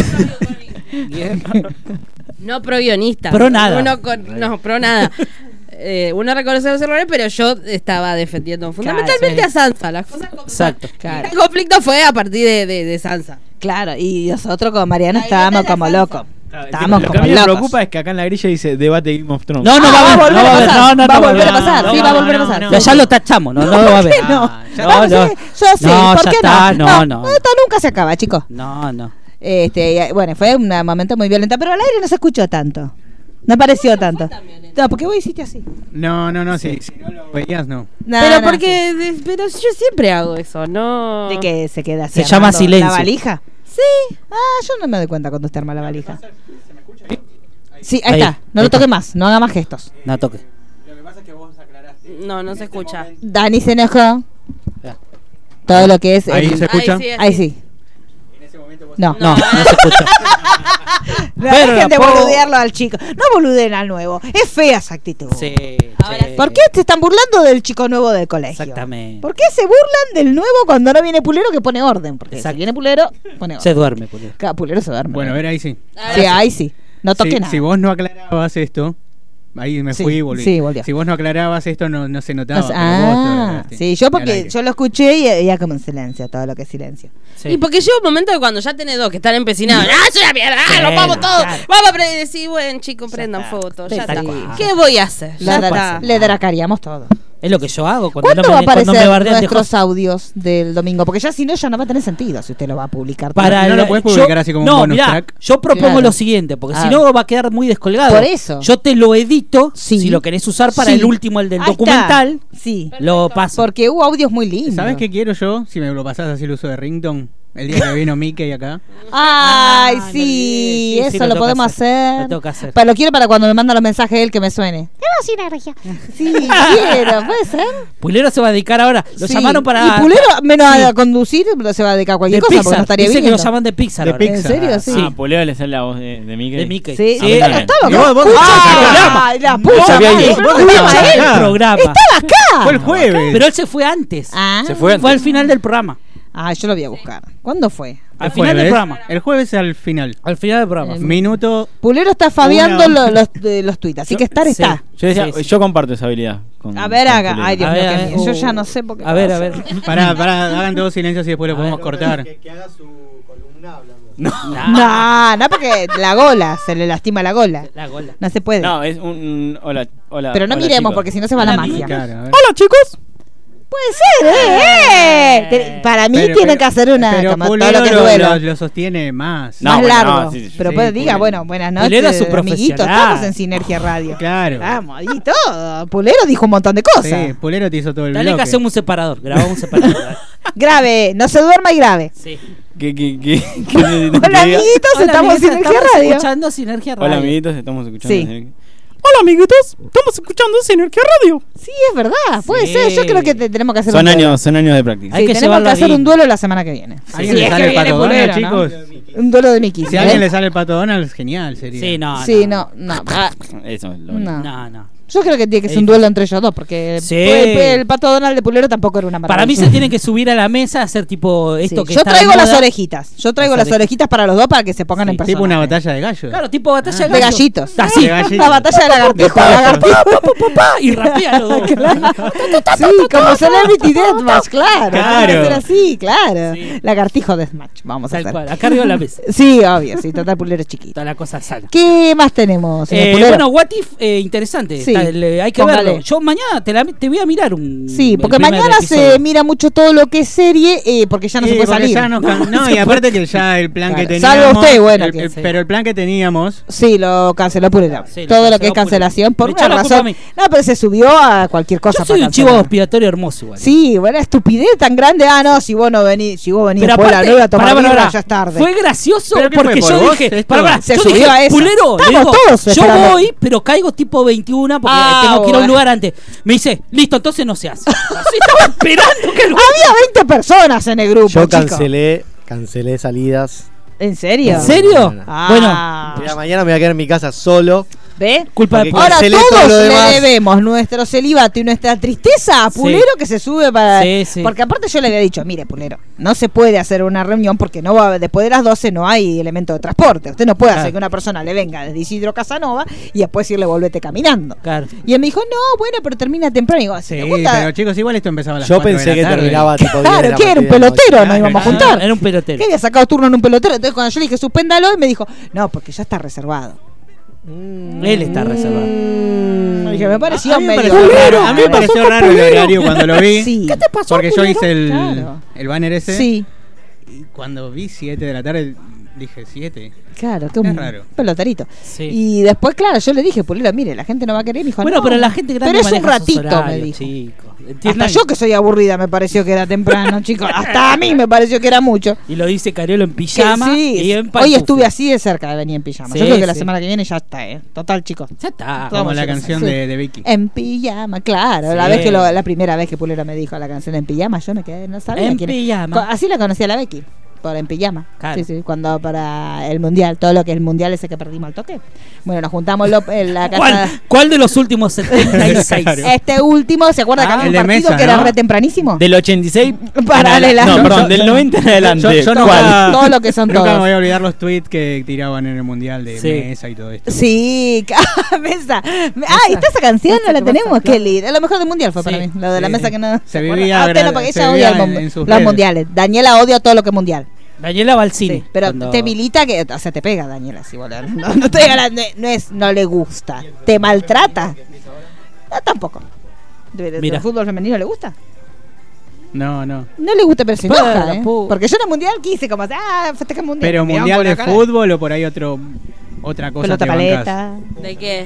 eh,
No pro guionista.
Pro nada.
Uno con- no, pro nada. Eh, uno reconoce los errores, pero yo estaba defendiendo fundamentalmente
sí.
a Sansa. Las cosas como son.
Exacto.
Claro.
El conflicto fue a partir de, de, de Sansa.
Claro, y nosotros como Mariano
Ahí
estábamos
está la
como
salsa.
locos. Estábamos
Lo que a
como
mí me
locos.
preocupa es que acá en la grilla dice debate Game of Thrones.
No, no
Ah,
va a haber, no
volver
va a haber,
pasar,
no, no,
va a
no,
volver a
no,
pasar,
no,
sí,
no,
va a
no,
volver a
no,
pasar.
no.
Ya, ya lo tachamos, no, no, va a haber.
No,
ya
vamos,
no.
Ah, sí, yo sí,
No,
¿por
ya
qué
está,
no?
no, no.
Esto nunca se acaba, chicos.
No, no.
Este, y, bueno, fue un momento muy violento, pero al aire no se escuchó tanto. No pareció tanto. No, porque vos hiciste así.
No, no, no, si, si no lo veías, no.
No, no,
pero porque de- pero yo siempre hago eso, no.
sí. De que se queda
Se
cerrando
llama silencio.
¿La valija?
Sí.
Ah, yo no me doy cuenta cuando usted arma la valija. Sí, ahí,
Ahí,
está. No
ahí
lo toque
está.
más, no haga más gestos.
No toque.
No, no se escucha.
Dani se enojó.
Ya.
Todo lo que es.
Ahí
el-
se escucha.
Ahí
Ahí sí.
sí. No,
No, no se escucha.
no,
Verga,
Dejen de
po.
boludearlo al chico. No boluden al nuevo. Es fea esa actitud.
Sí,
Ahora
sí.
¿Por qué se están burlando del chico nuevo del colegio?
Exactamente.
¿Por qué se burlan del nuevo cuando no viene Pulero que pone orden? Porque si
Exacto.
viene Pulero, pone
Se Ah,
orden.
duerme, boludo.
Cada Pulero se duerme.
Bueno, a ver, ahí sí.
Ahora
Sí,
sí.
ahí sí. No toque
si,
nada.
si vos no aclarabas esto, ahí me
Sí,
fui y volví.
sí, volvió.
Si vos no aclarabas esto, no, no se notaba. pero vos te lo
ah,
aclaraste.
sí, yo
Al
porque
aire.
yo lo escuché y y era como en silencio, todo lo que es silencio.
Sí.
Y porque llega un momento que cuando ya tenés dos que están empecinados, ¡ah, soy una mierda! ¡Ah,
Sí,
lo vamos todo!
claro.
Vamos a pre- decir, bueno, chicos, prendan
está.
fotos,
Sí,
ya
tal
está.
cual.
¿Qué voy a hacer? Ya
Le dra-
está.
Le dracaríamos todo.
Es lo que yo hago cuando
¿Cuándo
no me,
va a
cuando me
aparecer
bardean de
nuestros
José.
audios del domingo? Porque ya si no, ya no va a tener sentido si usted lo va a publicar.
Para
No, no lo
la-
podés
yo-
publicar así como un
no,
bonus
mirá,
track.
Yo propongo
Claro.
lo siguiente, porque
Ah.
si no va a quedar muy descolgado.
Por eso.
Yo te lo edito
Sí.
si lo querés usar para
Sí.
el último, el del
Ahí está.
documental.
Sí.
Lo paso.
Porque hubo audios muy lindos.
¿Sabes qué quiero yo? Si me lo pasás así el uso de Rington, el día que vino Mickey acá.
Ay,
Ah,
sí,
me olvidé. Sí, sí,
eso
lo
lo,
tengo
podemos
que hacer.
hacer.
Lo tengo que hacer.
Pero lo quiero para cuando me manda los mensajes él que me suene. Sí, quiero, puede ser.
Pulero se va a dedicar ahora. Lo
Sí.
llamaron para.
Y Pulero, menos
Sí.
a conducir, pero se va a dedicar a
de
cualquier cosa
Pixar.
porque no estaría
Dice
bien.
que lo llaman de Pixar.
De
ahora.
Pixar.
¿En serio? Sí.
Ah, Poleo le sale la voz de, de Mickey.
De Mickey.
Sí,
Sí.
acá estaba.
Y
acá.
vos- vos
Pucha,
estabas
ay, la puta
sabía
madre,
ir.
pero
Vos
no
estabas
estaba
el
él.
programa.
Estaba Ah, acá.
Fue el jueves.
Pero él se fue antes.
Ah.
Se fue
Fue al
antes.
final del programa.
Ah, yo lo voy a buscar. ¿Cuándo fue?
El
Al final
jueves.
del programa.
El jueves al final.
Al final del programa.
Minuto.
Pulero está fabiando
Una-
lo- los, de los tweets, así que estar
Sí.
está.
Yo decía,
Sí, sí.
yo comparto esa habilidad. con-
A ver,
con
haga.
Poleo.
Ay, Dios
A
mío,
ver, a
qué
ver.
yo ya no sé por qué.
A ver, a ver.
Pará, pará, hagan todos silencios y después lo podemos cortar.
haga su columna hablando.
No, no, porque la gola, se le lastima la gola.
La gola.
No se puede.
No, es un. Hola, hola.
Pero no
hola,
miremos
chicos.
porque si no se va la magia.
Claro, a ver.
Hola chicos. Puede ser, ¿eh? eh. Te- Para mí
Pero-
tienen
pero-
que hacer una
pero
como
Pulero
todo lo que es
lo,
duelo.
lo- lo sostiene más.
No,
más
bueno,
largo.
no, sí, sí,
pero
sí,
pues diga,
Pulero.
bueno, buenas noches.
Pulero es un
amiguitos,
profesional.
estamos en Sinergia Radio.
Claro.
Vamos, y todo. Pulero dijo un montón de
Sí,
cosas.
Pulero te hizo todo el
Dale que
bloque.
hacemos un separador. Grabamos un separador.
Grave, no se duerma y grave.
sí.
¿Qué, qué, qué? qué necesitan que
Hola
diga?
amiguitos,
Hola,
estamos en
amiguitos,
Sinergia
estamos
Radio.
escuchando Sinergia Radio.
Hola, amiguitos, estamos escuchando.
Sí.
señor.
Hola amiguitos, estamos escuchando Sinergia Radio.
Sí, es verdad, puede
Sí.
ser. Yo creo que te- tenemos que hacer
Son
un duelo.
años, son años de práctica.
Sí,
Hay que
tenemos que
llevarlo
hacer
ahí.
un duelo la semana que viene.
¿Alguien
Sí,
le
es
sale
que
el
viene
pato Donald,
Pulero, ¿no?
chicos?
Un duelo de Mickey. ¿eh?
Si a alguien le sale el pato Donald, genial sería.
Sí, no.
Sí,
Ah, no.
no, no. ah,
Eso es lo único.
no.
No, no.
Yo creo que tiene que ser
Es
un duelo entre ellos dos, porque
Sí.
el, el pato Donald de Pulero tampoco era una maravilla.
Para mí se tiene que subir a la mesa a hacer tipo
Sí,
esto que
Yo
está de
traigo
moda.
las orejitas. Yo traigo las,
Las orejitas.
orejitas para los dos para que se pongan
Sí,
en persona.
tipo una batalla de gallos.
Claro, tipo batalla
De gallitos.
Así.
De gallitos.
La batalla de lagartijas. lagartijas.
Pa, y rapea los dos.
Sí, como Celebrity Deathmatch, claro.
Claro.
Vamos a hacer así, claro. Lagartijo Deathmatch, vamos a
Tal
hacer.
cual. Acá arriba de la mesa.
Sí, obvio, sí, total pulero chiquito.
Está la cosa sana.
¿Qué más tenemos? señor
Eh,
Pulero?
bueno, What If, eh, interesante.
Sí,
Está- le- hay que
póngale.
verlo. Yo mañana te, la- te voy a mirar un.
sí,
el
porque
primer
mañana se
episodio.
mira mucho todo lo que es serie, eh, porque ya no
Sí,
se puede
porque
salir.
ya nos can- no, y aparte que ya el plan que
Claro.
teníamos.
Salvo usted, bueno,
el-
que
el-
sí.
Pero el plan que teníamos.
Sí, lo canceló Pulero.
Sí, lo
todo lo que
canceló
es cancelación, por
Pulero. Me
una
echó la culpa a
razón.
mí.
No, pero se subió a cualquier cosa
Yo soy
para
un chivo
cancelar.
expiatorio hermoso, igual.
Sí, bueno, estupidez tan grande. Ah, no, si vos no venís, si vos venís
Pero
después de
aparte,
la nueva a tomar
pará, pará,
birra,
pará.
ya es tarde.
Fue gracioso
¿Pero qué fue,
porque yo
por vos
dije,
esto?
pará, pará,
Se
yo
subió
dije,
a eso.
pulero, le
Estamos
digo,
todos
yo
esperando.
voy, pero caigo tipo 21 porque
Ah,
tengo que ir a un
bueno.
lugar antes. Me dice, listo, entonces no se hace. Así estaba esperando que el
Había 20 personas en el grupo.
Yo
chico.
cancelé, cancelé salidas.
¿En serio?
¿En serio?
Ah,
Mira, mañana me voy a quedar en mi casa solo.
¿Ve?
Culpa de
Porque-
Ahora
Cancelé
todos
todo lo
le
demás.
debemos nuestro celibato y nuestra tristeza a
Sí.
Pulero que se sube para...
Sí, sí.
Porque aparte yo le había dicho, mire Pulero, no se puede hacer una reunión porque no va, después de las 12 no hay elemento de transporte. Usted no puede hacer que una persona le venga desde Isidro Casanova y después irle volvete caminando.
Claro.
Y él me dijo, no, bueno, pero termina temprano. Y digo, "Ah, si
Sí,
te gusta-
pero chicos, igual esto empezaba a las
Yo
cuatro de
pensé
la
que
tarde.
terminaba tipo 10 de
Claro,
la
que era un
partida de la
pelotero,
noche.
no íbamos a
claro.
juntar.
Era un pelotero.
Que había sacado turno en un pelotero. Entonces cuando yo le dije, suspéndalo, él me dijo, no, porque ya está reservado.
Él está reservado.
Mm, Y dije, me pareció
A mí me
medio
pareció
raro.
raro, a mí me pareció raro el horario cuando lo vi.
Sí. ¿Qué te pasó,
Porque yo
culero?
hice el,
Claro.
el banner ese.
Sí,
Y cuando vi 7 de la tarde, dije 7.
claro, que
Es
un
raro.
pelotarito.
Sí.
Y después, claro, yo le dije, Pulero, mire, la gente no va a querer. Y me dijo,
Bueno,
no,
pero la gente grande
Pero es un
maneja sus
ratito, me
horarios,
dijo.
chicos. ¿Entiendan?
Hasta yo que soy aburrida me pareció que era temprano, chicos. Hasta a mí me pareció que era mucho.
Y lo dice Cariolo en
Que
pijama.
sí,
y en
hoy
pantufla.
estuve así de cerca de venir en pijama.
Sí,
yo creo que la
sí.
semana que viene ya está, ¿eh? Total, chicos.
Ya está.
Todo.
Como
Vamos Eh, a
la
hacer
canción
eso.
de, de Vicky.
En pijama, claro. La
Sí.
vez que lo- la primera vez que Pulero me dijo la canción en pijama, yo me quedé, no sabía
En
quién-
pijama.
Co- Así la conocía la Becky. por en pijama.
Claro.
Sí, sí, cuando para el mundial, todo lo que es el mundial ese que perdimos al toque. Bueno, nos juntamos lo- en la casa.
¿Cuál, ¿Cuál de los últimos 76?
Este último, ¿se acuerda que
Ah,
había un
el de
partido
mesa,
que era
¿no?
re tempranísimo?
Del 86
Para
en adela-
adelante.
No, perdón, del 90 en adelante.
Yo, yo
¿Cuál?
nunca,
Todo lo que son
nunca
todos.
me voy a olvidar los tweets que tiraban en el mundial de
Sí.
mesa y todo esto.
Sí, ca- mesa. Ah, ¿y está esa canción? No la tenemos, qué lindo. Lo mejor del mundial fue para
Sí,
mí. Lo de la
sí.
mesa que no.
Se
acuerda?
vivía
Ah, usted no,
gra-
porque
se
ella odia
vivía
el mun-
en- en sus
los
redes.
mundiales. Daniela odia todo lo que es mundial.
Daniela
Sí,
Balcini.
pero
cuando-
te milita que. O sea, te pega, Daniela, si vos le- No, no te gana- no, no es, no le gusta. Te maltrata. No, tampoco. De- de-
Mira.
¿El fútbol femenino le gusta?
No, no.
No le gusta, pero se
Pa,
enoja,
la
¿eh?
pu-
Porque yo en el mundial quise, como, ah, festeja el mundial.
Pero
Mirá,
mundial
con
de
la cara.
fútbol o por ahí otro otra cosa
Pelota
te bancás.
paleta.
¿De qué?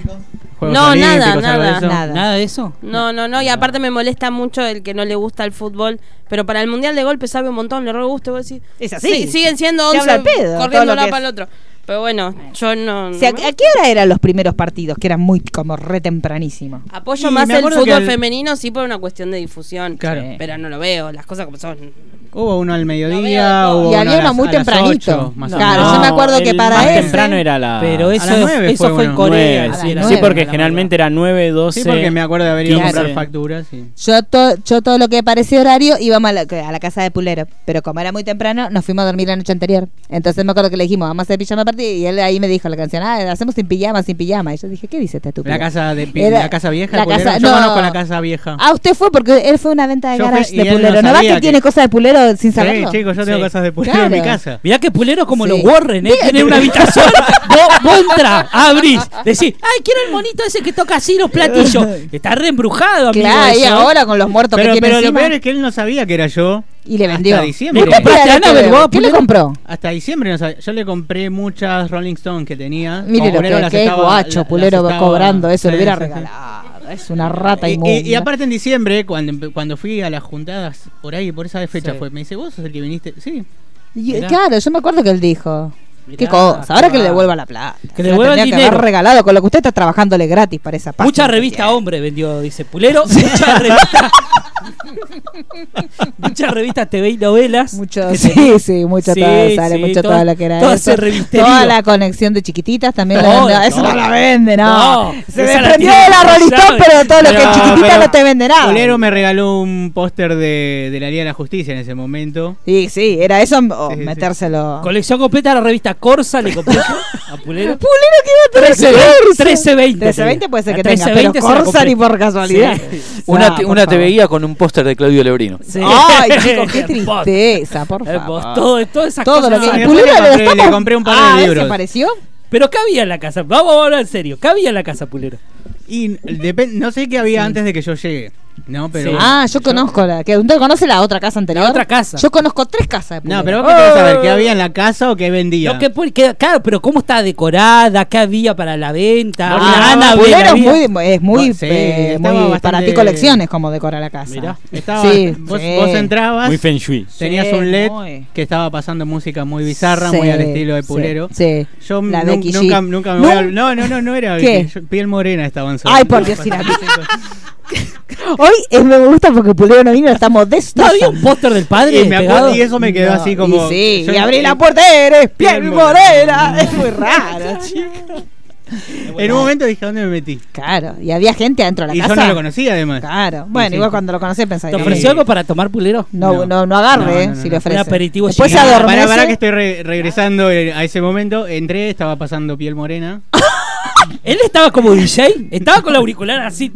Juegos
No, nada,
Olímpicos, algo de
nada.
eso.
Nada.
¿Nada de eso?
No, no, no. Y aparte me molesta mucho el que no le gusta el fútbol. Pero para el mundial de golpe sabe un montón, le re gusta. y vos decís,
Es así.
sí, siguen siendo
Se
11
habla al pedo, todo
corriendo
lo
de
que
una
es.
para el otro. Pero bueno, yo no.
O sea, ¿A qué hora eran los primeros partidos? Que eran muy como re tempranísimo.
Apoyo
Y
más
me
el
acuerdo
fútbol
que el-
femenino, sí, por una cuestión de difusión.
Claro.
Sí. Pero no lo veo, las cosas como son.
Hubo uno al
No
mediodía,
veo todo.
hubo
y
uno Oh, a
había uno
las-
muy
a las
tempranito.
ocho, más o
claro,
menos.
yo me
No,
acuerdo que
el
para
más
ese-
temprano era la.
Pero eso,
las
es-
nueve
eso
fue
fue en
uno.
Corea.
nueve,
a
sí,
las
era-
nueve.
Sí, porque generalmente era 9, 12.
Sí, porque me acuerdo de haber ido a
Claro.
comprar facturas y...
Yo, to- yo todo lo que parecía horario íbamos a la, a la casa de Pulero. Pero como era muy temprano, nos fuimos a dormir la noche anterior. Entonces me acuerdo que le dijimos, vamos a hacer pijama party. Y él ahí me dijo la canción, ah, hacemos sin pijama, sin pijama. Y yo dije, ¿qué dice esta estúpida?
La casa de pi-
Era-
la casa vieja,
la
el pulero.
casa-
yo
no.
conozco la casa vieja.
Ah, usted fue porque él fue a una venta de
Yo
garage
fui y
de
él no
Pulero. ¿No va que,
sabía que-
tiene cosas de Pulero sin
Sí,
saberlo?
chicos, yo tengo
Sí.
casas de pulero en
Claro.
mi casa.
Mirá que pulero como
Sí.
los Warren, ¿eh? Tienen una habitación. vos, vos entrás, abrís, decís, ay, quiero el monito ese que toca así los platillos. Está re embrujado, amigo.
Claro, y
eso.
ahora con los muertos
Pero,
que tiene
pero lo
encima.
peor es que él no sabía que era yo.
Y le
Hasta
vendió.
diciembre.
¿Vos
¿Vos
compraste
compraste
Ana
Ana
Belboa,
Balboa,
¿Qué le
Pulero?
compró?
Hasta diciembre no sabía. Yo le compré muchas Rolling Stone que tenía.
Mire
Como
lo
Pulero
que,
las
que
estaba-
guacho
las
Pulero va
estaba-
cobrando eso,
Sí,
le hubiera
sí, sí.
regalado. Es una rata
Y,
inmunda.
y- y aparte en diciembre, cuando, empe- cuando fui a las juntadas por ahí, por esa fecha
Sí.
fue, me dice, vos sos el que viniste. Sí,
Y-
Mirá.
claro, yo me acuerdo que él dijo.
Mirá,
Qué cosa, ahora que le
claro.
devuelva la plata.
Que le
Se la
devuelva el
tendría que haber
dinero.
regalado con lo que usted está trabajándole gratis para esa página.
Mucha revista hombre vendió, dice Pulero. Mucha revista. Mucha revista TV y novelas.
Mucho,
que
sí,
tenía.
sí, mucho
Sí,
todo, sale
sí,
mucho
todo-
todo lo que era
todo
eso.
ese revisterío.
Toda la conexión de chiquititas también la
Todo,
vende. Eso no
todo.
la vende, no.
No,
Se
esa la
desprendió
tiene
de la
que
rolistón,
usar.
pero de todo lo que es
No,
chiquitita
pero
no te vende nada.
Pulero me regaló un póster de, de la Liga de la Justicia en ese momento.
Sí, sí, era eso o
Sí, sí.
metérselo.
Ah. Colección completa de la revista Corsa le compré yo a Pulero.
Pulero que iba a tener
1320.
1320 puede ser que
La
tenga,
1320
pero
se la
Corsa
compré.
ni por casualidad.
Sí.
O sea,
Una, te,
por
una te
favor.
veía con un póster de Claudio Lebrino.
Sí.
Ay, chicos, qué
Hermoso.
tristeza, por
Hermoso.
favor.
Todo, todas esas
Todo lo
cosas.
que.
Ah,
el
después
Pulero
le
lo
compré-
estamos-
le compré un par de
Ah, ¿ese
libros.
apareció?
Pero ¿qué había en la casa? Vamos a hablar en serio. ¿Qué había en la casa, Pulero?
Y depen- no sé qué había antes de que yo llegue. No, pero.
Sí.
Ah, yo conozco la. que ¿Usted conoce la otra casa anterior?
La otra casa.
Ah, Yo conozco tres casas. de
No,
Pulero.
pero vos qué querés saber, ¿qué había en la casa o qué vendía?
Lo que, pu- que- claro, pero ¿cómo está decorada? ¿Qué había para la venta?
Bueno,
Una
Ah,
Ana
Anabel
Pulero es
había.
muy, es muy,
Bueno, sí,
eh,
estaba
muy
bastante-
para ti colecciones como decora la casa.
Mirá, estaba,
Sí,
vos,
sí.
vos entrabas,
Muy feng shui.
tenías
Sí,
un LED
muy.
que estaba pasando música muy bizarra,
Sí,
muy al estilo de
sí,
Pulero.
Sí.
Yo
La
nun-
Becky G.
nunca, nunca me
¿No?
voy a... No, no, no, no era
¿Qué?
yo- piel morena estaban
Ay, por Dios, sí la vi. Hoy eh, me gusta porque Pulero no vino, estamos
¿No había
destrozando.
un póster del padre?
Y, me
pegado?
acuerdo, y eso me quedó
No,
así como...
Y sí,
yo-
y abrí la puerta, eres piel
Piel
morena. Es muy raro, chico.
En un momento dije, ¿dónde me metí?
Claro, y había gente adentro de la
Y
casa.
yo no lo conocía además.
Claro,
Sí,
bueno,
sí.
igual cuando lo conocí pensaba
¿Te
que
ofreció algo para tomar, Pulero?
no, no,
No.
no, agarre
No, no,
eh,
no,
si le
no. Un
ofrece.
aperitivo
Después Pues se
gigante.
adormece.
Para, que estoy re- regresando eh, a ese momento. Entré, estaba pasando piel morena.
Él estaba como DJ, estaba con el auricular así,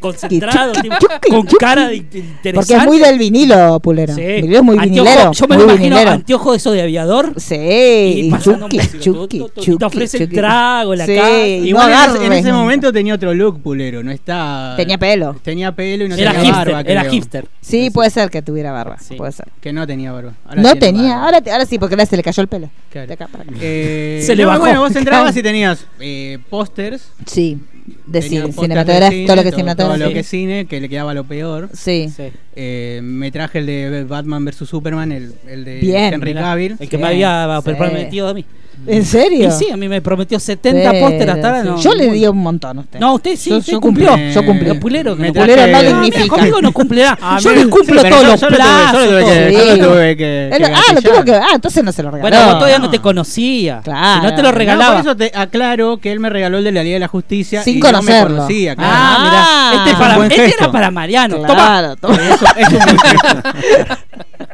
concentrado,
Chuqui,
tipo,
chuqui,
con
chuqui.
cara de inte- interesante.
Porque es muy del vinilo, Pulero.
Sí.
El video es muy
Anteojo-
vinilero.
Yo me
muy
lo imagino
vinilero.
anteojo de eso de aviador.
Sí, y
pasando
chuqui,
música,
chuqui,
tu, tu, tu,
chuqui.
Te ofrece el
chuqui.
trago, la
Sí,
cara.
y no
Igual en
agarre.
ese- en ese momento tenía otro look pulero, no está.
Tenía pelo.
Tenía pelo y no
Era
tenía
hipster,
barba.
era
creo.
hipster.
Sí, puede ser que tuviera barba.
Sí.
Puede ser.
Que no tenía barba. Ahora
No
tiene
tenía,
barba.
ahora, te- ahora sí, porque ahora se le cayó el pelo.
Claro.
De acá para acá.
Eh,
Se le
no,
bajó.
Bueno, vos entrabas
Claro.
y tenías eh, pósters.
Sí, de
tenías
cine,
pósters de
cinematografía, todo lo que es
cine, Todo lo que
cinematografía.
es cine, que le quedaba lo peor.
Sí.
Eh, me traje el de Batman vs Superman, el, el de
Bien.
Henry Cavill.
El que me
Sí,
había
sí.
prometido a mí.
¿En serio?
Y sí, a mí me prometió 70
Pero,
póster hasta ahora.
sí.
No,
Yo le di un montón a usted.
No, usted sí,
Yo-
usted
yo
cumplió.
cumplí, yo cumplí.
Los puleros que
Me
no
traje-
Pulero no
Ah,
dignifica.
Conmigo no cumplirá.
A
yo
mí-
le cumplo
sí, pero
todos
yo-
los
yo lo tuve-
plazos.
yo lo tuve
todo.
que- yo lo
Sí.
tuve que-
Él-
que
ah, lo tuvo
gatillar.
que. Ah, entonces no se lo regaló.
Bueno, vos todavía no te
No.
conocía.
Claro.
Si no te lo
No,
regalaba.
No, por eso te aclaro que él me regaló el de la Liga de la Justicia.
Sin
y No
conocerlo.
me conocía, claro.
Ah,
Ah,
mirá. Este, es
es un
para,
buen
este
gesto.
era para Mariano. Toma.
Claro, toma.
Eso, eso es muy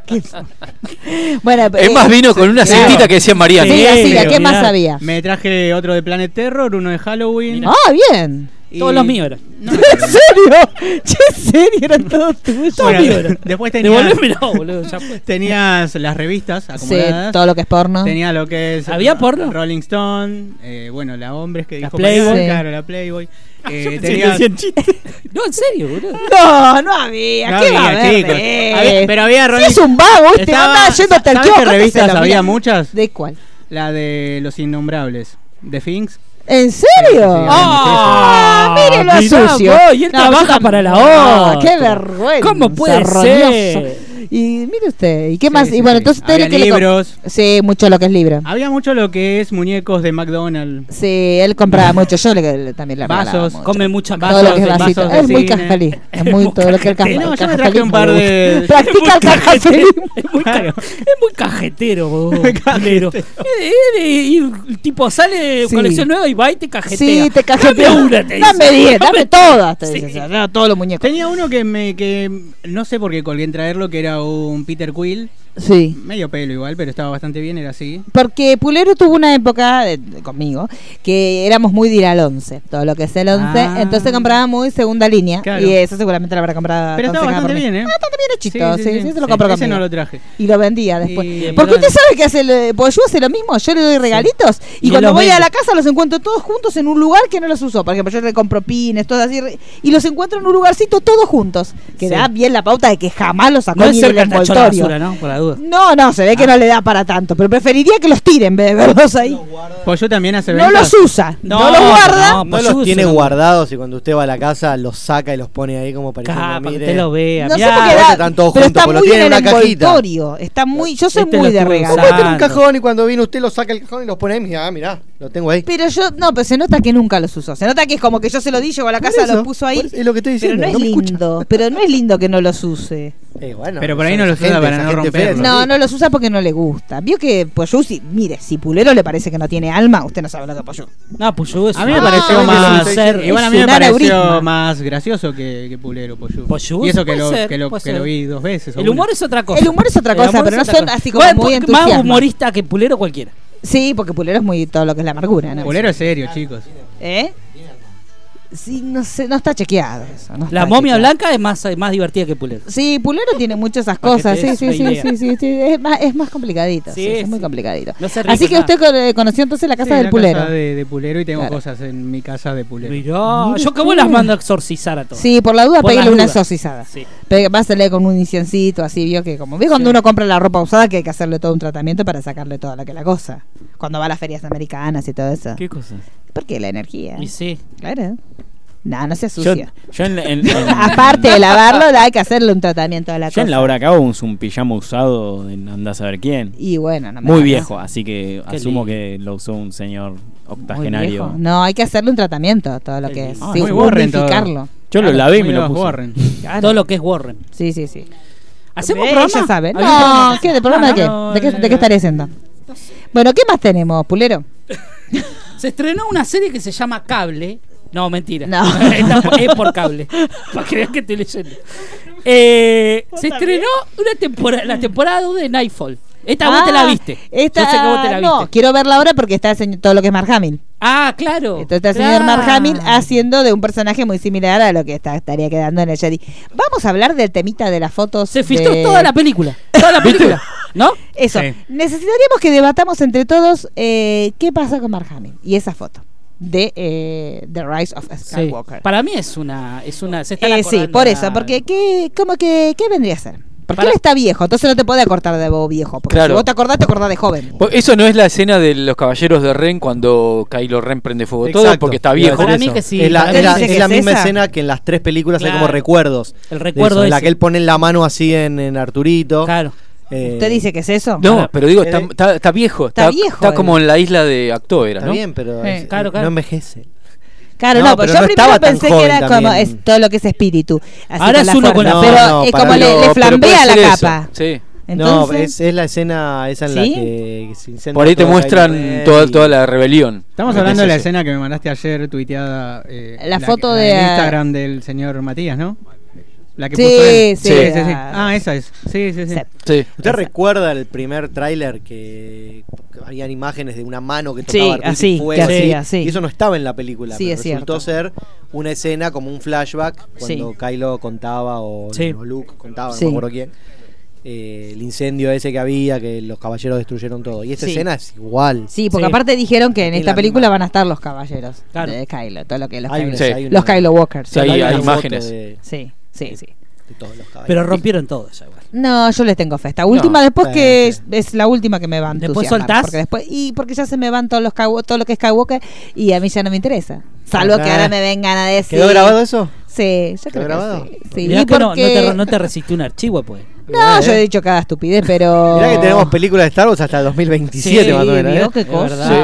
triste.
Bueno,
Es
eh,
más, vino con una
claro.
cintita que decía Mariano.
Sí, así,
pero
¿qué más
mirá.
sabía?
Me traje otro de Planet Terror, uno de Halloween.
Ah, bien.
y-
Todos los míos eran.
No,
¿En serio? Che, ¿en serio? Eran todos tuyos.
bueno,
míos eran.
después tenías,
Devolvémelo, boludo. ya fue.
tenías las revistas
Sí,
acomodadas.
todo lo que es porno.
Tenía lo que es
¿Había porno?
Rolling Stone, eh, bueno, la Hombres que
La
dijo
Playboy. Ah,
Mariano,
Sí.
claro, la Playboy. Eh,
Sí,
tenías-
decían chiste.
No, en serio, boludo.
No, no había.
No
¿Qué
había,
va a haber?
chicos.
de
Había-
eso?
pero había
Sí,
Rolling-
es un vago, este
Estaba-
anda yendo hasta el
¿sabes
kiosco,
qué
se
revistas
lo mira.
había muchas?
¿De cuál?
La de Los Innombrables, de Things.
¿En serio?
Sí, sí,
¡Ah!
sí.
mírelo a
Mirá
sucio.
vos, y él trabaja
yo
para la
no,
otra.
¡Qué vergüenza!
¿Cómo puede ser?
roñoso. Y mire usted, ¿y qué
Sí,
más?
sí,
y bueno,
sí.
entonces usted
Había
era que le co-
libros.
Sí, mucho lo que es libro.
Había mucho lo que es muñecos de McDonald's.
Sí, él compraba mucho, yo le, le- también le regalaba
Mm. Vasos,
mucho.
Come mucha
Todo lo que es
vasos,
vasito.
vasos de
es muy
cine.
cajafelí. Es
muy
muy todo lo que es cajafelí.
cajetero.
No, yo me
cajafelí
traje un par
me
de-
gusta. Practica el cajafelí.
Es muy, ca-
Claro.
es muy cajetero, vos,
Oh,
Cajetero.
culero. Eh,
este.
eh, eh, Y el tipo sale,
Sí.
colección nueva y va y te cajetea.
Sí, te cajetea.
Dame una, te dice.
Dame diez, dame todas, te
Sí.
dice. o sea, no, todos los muñecos.
Tenía uno que me que no sé por qué colgué en traerlo, que era un Peter Quill,
Sí.
medio pelo igual, pero estaba bastante bien, era así.
Porque Pulero tuvo una época de- de- conmigo que éramos muy de ir al 11, todo lo que es el 11,
Ah.
entonces compraba muy segunda línea
Claro.
y eso seguramente lo habrá comprado.
Pero estaba
aconsejada por
bastante
mí.
bien, ¿eh?
Ah, está bien hechito, sí, sí, se lo compró
Ese
conmigo.
no lo traje.
Y lo vendía después.
Y-
Porque usted
perdón.
sabe que hace el, eh, porque yo hace lo mismo, yo le doy regalitos y,
Y
cuando
los
voy a
vende.
la casa los encuentro todos juntos en un lugar que no los uso. Por ejemplo, yo le compro pines, todo así, re- y los encuentro en un lugarcito todos juntos. Que
Sí.
da bien la pauta de que jamás los sacó
No es
ni del
cerca el tacho de la
envoltorio.
basura, ¿no? Ah. Por la duda.
No, no, se ve que no le da para tanto, pero preferiría que los tire en vez de verlos ahí.
Pues yo también hace
No los usa, no, los guarda.
No los tiene guardados y cuando usted va a la casa los saca y los pone ahí como para
Acá,
que
para que
mire.
usted lo vea.
No, sé
mirá.
por qué
vos
da-
están todos
pero
juntos,
está
porque lo
muy en
tiene
el
en una cajita.
envoltorio. Está muy, yo soy
Este
muy
lo
de
estuvo
regalar.
Vos
usando.
tenés un cajón y cuando viene usted lo saca el cajón y los pone ahí, mirá, mirá, lo tengo ahí.
Pero yo, no, pero se nota que nunca los usó. Se nota que es como que yo se lo di, llegó a la
Por
casa,
eso,
los puso ahí.
por- Es lo que estoy
Pero
diciendo,
no es
no me escucha.
lindo, pero no es lindo que no los use.
Eh, bueno,
Pero por ahí
son
no
esa
los usa para
esa
no
gente fea,
romperlos.
No, no los usa porque no le gusta. Vio que Poyú, si, mire, si Pulero le parece que no tiene alma, usted no sabe lo que es Poyú.
No,
pues
Puyú es
A mí
un-
me pareció
Ah,
más.
sí, sí, sí.
Igual a mí
Es
me
un aneurisma.
pareció más gracioso que, que Pulero Poyú.
Poyú,
Y eso que
puede
lo,
ser,
que, lo,
puede
que lo
ser.
vi dos veces. o
El humor
una.
es otra cosa.
El humor es otra
El
cosa,
humor
pero
es
no
otra
son
cosa.
así como
Bueno,
muy
porque Más
entusiasma.
humorista que Pulero cualquiera.
Sí, porque Pulero es muy todo lo que es la amargura, Ah, ¿no?
Pulero es serio, chicos.
¿Eh? Sí, no sé, no está chequeado eso. no
La
está
momia
chequeado.
blanca es más, más divertida que Pulero.
Sí, Pulero tiene muchas esas
Para que
cosas.
te
Sí,
des
sí,
una
sí,
idea.
sí, sí, sí, Es más, es más complicadito. Sí,
Sí,
es muy
sí.
complicadito.
No se ríe
Así
con
que
nada.
usted con- eh, conoció entonces la
Sí,
casa del
la
Pulero.
Casa de, de Pulero y tengo
Claro.
cosas en mi casa de Pulero.
Mirá, yo que vos
usted.
las mando a exorcizar a todos.
Sí, por la duda,
Por
pégale
las
una
dudas.
exorcizada.
Sí.
Pe- Pásale con un inciencito, así, vio que como. ¿Ves cuando uno compra la ropa usada que hay que hacerle todo un tratamiento para sacarle toda la que la cosa? Cuando va a las ferias americanas y todo eso.
¿Qué cosa?
Porque la energía.
Y sí.
Claro. No, no sea
Yo,
sucia.
yo en, la- en- en-
Aparte de lavarlo, hay que hacerle un tratamiento a la
yo
cosa.
en la hora que hago uso un pijama usado en andá a saber quién.
Y bueno, no me
Muy
jodas.
viejo, así que
Qué
asumo
lindo.
que lo usó un señor
Muy
octogenario.
viejo. No, hay que hacerle un tratamiento a todo lo
Qué
que es.
lindo. Ah,
sí,
muy Warren todo.
unificarlo.
Yo lo
Claro,
lavé y
muy
me lo
bajo
puse.
Warren.
Todo lo que es Warren.
Sí, sí, sí.
¿Hacemos
Eh,
un programa?
ya sabe.
Había
No,
un programa que
¿qué? ¿De
Ah,
programa de qué?
no,
¿De qué,
no,
de qué
no.
estaré haciendo? Bueno, ¿qué más tenemos, Pulero?
se- Se estrenó una serie que se llama Cable. No, mentira.
No.
Está por- es por cable. Para que veas que estoy leyendo. Eh, se estrenó una temporada, la temporada 2 de Nightfall. Esta vos te la
Ah,
viste.
Esta,
Yo sé que vos te la
no,
viste.
quiero verla ahora porque está el señor- todo lo que es Mark Hamill.
Ah, claro.
Entonces está el señor
Claro.
Mark Hamill ah, haciendo de un personaje muy similar a lo que está- estaría quedando en el Jedi. Vamos a hablar del temita de las fotos.
Se filtró
de-
toda la película. Toda la película. ¿No?
Eso.
Sí.
Necesitaríamos que debatamos entre todos eh, qué pasa con Mark Hamill y esa foto de eh, The Rise of
Sí.
Skywalker.
Para mí es una. Es una se están
Eh, sí,
acordando
por
la-
eso, porque ¿qué, como que, ¿qué vendría a ser? Porque
Para-
él está viejo, entonces no te puede acordar de vos viejo. Porque si
Claro.
vos te acordás, te acordás de joven.
Pues Eso no es la escena de los caballeros de Ren cuando Kylo Ren prende fuego todo
Exacto.
porque
Iba
está
a
viejo.
decir
Para mí
eso.
que sí,
Es la,
para
es
mí
la-
dice
es
que
la
es
misma
esa.
escena que en las tres películas hay
Claro.
como recuerdos.
El
de
recuerdo
eso, en la
ese.
que él pone la mano así en, en Arturito.
Claro. Eh,
¿Usted dice que es eso? Ah.
No, pero digo,
Eh,
está, está- está viejo.
está
Está,
viejo
está
él.
como en la isla de Acto, era,
Está
¿no?
bien, pero
Sí,
es-
claro, claro.
no envejece.
Claro, no,
No,
pero
pero
yo
no
primero
estaba tan
pensé que era
joven
como
también.
es todo lo que es espíritu. Así
Ahora es uno con
fuerza,
la-
Pero
No,
es
no,
como
para-
le, le
Oh, Pero- pero puede
flambea la
ser eso,
capa.
Sí.
no, es,
Entonces,
es la escena esa en
¿Sí?
la que se incendia
Por ahí te
todo
muestran
Kylo
toda,
Ren y-
toda la rebelión.
Estamos
Me
hablando de la
parece eso.
escena que me mandaste ayer tuiteada. eh,
La foto
que-
de-
del Instagram del señor Matías, ¿no? La que
Sí,
puso él.
sí.
Ah, esa es. Sí, sí, sí.
Sí.
Sí.
¿Usted recuerda el primer tráiler que que habían imágenes de una mano que
Sí,
tocaba ardiente
así,
fuego,
que hacía, sí.
Y eso no estaba en la película,
Sí,
pero
es
resultó
cierto.
ser una escena como un flashback cuando
Sí.
Kylo contaba o,
Sí.
o Luke contaba,
Sí.
no me acuerdo quién. eh, el incendio ese que había, que los caballeros destruyeron todo. Y esa
Sí.
escena es igual.
sí, porque
Sí.
aparte dijeron que en
Es
esta
la
película
misma.
van a estar los caballeros
Claro.
de Kylo, todo lo que los,
Hay
Kylo,
una-
Sí.
hay una-
los Kylo Walkers.
Sí, hay-
hay una
hay
foto
imágenes.
De,
Sí, sí, sí.
de todos los caballeros.
Pero rompieron todo eso igual.
No, yo les tengo fe. Esta última, después
bueno,
que
sí.
es la última que me van.
¿Después soltás?
Porque después, y porque ya se me van todos los Skywa- todo lo que es Skywalker y a mí ya no me interesa. Salvo que
Ajá.
ahora me vengan a decir.
¿Quedó grabado eso?
Sí, yo creo
grabado?
que sí. Eh, sí.
Mirá
y
que no, no
porque-
te, no te resistí un archivo, pues.
No,
Mirá,
yo
eh.
he dicho cada estupidez, pero.
Mirá que tenemos películas de Star Wars hasta el
Oh. Sí,
2027, más o menos.
digo,
¿eh?
qué
Es
cosa.
verdad.
Qué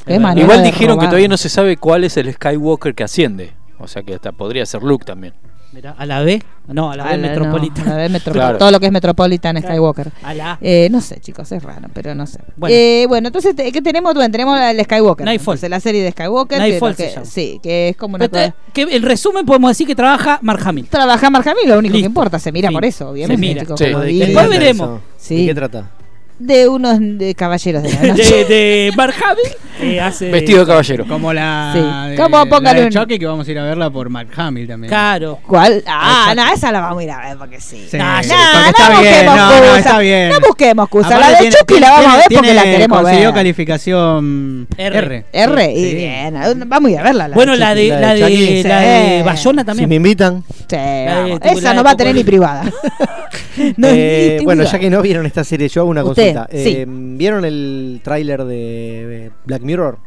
Es verdad.
manera
Igual
de
dijeron que
robar.
todavía no se sabe cuál es el Skywalker que asciende. O sea que hasta podría ser Luke también.
Mirá, a la B. No, a la B
A la-
metropolitana.
Ah, no, a la vez metro-
Claro.
Todo lo que es Metropolitan Skywalker.
A la A.
Eh, no sé, chicos, es raro, pero no sé. Bueno,
Bueno.
bueno entonces, te- ¿qué tenemos? Bueno, tenemos el Skywalker.
Nightfall.
entonces, la serie de Skywalker. que-
Nightfall
que-
se llama.
sí, que es como una.
Pero te-
cosa-
que en resumen podemos decir que trabaja Mark Hamill.
Trabajar Marjamil, lo único que
Listo.
importa. Se mira
Fin.
por eso,
Se
obviamente.
mira.
chicos,
Sí.
como
¿De qué
digo.
Después
trata
veremos.
eso?
Sí.
¿De qué trata?
De unos de caballeros de la noche.
De, de Mark Hamill eh, hace.
Vestido de caballero.
Como la.
Sí.
de-
Como póngale
la de
un-
Chucky, que vamos a ir a verla por Mark Hamill también.
Caro.
¿Cuál? Ah, no, esa la vamos a ir a ver porque sí.
Sí,
no,
porque
no,
está
no
bien,
busquemos
no, no,
excusa.
está bien.
No busquemos excusa. La
Aparte
de
tiene-
Chucky la
tiene-
vamos a ver porque
tiene-
la queremos
Consiguió
ver.
calificación
R.
R.
R, y
Sí.
bien, eh, vamos a ir a verla. la
Bueno, la
Chucky.
de,
la de
la de,
Chucky.
la de
Sí.
Bayona también.
Si me invitan.
Sí,
eh,
vamos.
este
tipo,
Esa
la
no
de
va a tener
Coco.
ni privada. No, ni-
Eh,
ni
bueno,
privada.
ya que no vieron esta serie, yo hago una
Usted,
consulta.
sí.
Eh, ¿Vieron el tráiler de eh, Black Mirror?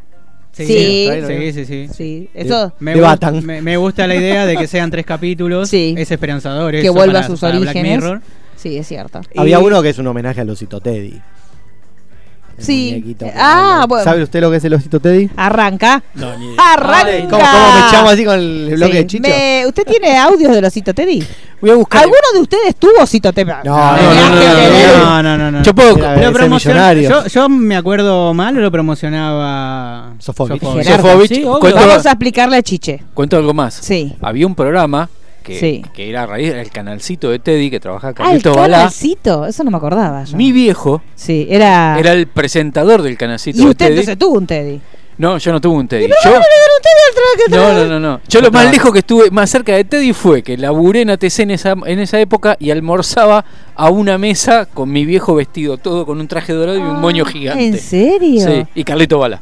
Sí.
Sí, sí, sí.
Sí, eso.
Me,
De
gu-
Batman.
me- me gusta la idea de que sean tres capítulos.
Sí.
Es esperanzador.
Que
eso
vuelva
para-
a sus
para Black
orígenes.
Mirror.
Sí, es cierto.
Había
Y-
uno que es un homenaje al osito Teddy. El
Sí.
muñequito
Eh,
que-
ah, bueno.
¿Sabe usted lo que es el osito Teddy?
Arranca.
No, ni
Arranca.
Ay, ¿Cómo, cómo me echamos así con el bloque
Sí.
de chicho?
Me- ¿Usted tiene audios de los Cito Teddy?
Voy a buscar.
¿Alguno de ustedes tuvo Cito Teddy? Me
No, no,
hace
no, no,
querer.
no, no, no, no.
Yo puedo.
Era
Lo
ese
promociona-
millonario.
yo, yo me acuerdo mal, lo promocionaba
Sofovich.
Gerardo,
Sofovich,
sí, obvio.
cuento,
Vamos a explicarle a Chiche.
cuento algo más.
Sí.
Había un programa que,
Sí.
que era a raíz del canalcito de Teddy que trabajaba
Ah, el
Carlito Balá.
canalcito. Eso no me acordaba. yo.
Mi viejo
Sí, era.
era el presentador del canalcito
Ah. Y
de
usted
Teddy.
entonces tuvo un Teddy.
No, yo no tuve un Teddy. Yo, no, no, no, no. Yo lo más lejos que estuve, más cerca de Teddy fue que laburé en ATC en esa, en esa época y almorzaba a una mesa con mi viejo vestido, todo con un traje dorado y un moño gigante.
Ah, ¿En serio?
Sí, y Carlito Bala.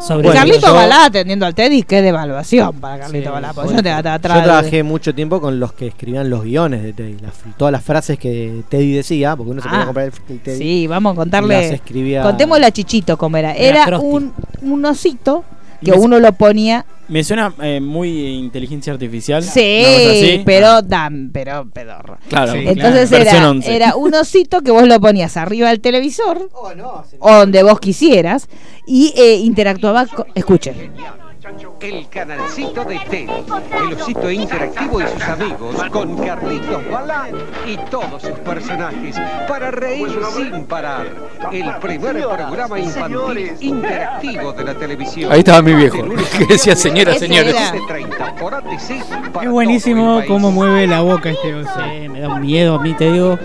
Sobre
Bueno,
Carlito
yo-
Balá atendiendo al Teddy, qué devaluación para Carlito
Sí,
Balá. porque
fuerte.
yo, te- te-
Yo
atrás-
trabajé mucho tiempo con los que escribían los guiones de Teddy. las- todas las frases que Teddy decía, porque uno se
Ah.
podía comprar el, el Teddy.
Sí, vamos a
Las
contarle.
escribía.
Contémosle a Chichito cómo era.
Era
Era
Frosty.
un, un osito que
Me-
uno lo ponía.
Me suena eh, muy inteligencia artificial. una cosa
Sí,
así.
pero dan, pero pedorro.
Claro.
Sí.
Entonces
claro. Versión
era,
11.
era un osito que vos lo ponías arriba del televisor
Oh,
o donde vos quisieras y eh, interactuaba con. Escuche.
El canalcito de Teddy, el osito interactivo y sus amigos, con Carlitos Balá y todos sus personajes, para reír sin parar. El primer programa infantil interactivo de la televisión.
Ahí estaba mi
Ah,
viejo,
De lunes a
que decía
viernes,
señoras,
Ese
señores.
era.
7:30 por ATC para todo
Es
el
buenísimo
país.
cómo mueve la boca este oso.
Sí, me da un miedo a mí, te digo.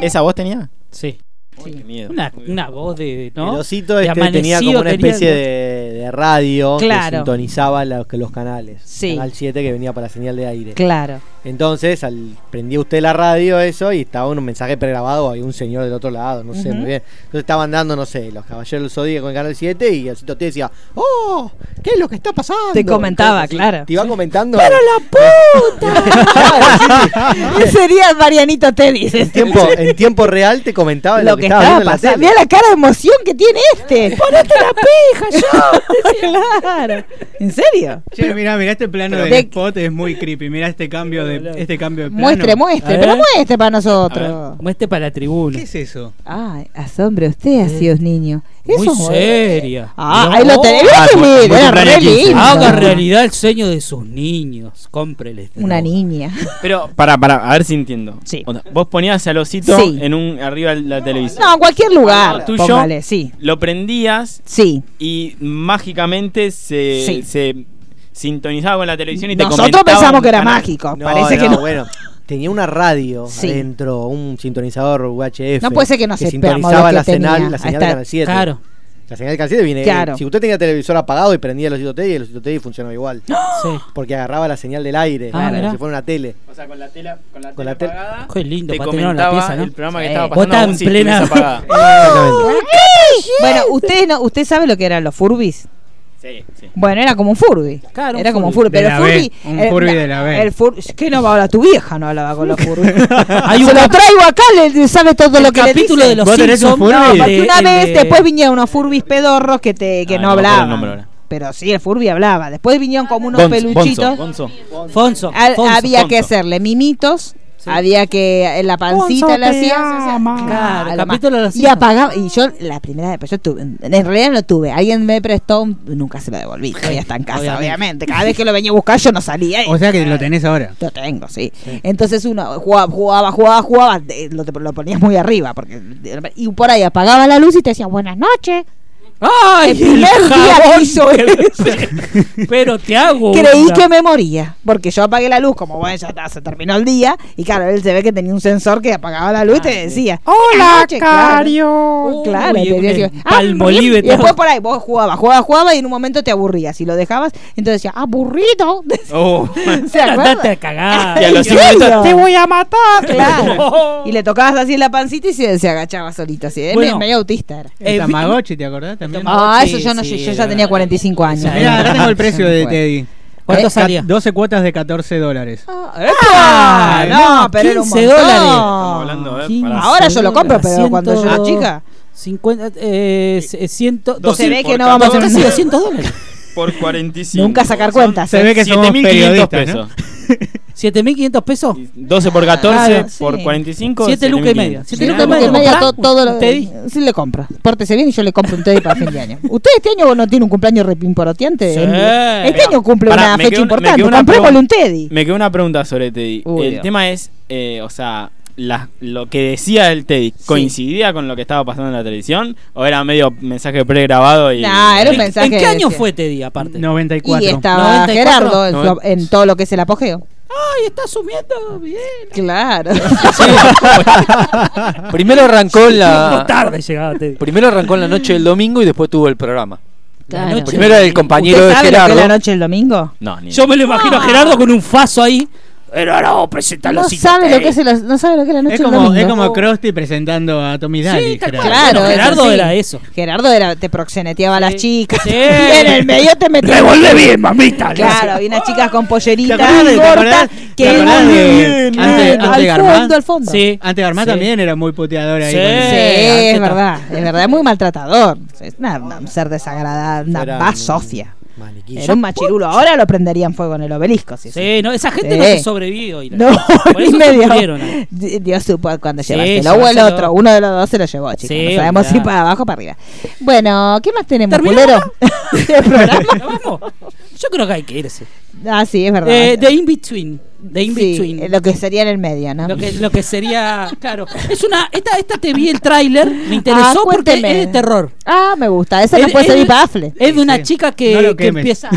¿Esa voz tenía?
Sí.
Uy, qué miedo.
Una, una voz de.
El
¿No?
osito
De
este tenía
amanecido
como una
quería-
especie de, de radio
Claro.
que sintonizaba los, los canales.
Sí.
Canal 7 que venía para señal de aire.
Claro.
Entonces, al, prendía usted la radio, eso, y estaba un mensaje pregrabado, había un señor del otro lado, no sé,
Ujú.
muy bien. Entonces estaban dando, no sé, los caballeros del Zodíaco en Canal 7 y el sitio te decía, ¡Oh! ¿Qué es lo que está pasando?
Te comentaba,
Entonces,
claro.
Te iba comentando.
¡Pero la puta! Sería Marianito Teddy.
en, tiempo, en tiempo real te comentaba lo,
lo que
estaba
estaba
viendo en la
pasando.
tele.
Mira la cara de emoción que tiene este. ¡Ponete la pija, yo! claro. ¿En serio?
Che, mira, mira este plano
Pero-
del
de-
spot es muy creepy. Mira este cambio de, de, este cambio de plano.
Muestre, muestre,
A
pero
ver.
muestre para nosotros.
Muestre para la tribuna.
¿Qué es eso?
Ay, asombro, usted ha sido niño.
Muy
Eso es-
seria.
Ah,
Mirá
ahí lo
vos.
tenés. Mirá
Ah,
qué
muy-
lindo,
muy
era
temprano,
re
15.
lindo.
Haga realidad el sueño de sus niños. Cómpreles.
Una niña.
Pero, para, para, a ver si entiendo.
Sí.
Onda, vos ponías al osito
Sí.
en un, arriba de la televisión.
No, en cualquier
Ah,
lugar.
¿Tuyo?
Póngale, sí.
Lo prendías
Sí.
y mágicamente se,
Sí.
se sintonizaba con la televisión y te
Nosotros
comentaba
pensamos
un
que era
canal.
mágico. Parece que no.
Bueno, tenía una radio
Sí.
adentro, un sintonizado UHF.
No puede ser que no sepamos lo
sintonizaba
que
la
tenía.
señal, la
Ahí
señal
está.
de Canal 7.
Claro.
La señal de Canal 7 viene.
Claro.
Si usted tenía televisor apagado y prendía el osito TV, el osito TV funcionaba igual.
Sí.
Porque agarraba la señal del aire,
Ah,
como
mirá.
si fuera una tele.
O sea, con la tela, con la
Con
tela
la tela.
apagada,
Qué lindo
te
para tener una
comentaba
pieza, ¿no?
el programa que
Sí.
estaba
Vos
pasando
tan
aún si
plena-
estuviese apagada.
Exactamente.
Bueno, usted no, usted sabe lo que eran los furbis.
Sí, sí.
Bueno, era como un furby.
Claro, un
era como un
Furby.
furby, pero
De
el
la
furby, eh,
B, un Furby de la B.
El furby, que no va a hablar tu vieja, no hablaba con los furby.
Hay
Se
un
lo
cap-
traigo acá, le le sabe todo lo
el
que le
capítulo
dice.
de los
¿Vos tenés un Furby?
Simpsons.
No,
El
porque una
el
vez
de-
después vinieron unos furbis pedorros que te que
Ah,
no,
no me acuerdo el
hablaban.
nombre ahora.
Pero sí, el furby hablaba. Después vinieron como unos
Gonzo,
peluchitos. Ah,
Gonzo, Gonzo.
Fonso,
Al-
Fonso,
había
Gonzo.
que hacerle mimitos. Había que eh, la pancita
Gonzo,
la
te
hacías.
ama. Claro, capítulo de los
y
Simpsons.
apagaba. Y yo la primera vez, pero yo tuve, en realidad no tuve. Alguien me prestó, un- nunca se lo devolví. Todavía está en casa, obviamente.
Obviamente.
Cada vez que lo venía a buscar yo no salía. y-
O sea que lo tenés ahora.
lo tengo, sí. Entonces uno jugaba, jugaba, jugaba, jugaba, eh, lo, te- lo ponías muy arriba, porque y por ahí apagaba la luz y te decían buenas noches.
¡Ay!
El primer día que hizo eso.
Pero te hago.
Creí
una.
que me moría, porque yo apagué la luz, como bueno, ya está, se terminó el día, y claro, él se ve que tenía un sensor que apagaba la luz y te decía, hola, Cario.
Uy,
Claro, te
un
decía, "Ah,
palmolive
bien". y después
todo.
por ahí vos jugabas, jugabas, jugabas y en un momento te aburrías y lo dejabas, entonces decía, aburrido.
Oh.
¿Se acuerdan?
Andate a cagar.
Y a
¿En
los
serio?
cinco
Te voy a matar. Claro. y le tocabas así en la pancita y se, se agachaba solito. Así. Eh,
Bueno.
me- medio autista era.
El
Eh,
Tamagotchi, ¿te acordás también?
Tama-
Ah,
sí,
eso yo no sé.
sí,
Yo ya
la verdad.
tenía 45 años.
Mirá, acá tengo el precio de
Bueno.
Teddy. Eh,
¿Cuánto
Ca-
salía?
12 cuotas de 14 dólares.
Ah, ¡epa!
Ah,
no, pero era un
15
montón.
dólares.
Estamos hablando, eh, para-
Ahora yo lo compro, pero
100
cuando yo era chica.
50, eh, c- 100,
Doce.
Se ve que
por
no vamos a
14.
casi 200 dólares.
por 45.
Nunca sacar
Son
cuentas.
Se
¿eh?
ve que somos
7.500
periodistas, ¿no?
pesos.
7.500 pesos.
12 por 14
Claro, sí.
por 45.
7 lucas y
7.500.
media.
Yo
7
nunca
lucas y
me
media.
media
¿Comprá?
to- todo lo
Un Teddy.
Sí, le compro. Pórtese bien y yo le compro un Teddy para fin de año. ¿Usted este año no tiene un cumpleaños repimporoteante?
Sí.
Este
Pero,
año cumple
pará,
una
me
fecha
quedó- me
importante.
quedó una
Comprémosle
pregunta.
un Teddy.
Me quedó una pregunta sobre Teddy.
Uy,
el
Dios.
tema es, eh, o sea, la- lo que decía el Teddy, ¿coincidía con lo que estaba pasando en la televisión? ¿O era medio mensaje pregrabado? Y,
Nah, era un mensaje.
¿En qué año
decía.
fue Teddy aparte?
Y
94.
estaba
94.
Gerardo en, su-
Noven-
en todo lo que es el apogeo.
Ay, está asumiendo bien.
Claro.
Primero arrancó en
Poco
la.
tarde llegaba Teddy.
Primero arrancó en la noche del domingo y después tuvo el programa.
Claro.
Primero era el compañero
¿Usted
de
sabe lo que es la
Gerardo.
noche del domingo?
No, ni
Yo me lo imagino a Gerardo con un faso ahí. Pero no, presenta
No
los
sabe, lo que es el- no sabe lo que es la noche
Es
del
como,
domingo.
es como Krusty presentando a Tommy Daly.
tal
creo.
cual.
Claro,
Bueno, Gerardo
sí.
era eso.
Gerardo era, te proxeneteaba a las chicas.
Sí.
Y en el medio te metía.
¡Revolve bien, mamita! le
Claro,
hace.
había unas chicas con
¿Te
pollerita
acordás de- te
corta
acordás-
que
te acordás
iban
de-
bien,
antes-
bien,
antes
al
de Garmá?
fondo, al fondo. Sí,
Sí.
Antes de Armar
Sí.
también era muy puteador ahí.
Sí.
con el-
antes
es
no.
verdad, es verdad, muy maltratador. Es una- una- un ser desagradable, una
Era
más
un-
sofia.
Maniquí.
Era un machirulo. Ahora lo prenderían fuego en el obelisco. Si
Sí, no, esa gente
Sí.
no se sobrevivió. hoy, la
No,
verdad. Por
ni
eso se
medio.
murieron ahí.
Di- Dios supo cuando
Sí,
llevárselo. O el
llevárselo.
otro, uno de los dos se lo llevó, chicos.
Sí,
no sabemos
mirá.
si para abajo o para arriba. Bueno, ¿qué más tenemos,
¿Terminó
culero? ¿El programa?
¿Ya vamos? Yo creo que hay que irse.
Ah, sí, es verdad.
Eh, The In-Between. The
Sí,
In-Between.
lo que sería en el medio, ¿no? Ah,
Lo que, lo que sería, claro. Es una, esta, esta te vi el tráiler, me interesó
Ah,
porque es
cuénteme.
de terror.
Ah, me gusta. Esa
Es-
no puede
es-
servir para Afle.
Es de una
Sí.
chica
No
que,
lo
que
quemes.
empieza.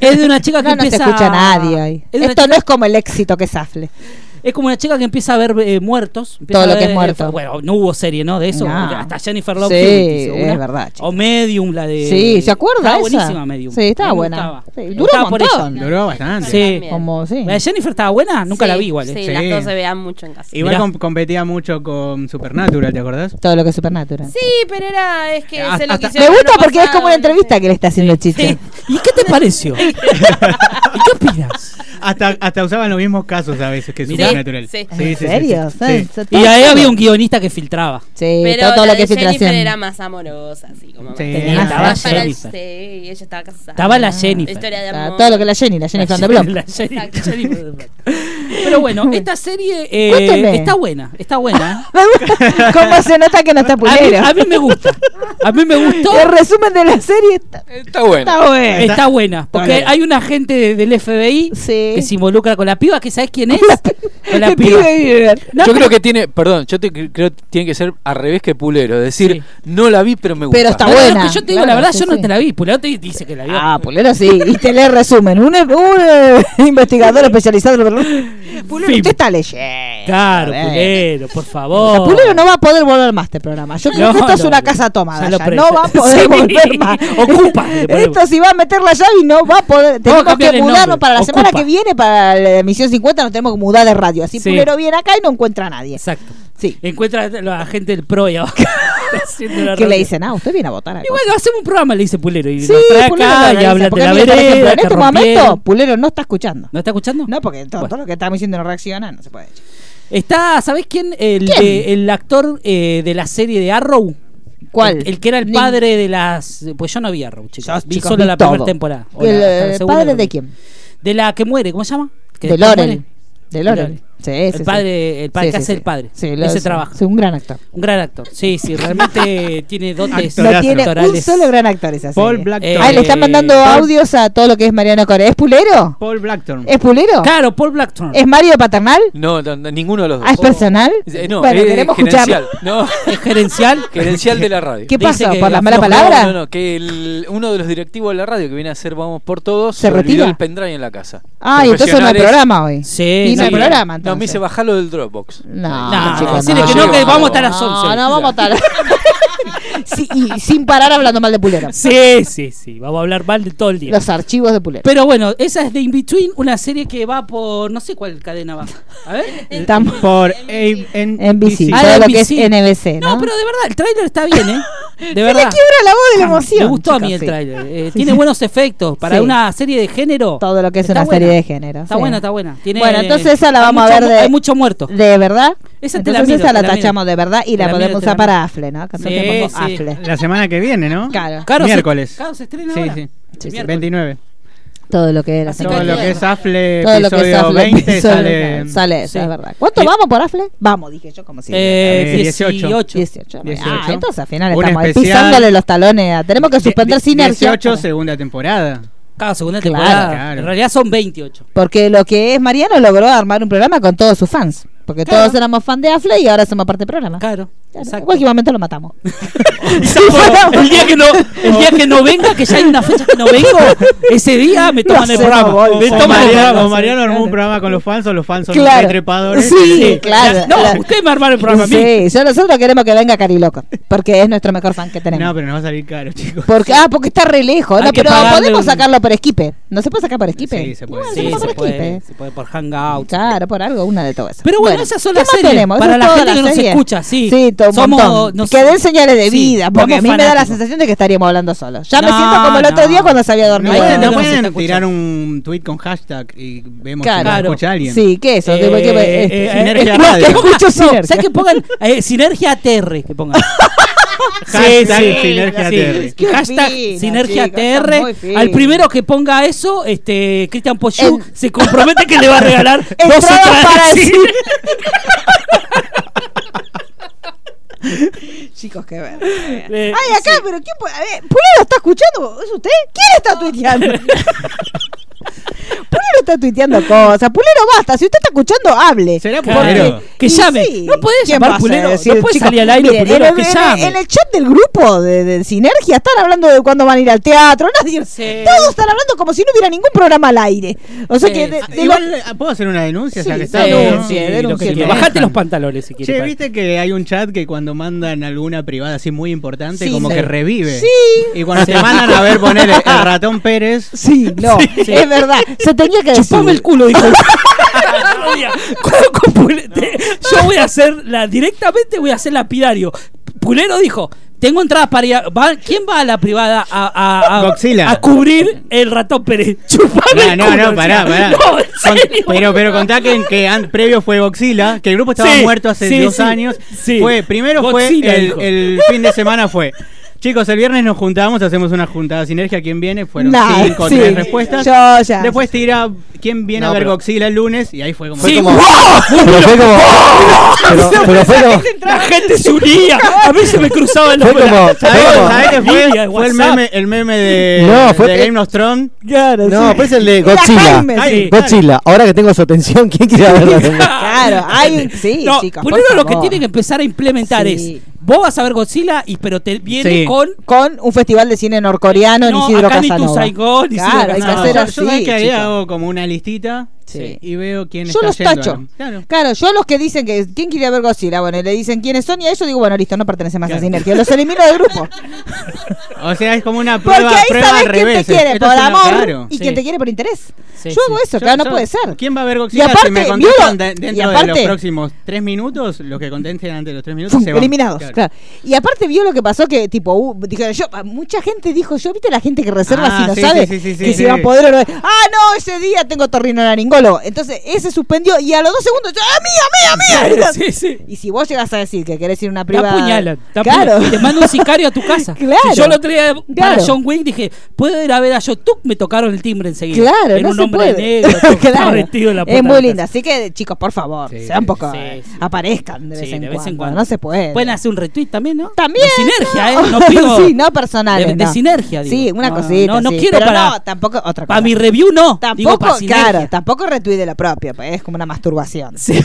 Es de una chica que
No, no se
empieza.
escucha a nadie hoy.
Es, de una
Esto
chica-
no es como el éxito que es Afle.
es como una chica que empieza a ver eh, muertos. empieza
Todo lo
a
que
ver,
es
eh,
muerto.
bueno, no hubo serie, ¿no? De eso.
No.
Hasta Jennifer Love
Sí,
Hewitt hizo
es
una.
verdad, chica.
O Medium, la de.
Sí, ¿se acuerda
Estaba
esa?
buenísima Medium.
Sí, estaba
A mí me
buena.
gustaba.
Sí,
Me
duró un
gustaba por
montón.
ella.
Duró bastante.
Sí.
Bien.
Como, sí.
¿La de Jennifer estaba buena? Nunca
Sí,
la vi igual. eh.
Sí,
Sí.
las dos se vean mucho en casa.
Igual
Mirá.
com- competía mucho con Supernatural, ¿te acordás?
Todo lo que es Supernatural.
Sí, pero era, es que
Hasta-
se lo
hasta-
Me
quisieron
gusta
no
porque es
pasar,
como una
no
entrevista
sé.
que le está haciendo el chiste.
¿Y qué te pareció? ¿Y qué opinas?
Hasta, hasta usaban los mismos casos a veces que
Mirá.
Supernatural.
Sí, sí.
¿En serio?
sí.
Son- son-
Y ahí había un guionista que filtraba.
Sí,
Pero
todo, todo
la
lo que
de
es
Jennifer
filtración.
era más amorosa, así como más.
Sí,
Tenía
estaba
más para el-
Eh, Jennifer.
Sí, ella estaba casada.
Estaba la Jennifer.
Historia de
Ah,
amor.
todo lo que es la Jenny, la Jenny Van de Blom.
La Jennifer-
Exacto.
Jennifer- Pero bueno, esta serie eh,
Cuénteme.
está buena, está buena.
Me gusta cómo se nota que no está
A mí,
pulero.
a mí me gusta. A mí me gustó.
El resumen de la serie está,
Está bueno.
está bueno.
Está buena, porque hay un agente de- del FBI
Sí.
que se involucra con la piba, que sabes quién es. Con la
El
piba.
pibe Bieber.
No,
yo
pero-
creo que tiene, perdón, yo te cre- creo que tiene que ser al revés que Pulero, es decir,
Sí.
no la vi pero me gusta.
Pero está
No, no,
buena.
lo que yo te digo, la
Claro,
verdad,
sí,
yo no
sí.
te la vi, Pulero te dice que la vio.
Ah, Pulero sí. Y te lee resumen. Un, un, eh, investigador especializado. en- Pulero,
Fin.
usted está leyendo.
Claro,
Eh.
Pulero, por favor.
O sea, Pulero no va a poder volver más este programa. Yo creo
Oh. No,
que esto es
no,
una
no.
casa
Ya
tomada.
lo
ya.
prendo.
No va a poder
Sí.
volver más.
Ocupa, le ponemos.
Esto si va a meter la llave y no va a poder. Tenemos
cambiar
que
el
mudarnos
nombre.
para la semana
Ocupa.
que viene, para la emisión 50, nos tenemos que mudar de radio. Así
Sí.
Pulero viene acá y no encuentra a nadie.
Exacto.
Sí.
Encuentra a la gente del PRO y abajo. haciendo la
Que le
radio.
dicen, ah, usted viene a votar. a
Y bueno, hacemos un programa, le dice Pulero. Y
Sí,
nos trae
Pulero lo
acá y
organiza,
habla de
porque,
la
mira, por ejemplo,
vereda.
En este
que rompieron.
momento, Pulero no está escuchando.
¿No está escuchando?
No, porque todo,
Bueno.
todo lo que estamos diciendo no reacciona, no se puede.
Está, ¿sabés quién? El,
¿Quién?
de- el actor eh, de la serie de Arrow.
¿Cuál?
El, el que era el
Ni-
padre de las. Pues yo no vi Arrow, chicos.
Yo,
vi
chicos,
solo
vi
la
todo.
primera temporada. O
¿El
la- hasta la
eh,
segunda
padre
no vi.
de quién?
De la que muere, ¿cómo se llama? Que
De
después
Lorel.
muere.
De
Lorel.
Lorel. Sí, sí,
El
sí.
padre, el padre, que hace el padre.
Sí, lo
Ese
es.
trabajo.
Sí, un gran actor.
Un gran actor. Sí, sí, realmente tiene dotes
No tiene un
actorales.
solo gran actor esa
Paul
serie.
Blackton.
Eh,
Ah, le están mandando
Paul-
audios a todo lo que es Mariano Correa. ¿Es pulero?
Paul Blackton.
¿Es pulero?
Claro, Paul Blackthorne.
¿Es Mario Paternal?
No, no, no, ninguno de los dos.
Ah, ¿es personal?
Oh.
Eh, no,
bueno,
eh,
queremos
gerencial.
escuchar.
No,
Es gerencial.
gerencial de la radio.
¿Qué
Dice
pasó?
que
¿Por las malas
aflojó,
palabras?
No, no, que el- uno de los directivos de la radio que viene a hacer Vamos por Todos
¿Se
olvidó
retira?
el pendrive en la casa.
Ah, y entonces no hay
Profesionales-
programa hoy.
Sí,
Y no hay
sí.
programa,
No, me
entonces.
dice bajarlo del Dropbox.
No,
No,
chicos,
decirle
que no, que vamos
a estar a las
No,
11.
no, vamos a estar. Sí, y sin parar hablando mal de Pulero.
Sí, sí, sí. Vamos a hablar mal de todo el día.
Los archivos de Pulero.
Pero bueno, esa es de In Between, una serie que va por. No sé cuál cadena va. A ver.
Estamos
Por
NBC,
NBC.
Ah,
todo lo que es
NBC.
NBC,
No,
¿no?
pero de verdad, el tráiler está bien, ¿eh? De
Se le
verdad. Ah,
quiebra la voz de la emoción.
Me gustó a
chicos,
mí el
sí.
tráiler. Eh, tiene buenos efectos para
Sí.
una serie de género.
Todo lo que es
Está
una
buena.
serie de género.
Está
sí.
buena, está buena. Tiene- eh,
Bueno, entonces esa la
hay
vamos a
mucho
ver
mu-
de-
Hay mucho muerto.
¿De verdad?
Esa te la
Entonces
miro,
esa
te
la
la miro.
tachamos de verdad y
Te
la,
la miro,
podemos
te la
usar para
miro.
Afle, ¿no? Cantamos
Sí, sí.
Afle.
La semana que viene, ¿no?
Claro.
Caro se-
Miércoles.
Caro se estrena
Sí,
ahora.
sí.
Sí.
Sí, 29.
Todo lo que era.
Así
Todo lo que es AFLE,
Todo lo que es
episodio
Afle.
20
episodio,
sale.
claro, sale eso,
Sí.
es verdad. ¿Cuánto
Eh,
vamos por Afle? Vamos, dije yo, como si.
Eh,
Eh,
18.
18. 18. Ah,
18.
entonces al final
Un
estamos ahí
especial.
pisándole los talones. a- Tenemos que suspender
Die-
sinergia.
18, segunda temporada.
Cada segunda
Claro.
temporada.
Claro.
En realidad son 28.
Porque lo que es Mariano logró armar un programa con todos sus fans. Porque
Claro.
todos éramos fan de Afle y ahora somos parte del programa.
Claro.
Ah. Claro,
exacto.
Últimamente lo matamos. Sí,
Bueno,
bueno.
el día que no el día que no venga que ya hay una fecha que no vengo ese día me toman el
hacemos
programa
bolsa.
me
O,
toman el
Mariano,
programa.
o Mariano armó
claro.
un programa con los fans, o los fans son
Claro.
los trepadores.
Sí, claro.
no
La-
ustedes me armaron el programa a mí
Sí, yo- nosotros queremos que venga Cariloco, porque es nuestro mejor fan que tenemos.
No, pero nos va a salir caro, chicos.
porque, ah, porque está re lejos.
Hay
No,
que
pero
pagarle
podemos
un-
sacarlo por esquipe. ¿No se puede sacar por esquipe?
Sí, se puede.
No,
sí
saca
se
por
puede
esquipe.
se puede por hangout
Claro, por algo, una de todas.
Pero bueno, esas son
¿qué
las
más
series,
tenemos?
para
Esa es
la
toda
gente que nos
serie.
escucha, sí.
Sí, todo un
Somos-
montón.
nos-
que den señales de
sí,
vida, porque a
somos
mí me da la
fanáticos.
sensación de que estaríamos hablando solos. Ya me
No,
siento como el otro
no.
día cuando se había
No,
dormido.
pueden,
no
no
nos
pueden
está escuchando.
tirar un tweet con hashtag y vemos si nos
Claro.
escucha alguien.
Sí, ¿qué es eso?
Eh,
Digo, ¿qué-
eh,
este?
eh,
Sinergia
eh, no,
Radio.
que pongan-
Escucho
no,
Sinergia.
¿sabes que pongan eh, Sinergia ATR? Que pongan.
Hashtag Sinergia ATR.
Qué
Hashtag
fino,
Sinergia
chicos, están muy
ATR.
finos.
Al primero que ponga eso, este Cristian Poyou
El-
se compromete que le va a regalar dos
Entradas
entradas
para
al
el
cine.
Chicos, qué ver.
Eh,
Ay, acá, pero ¿quién puede? A ver, ¿Pulero está escuchando? ¿Es usted? ¿Quién está tuiteando? Pulero está tuiteando cosas. Pulero basta. Si usted está escuchando, hable.
¿Será
Porque-
Claro. Que
Y
llame. No podés
¿Quién
llamar
va a
Pulero,
decir,
no podés
chicos,
salir al aire,
miren,
Pulero,
en el,
que
en el-
llame.
en el chat del grupo de, de Sinergia están hablando de cuándo van a ir al teatro. Nadie.
Sí.
Todos están hablando como si no hubiera ningún programa al aire. O sea
Sí, Ah,
que. de-
sí.
de
Igual, eh,
lo-
¿puedo hacer una denuncia?
Sí,
ya que
sí,
estamos,
sí,
no?
sí,
lo que
denuncia,
quiera.
denuncia.
Bajate los pantalones si quieres.
Che, viste que hay un chat que cuando mandan alguna privada así muy importante,
Sí,
como
sí.
que revive.
Sí.
Y cuando te mandan a ver poner el ratón Pérez,
Sí, no, es verdad. Se tenía que decir.
Chupame el culo, dijo. Odia. Cuando con Pule- te- Yo voy a hacer la directamente voy a hacer lapidario. Pulero dijo, tengo entradas para ir a- va- ¿Quién va a la privada a, a- a-
Godzilla.
a cubrir el ratón Pérez? Chupame
no,
el
no,
culo.
no, pará,
decía.
pará.
No, en
Con-
serio.
pero, pero contá que, que an- previo fue Godzilla, que el grupo estaba
Sí,
muerto hace
sí,
dos
sí,
años.
sí.
Fue, primero
Godzilla,
fue
dijo.
el, el fin de semana fue. Chicos, el viernes nos juntamos, hacemos una juntada sinergia. ¿Quién viene? Fueron
Nah,
cinco,
sí.
tres respuestas.
Yo ya.
Después tira quién viene
No,
a ver
pero-
Godzilla el lunes y ahí fue como.
Fue
Sí,
como. Pero fue como. Pero, pero fue como.
La gente se unía. A mí se me cruzaba el
Fue como. fue
¿Sabés-
como-
sabés qué fue? Fue
Lidia,
el
WhatsApp.
meme, el meme de,
No, fue-
de Game of Thrones.
Claro,
No,
sí.
pues,
pero es el de
Era
Godzilla.
Jaime,
Ay,
sí.
Godzilla, ahora que tengo su atención, ¿quién quiere verla?
Claro, hay, sí,
No,
chicos.
primero
por
lo que
favor.
tiene que empezar a implementar
Sí.
es, vos vas a ver Godzilla, y pero te viene
Sí.
con...
Con un festival de cine norcoreano en
No,
Ah, Isidro
acá ni tu
Casanova.
Saigón, ni Isidro
claro, hay que
Casanova.
No,
hacer
yo-
así.
yo sabés que ahí
chicos.
hago como una listita
Sí.
y veo quién
Yo
está
los
yendo,
tacho.
¿no?
Claro.
Claro.
yo los que dicen que quién quiere ver Godzilla, bueno, y le dicen quiénes son y a ellos digo, bueno, listo, no pertenece más
Claro.
a Sinergia, los elimino del grupo.
O sea, es como una
Porque
prueba,
ahí
prueba
sabes
al
quién te
revés.
quiere
Esto
por
es una-
amor
claro,
y
sí.
quién te quiere por interés.
Sí,
yo hago
sí.
eso,
Yo-
claro, no
yo-
puede ser.
¿Quién va a ver
Y
Godzilla?
aparte,
si me
¿vieron?
contestan de- dentro
Y aparte-
de los próximos tres minutos, los que contesten antes de los tres minutos
Fum,
se van.
eliminados,
Claro.
claro. Y aparte vio lo que pasó que tipo uh, dijeron, yo mucha gente dijo, yo viste la gente que reserva
Ah,
si no
sí,
sabe
sí, sí, sí,
que
sí,
si
sí.
va a poder o no. Ah, no, ese día tengo torrinolaringólogo. Entonces, ese suspendió y a los dos segundos, ¡ah, mía, mía, mía!
Sí, sí.
Y si vos llegas a decir que querés ir a una
Te
privada,
apuñalan, te apuñalan.
claro.
Y te manda un sicario a tu casa.
Claro.
Si yo lo traía para
Claro.
John Wick, dije, ¿puedo ir a ver a John Tuck? Me tocaron el timbre enseguida.
Claro,
Era
no
un
se
hombre
puede.
negro, todo, estaba
Claro.
vestido de la puta
es muy
de la
linda,
casa.
así que chicos, por favor, sean un poco eh, aparezcan de vez,
Sí,
en,
de
cuando. No se puede.
Pueden hacer un retweet también, ¿no?
También.
De sinergia, ¿eh?
¿no?
No pido.
sí, no personales.
De, de
no.
sinergia, digo.
Sí, una
No, no,
cosita.
No, no
sí,
quiero
pero
para.
No, tampoco otra cosa.
Para mi review, no. Digo,
Tampoco,
para sinergia.
claro, tampoco retweet de la propia, pues, es como una masturbación.
Sí.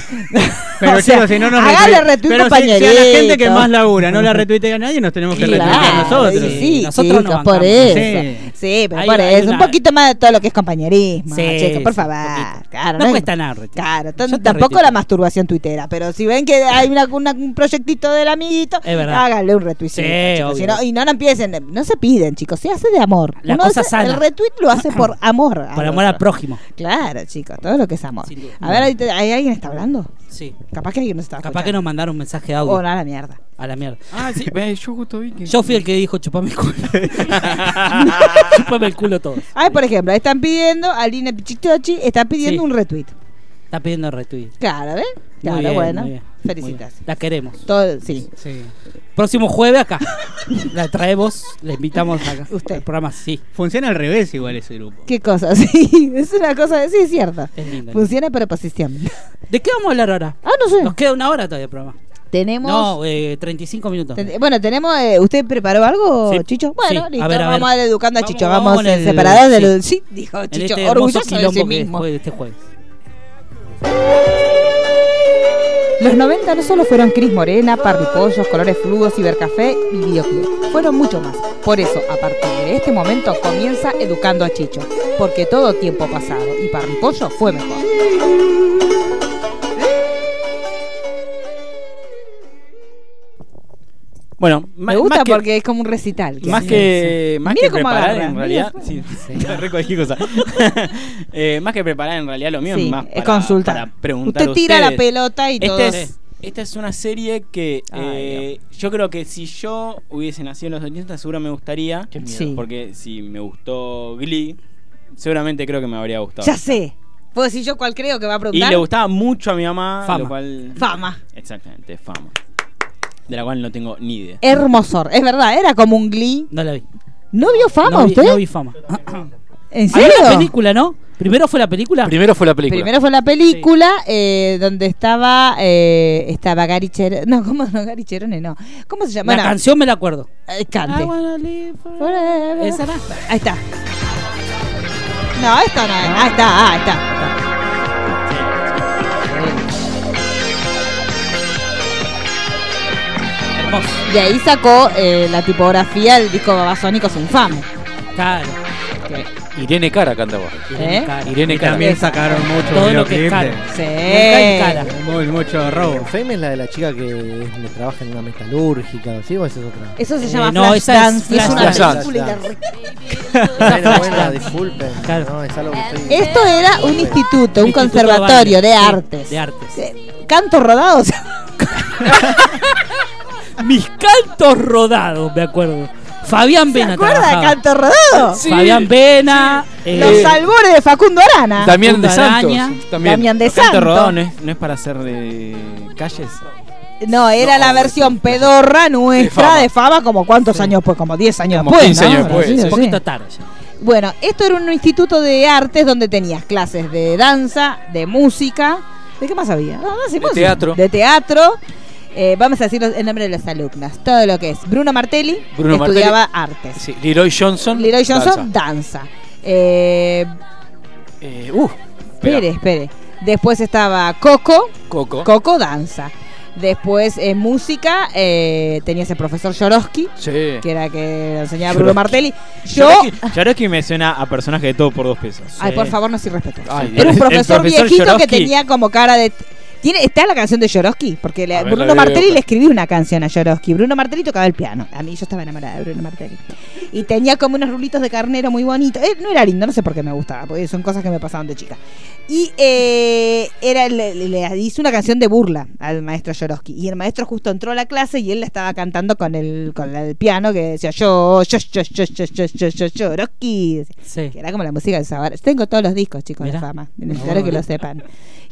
Pero
O sea,
chicos, si no nos
hágale
retuite-
retweet
pero si, si a la
compañerito.
gente que más labura no la retuitea a nadie, nos tenemos que
Claro,
retuitear nosotros.
Sí, sí,
Nosotros
chicos,
nos
por
bancamos.
eso.
Sí.
Sí, pero
Hay-
por
hay
eso.
una-
Un poquito más de todo lo que es compañerismo,
Sí,
chicos, por
sí,
favor.
un poquito.
Claro,
No
es-
cuesta nada retuitear.
Claro, tan-
Yo te
tampoco
retuiteo.
la masturbación tuitera, pero si ven que hay una, una- un proyectito del amiguito,
Es verdad.
háganle un retweet.
Sí, obvio.
y no, no empiecen, no se piden, chicos, se hace de amor.
La
Uno
cosa
hace-
sana.
El retweet lo hace por amor.
Por amor al
otro.
prójimo.
Claro, chicos, todo lo que es amor.
Sin duda.
A ver, ahí te- ¿hay alguien está hablando?
Sí.
Capaz que alguien nos está
Capaz que nos mandaron un mensaje de audio.
O no, a la mierda.
A la mierda.
Ah, sí, ve, yo justo vi que.
Yo fui el que dijo, chupame el culo. chupame el culo todos.
Ay, por ejemplo, están pidiendo, Aline Pichichochi está pidiendo
Sí.
un retweet.
Está pidiendo retweet.
Claro, ¿ves?
Muy
Claro,
bien,
bueno.
muy bien, muy bien.
Felicitas.
La queremos.
Todo, sí.
Sí.
Próximo jueves acá. La traemos, la invitamos acá.
Usted.
El programa, sí.
Funciona al revés igual ese grupo.
¿Qué cosa? Sí, es una cosa, sí, es cierta.
Es lindo.
Funciona para posición.
¿De qué vamos a hablar ahora?
Pues Ah, no sé.
Nos queda una hora todavía el programa.
Tenemos.
No, eh, 35 minutos.
ten- bueno, tenemos. eh, ¿Usted preparó algo,
Sí.
Chicho? Bueno,
Sí, a
listo.
ver, a
vamos a
ver.
ir educando a
Vamos-
Chicho.
vamos
Vamos,
con
eh,
el-
separados
sí.
del. Sí, dijo
en
oh, Chicho.
este hermoso
orgulloso de
quilombo
sí
que
mismo.
fue este jueves.
Los 90 no solo fueron Cris Morena, Parripollos, Colores Fluos, Cibercafé y Videoclub. Fueron mucho más. Por eso, a partir de este momento, comienza Educando a Chicho. Porque todo tiempo pasado y Parripollo fue mejor.
Bueno, ma-
Me gusta
más que-
porque es como un recital.
Más
hace.
que, Eh, más
Mira
que
cómo
preparar,
agarra,
en
mira.
realidad. Sí, re cualquier cosa. Eh, más que preparar, en realidad, lo mío
Sí,
es más.
es
para-
consultar.
Para preguntar.
Usted tira
a
la
ustedes.
pelota y todo.
Esta es, esta es una serie que
Ay,
eh, yo creo que si yo hubiese nacido en los 80, seguro me gustaría.
Sí.
Porque si me gustó Glee, seguramente creo que me habría gustado.
Ya sé. ¿Puedo decir yo cuál creo que va a
Y
preguntar?
le gustaba mucho a mi mamá.
Fama.
Lo cual...
Fama.
Exactamente, fama. De la cual no tengo ni idea.
Hermosor. Es verdad, era como un glee.
No la vi.
¿No vio fama
no vi,
usted?
No vi fama.
¿En
Había
serio?
una película, ¿no? Primero fue la película.
Primero fue la película.
Primero fue la película eh, donde estaba eh, estaba Gary Cherone. No, ¿cómo no? Gary Cherone, no. ¿Cómo se llama?
la
No,
canción me la acuerdo.
eh, cante.
I wanna live forever.
Forever.
Esa era.
Ahí está. No, esto no es. Ahí está, ah, ahí está.
Hermoso.
Y ahí sacó eh, la tipografía del disco Babasónicos Infame.
Claro.
Irene Cara cantaba.
¿Eh?
Cara.
Irene
Y
Cara.
también sacaron mucho
Todo lo que es
videoclip
caro.
Sí.
Me cae en cara.
de- muy- mucho robo.
Fame es la de la chica que le trabaja en una metalúrgica, ¿sí? ¿O esa es otra?
Eso se
Eh,
llama
no,
Flashdance
esa es
y es una
Flashdance.
película
Flashdance.
irre-
Bueno, bueno, disculpen.
Claro.
No, es algo que estoy...
Esto era un instituto, un
Instituto
conservatorio de
baile. Sí,
artes.
de artes.
Eh, Cantos rodados.
Mis cantos rodados, me acuerdo. Fabián
¿Se
Vena
acuerda de
trabajaba.
Cantos rodados?
Sí.
Fabián Vena. eh,
Los albores de Facundo Arana.
Damián de
Punta
Santos.
Araña.
También.
Damián de
Canto
Santos.
rodado no es, no es para hacer de calles.
No, era la versión pedorra nuestra de
Fama.
Fama, como cuántos años pues como 10 años
Como
después.
15
¿no?
años
Bueno,
después,
sí,
sí.
sí.
Un poquito tarde ya.
Bueno, esto era un instituto de artes donde tenías clases de danza, de música. ¿De qué más había? No, no, sí,
De
música.
teatro.
De teatro. Eh, vamos a decir los- el nombre de las alumnas. Todo lo que es. Bruno Martelli
Bruno Martelli.
estudiaba artes.
Sí, Leroy Johnson.
Leroy Johnson,
danza.
danza. Eh,
Eh, uh, espera,
espere, espere. Después estaba Coco,
Coco.
Coco danza. Después en música eh, tenías el profesor Yorosky,
Sí.
que era que lo enseñaba
Yorosky.
Bruno Martelli. Yo,
Jodorowsky- Jodorowsky me suena a personaje de todo por dos pesos.
ay, por favor, no se irrespetuoso.
Ay,
Era un
El
profesor,
profesor
viejito
Jorowski.
que tenía como cara de. ¿Tiene, ¿Está la canción de Yorosky? Porque le-
A ver, la
Bruno
voy a
Martelli
buscar.
le escribió una canción a Yorosky. Bruno Martelli tocaba el piano. A mí yo estaba enamorada de Bruno Martelli. Y tenía como unos rulitos de carnero muy bonitos. Eh, no era lindo, no sé por qué me gustaba, porque son cosas que me pasaban de chica. Y eh, era, le, le- le hizo una canción de burla al maestro Yorosky. Y el maestro justo entró a la clase y él la estaba cantando con el, con el piano que decía yo, yo, yo, yo, yo, yo, yo, yo, Yorosky.
Sí.
Que era como la música del Sabar. Tengo todos los discos, chicos,
Mirá.
de fama. Necesito que lo sepan.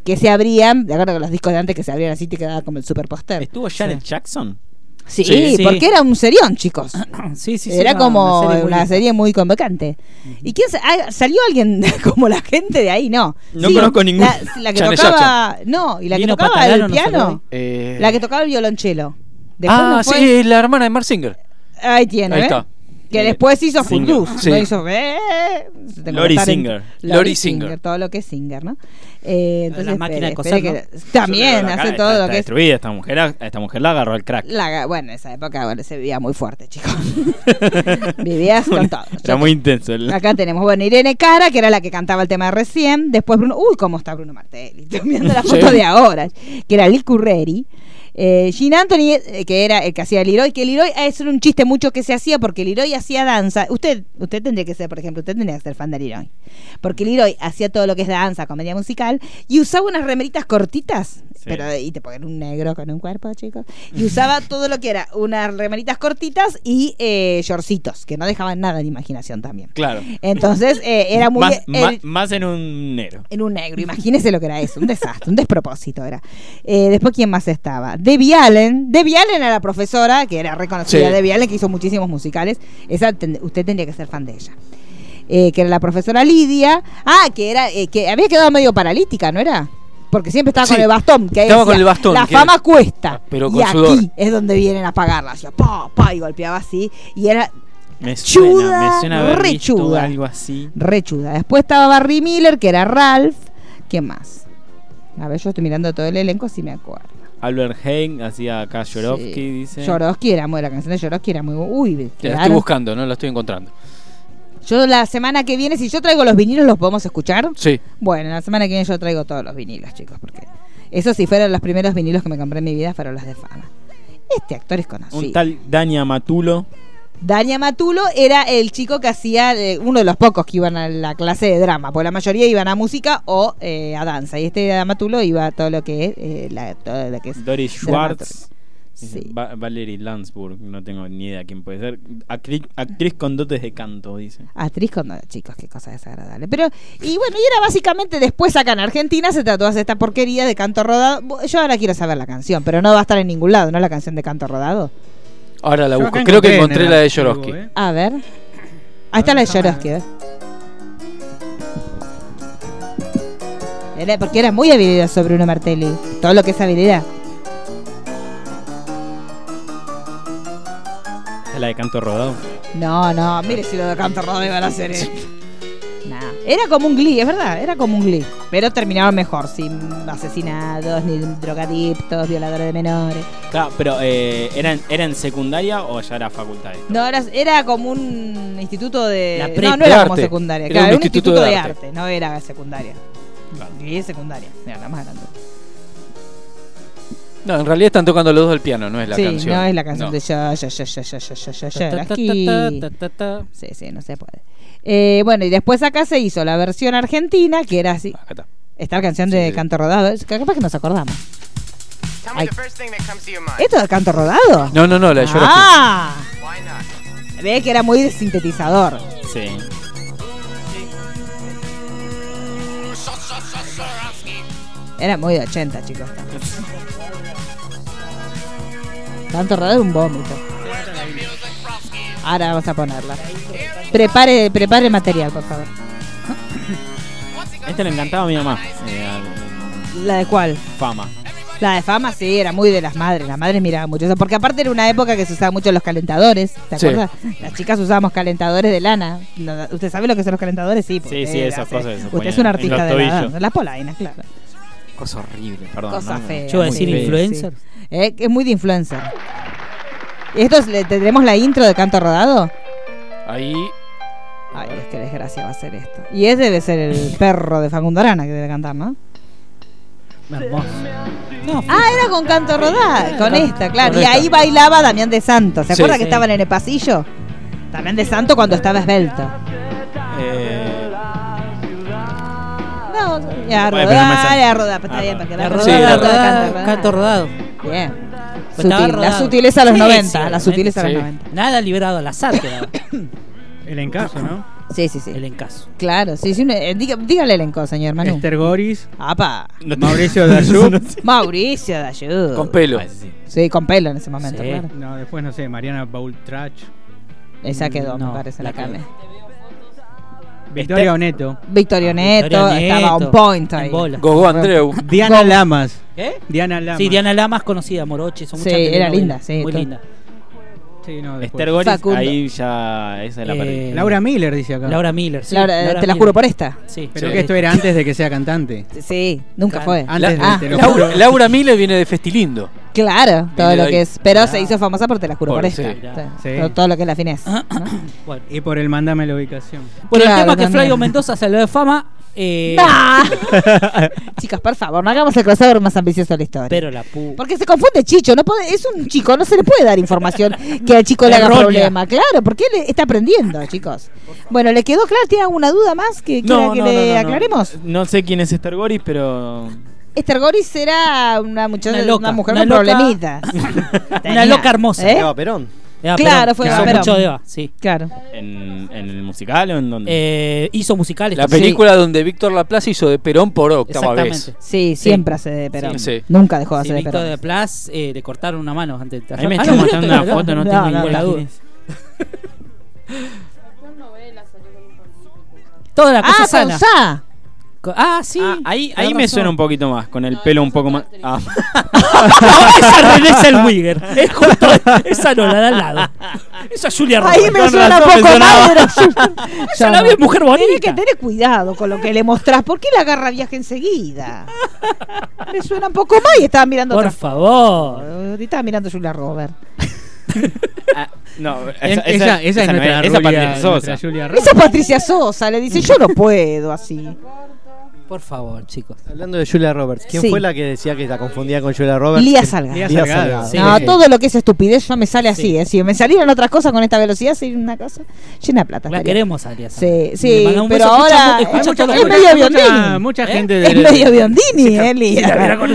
Que se abrían, de acuerdo con los discos de antes que se abrían así, te quedaba como el super póster.
¿Estuvo Janet Jackson?
Sí,
Eh, Sí, sí.
porque era un serión, chicos.
Sí, sí, sí,
era como una
serie
serie,
muy linda.
muy convocante. ¿Y quién sa- ah, salió alguien como la gente de ahí? No.
No conozco ningún-
La, la que
Janet
tocaba, no, y la que
Lino
tocaba
Patalano
el
no
piano,
Eh,
la que tocaba el violonchelo. Después
ah,
no fue-
sí, la hermana de Mark Singer.
Ahí tiene,
Ahí
¿ves?
está.
Que
Eh,
después hizo
Singer.
Fundus.
Sí.
No hizo. eh, tengo que
Lori
estar en-
Singer.
Lori
Lori
Singer.
Singer.
Todo lo que es Singer, ¿no? Eh,
La
entonces,
máquina de
espere,
coser,
espere que- También
Acá
hace
está-
todo lo
está
que es.
destruida esta mujer, a esta mujer la agarró el crack.
La, ga- bueno, en esa época bueno, se vivía muy fuerte, chicos. Vivías con todo.
Era
Yo-
muy intenso. el-
Acá tenemos, bueno, Irene Cara, que era la que cantaba el tema de recién. Después Bruno, uy, cómo está Bruno Martelli. Estoy mirando la foto
Sí.
de ahora, que era Lee Curreri. Eh, Gin Anthony, eh, que era el que hacía Leroy, que Leroy, ah, eso era un chiste mucho que se hacía porque Leroy hacía danza. Usted usted tendría que ser, por ejemplo, usted tendría que ser fan de Leroy. Porque Leroy hacía todo lo que es danza, comedia musical, y usaba unas remeritas cortitas, pero y te ponían un negro con un cuerpo, chicos. Y usaba todo lo que era unas remeritas cortitas y eh, shortcitos, que no dejaban nada de imaginación también.
Claro.
Entonces eh, era muy.
Más,
el-
ma- más en un negro.
en un negro, imagínese lo que era eso, un desastre, un despropósito era. Eh, después, ¿quién más estaba? Debbie Allen. Debbie Allen era la profesora, que era reconocida,
Sí.
Debbie Allen, que hizo muchísimos musicales. Esa ten- usted tendría que ser fan de ella. Eh, que era la profesora Lidia. Ah, que era eh, que había quedado medio paralítica, ¿no era? Porque siempre estaba con
Sí,
el bastón. Que
estaba con
decía,
el bastón,
La
que-
fama cuesta.
pero
y
con
aquí
sudor.
es donde vienen a pagarla. Hacía pa, pa, y golpeaba así. Y era
Me suena,
Chuda,
me suena haber
re
visto
chuda.
algo así.
rechuda. Después estaba Barry Miller, que era Ralph. ¿Quién más? A ver, yo estoy mirando todo el elenco, si me acuerdo.
Albert Haig hacía acá Jorowski,
Sí.
dice.
Yorosky era muy, la canción de Yorosky era muy. Uy,
La
claro.
estoy buscando, no la estoy encontrando.
Yo la semana que viene, si yo traigo los vinilos, ¿los podemos escuchar?
Sí.
Bueno, la semana que viene yo traigo todos los vinilos, chicos, porque esos si fueron los primeros vinilos que me compré en mi vida, fueron los de fama. Este actor es
Un
conocido.
tal Dania Matulo.
Dania Matulo era el chico que hacía, eh, uno de los pocos que iban a la clase de drama, porque la mayoría iban a música o eh, a danza. Y este Dania Matulo iba a todo lo que es, eh, la- todo lo que es
Doris Schwartz.
Sí.
Va- Valerie Landsburg, no tengo ni idea quién puede ser. Actriz, actriz con dotes de canto, dice.
Actriz con no, chicos, qué cosa desagradable. Pero, y bueno, y era básicamente después acá en Argentina se trató de hacer esta porquería de canto rodado. Bu- Yo ahora quiero saber la canción, pero no va a estar en ningún lado, ¿no? La canción de canto rodado.
Ahora la
Yo
busco.
acá
Creo que
en
encontré
el
la de
archivo,
Jorowski.
¿eh?
A ver. Ahí está la de Jorowski, a ver. Era porque era muy habilidoso Bruno Martelli. Todo lo que es habilidad.
Esta es la de canto rodado.
No, no, mire si lo de canto rodado iban a hacer. eh. Nah, Era como un glee, es verdad, era como un glee. Pero terminaba mejor, sin asesinados, ni drogadictos, violadores de menores.
Claro, pero eh, ¿era, en- ¿era en secundaria o ya era facultad? esto?
No, era, era como un instituto de.
La
no,
prep
no era
de
como
arte.
secundaria.
Era
claro,
un
era un
instituto
instituto,
de
de,
arte.
arte. no era secundaria.
Claro.
Y es secundaria, era la más grande.
No, en realidad están tocando los dos del piano, no es la
sí,
canción.
no es la canción
No.
de yo, yo, yo, yo, yo, yo, yo, yo, yo,
Ta, ta, ta,
aquí.
ta, ta, ta, ta.
Sí, sí, no se puede. Eh, bueno, y después acá se hizo la versión argentina, que era así.
Acá está.
Esta canción
Sí,
de
sí.
Canto Rodado. Es que Capaz que nos acordamos.
Tell me
Ay.
the first thing that comes to your mind.
¿Esto de Canto Rodado?
No, no, no, la de Jorowski.
ah,
Why not?
ve que era muy de sintetizador.
Sí.
Era muy de 80, chicos. Tanto rodar un vómito. Ahora vamos a ponerla. Prepare, prepare material, por favor.
Este le encantaba a mi mamá. eh, al-
¿La de cuál?
fama.
La de fama sí, era muy de las madres. Las madres miraban mucho eso. Porque aparte era una época que se usaban mucho los calentadores. ¿Te
Sí.
acuerdas? Las chicas usábamos calentadores de lana. Lo- ¿Usted sabe lo que son los calentadores? Sí, porque
sí,
era,
esas
sí.
cosas que se
Usted
ponían
es un
en
artista
los
de la
tobillos.
danza. Las polainas, claro.
Cosa horrible, perdón.
Cosa
no, no.
fea.
Yo iba a
muy
decir
fea,
influencer.
sí. Eh, que es muy de influencer. ¿Esto es- le- tendremos la intro de canto rodado?
Ahí.
Ay, es que desgracia va a ser esto. Y ese debe ser el perro de Facundo Arana que debe cantar, ¿no?
Hermoso.
Ah, era con canto rodado, con esta, claro.
Con
y
esta.
ahí bailaba Damián de Santo. ¿Se
Sí.
acuerda que
Sí.
estaban en el pasillo? Damián de Santo cuando estaba esbelto.
Eh,
No, y a
Bueno, pero no me
rodar,
sale.
y a rodar, pero está
Ah,
bien, para que vean.
rodada,
Sí, la
Canto
rodada,
rodado.
canto rodado.
Bien.
Pero Pues estaba
Sutil, la
rodado.
sutileza a los
Sí,
90,
sí,
la sutileza a los
sí.
90.
Nada liberado al azar que daba
El encaso, ¿no?
Sí, sí, sí.
el encaso.
Claro, sí, sí. una- eh, diga- dígale el enco, señor Manu.
Esther Goris,
Apa.
Mauricio Dayú.
Mauricio Dayú.
Con pelo.
ah,
Sí, con pelo en ese momento,
Sí.
claro.
No, después no sé, Mariana Baultrach.
Esa quedó,
No,
me parece, la
la
carne.
Victoria Oneto.
Victorio Neto,
Ah, Victoria
estaba
Nieto,
on point
en
ahí.
bola.
Gogo Andreu.
Diana
Goma.
Lamas.
¿Eh?
Diana Lamas.
Sí, Diana Lamas conocida, Moroche. Son muchas
Sí, era
telenovelas,
linda, sí,
Muy
todo.
linda.
Sí, no, después.
Esther Goris,
Facundo.
ahí ya esa la
Eh,
perdí.
Laura Miller dice acá.
Laura Miller. sí,
Laura,
Laura
te la
Miller.
juro por esta.
Sí.
Pero
Sí.
que esto era antes de que sea cantante.
Sí, nunca
Claro.
fue.
Antes de, este,
La-
ah,
te lo juro.
Laura, Laura Miller viene de Festilindo.
Claro, todo
Viene
lo
de
que
ahí.
es. Pero se hizo famosa por Te la juro por,
Por-
esta.
sí.
Todo-
Sí.
Todo, todo lo que es la finés.
Ah,
¿no?
Bueno,
Y por el mándame la ubicación.
Bueno,
Claro,
el tema que
también.
Flavio Mendoza salió de fama. eh,
¡Ah! Chicas, por favor, no hagamos el crossover más ambicioso de la historia.
Pero la pu.
Porque se confunde Chicho, no puede, es un chico, no se le puede dar información que al chico le haga
Errónea.
problema, claro, porque él está aprendiendo, chicos. Bueno, ¿le quedó claro? ¿Tiene alguna duda más que quiera que le aclaremos?
No sé quién es Esther Goris, pero.
Esther Goris era una, muchacha,
Una
una,
loca,
mujer
una
con
loca.
problemitas. Tenía-
Una loca hermosa.
¿Eh?
Eva Perón.
Eva
Claro,
Perón.
fue
Hizo
Eva Perón.
mucho de Eva, sí.
Claro.
¿En, en el musical o en dónde?
Eh, hizo musicales.
La
también.
película donde Víctor Laplace hizo de Perón por octava vez.
Exactamente.
Sí, siempre hace de Perón.
Sí.
Nunca dejó de
Sí,
hacer de
Víctor
Perón.
de Plas eh, le cortaron una mano antes de
Ahí me
Ah,
está
no,
mostrando
no,
una foto, no,
no,
tengo
no,
ninguna
no.
duda.
Toda la cosa
Ah, con
sana.
Sa.
Co- Ah, sí.
Ah, ahí
tenés
ahí me
razón.
suena un poquito más, con el pelo un poco más. Ah,
No, esa René Zellweger. Es justo esa no, la de al lado. Esa es Julia Roberts.
Ahí me
Con
suena
razón
poco
me sonaba.
más. pero-
Esa la vi en mujer
Tiene que
bonita.
tener cuidado con lo que le mostrás. ¿Por qué le agarra viaje enseguida? Le suena un poco más y estaba mirando
Por
otra-
favor.
Eh, Estaba mirando Julia Robert.
ah, no, esa,
En- Esa, esa, es
no
nuestra
esa
Julia-
Patricia Sosa.
nuestra Julia Roberts.
Esa es Patricia Sosa. Le dice, yo no puedo así.
Por favor, chicos.
Hablando de Julia Roberts, ¿quién
Sí.
fue la que decía que la confundía con Julia Roberts?
Lía Salga.
Lía
Lía
Salgado.
Salgado.
Sí.
no,
sí.
todo lo que es estupidez ya me sale así. eh. Si me salieran otras cosas con esta velocidad, sería una cosa llena de plata.
La
estaría.
queremos, Alias.
Sí,
Le
sí,
mandamos un
pero
beso. Escucha
ahora
mu- escucha
es
todo lo
mucha- es
que-
medio
Mucha,
biondini.
mucha
¿Eh?
gente
Es
del-
medio biondini, eh, Lía.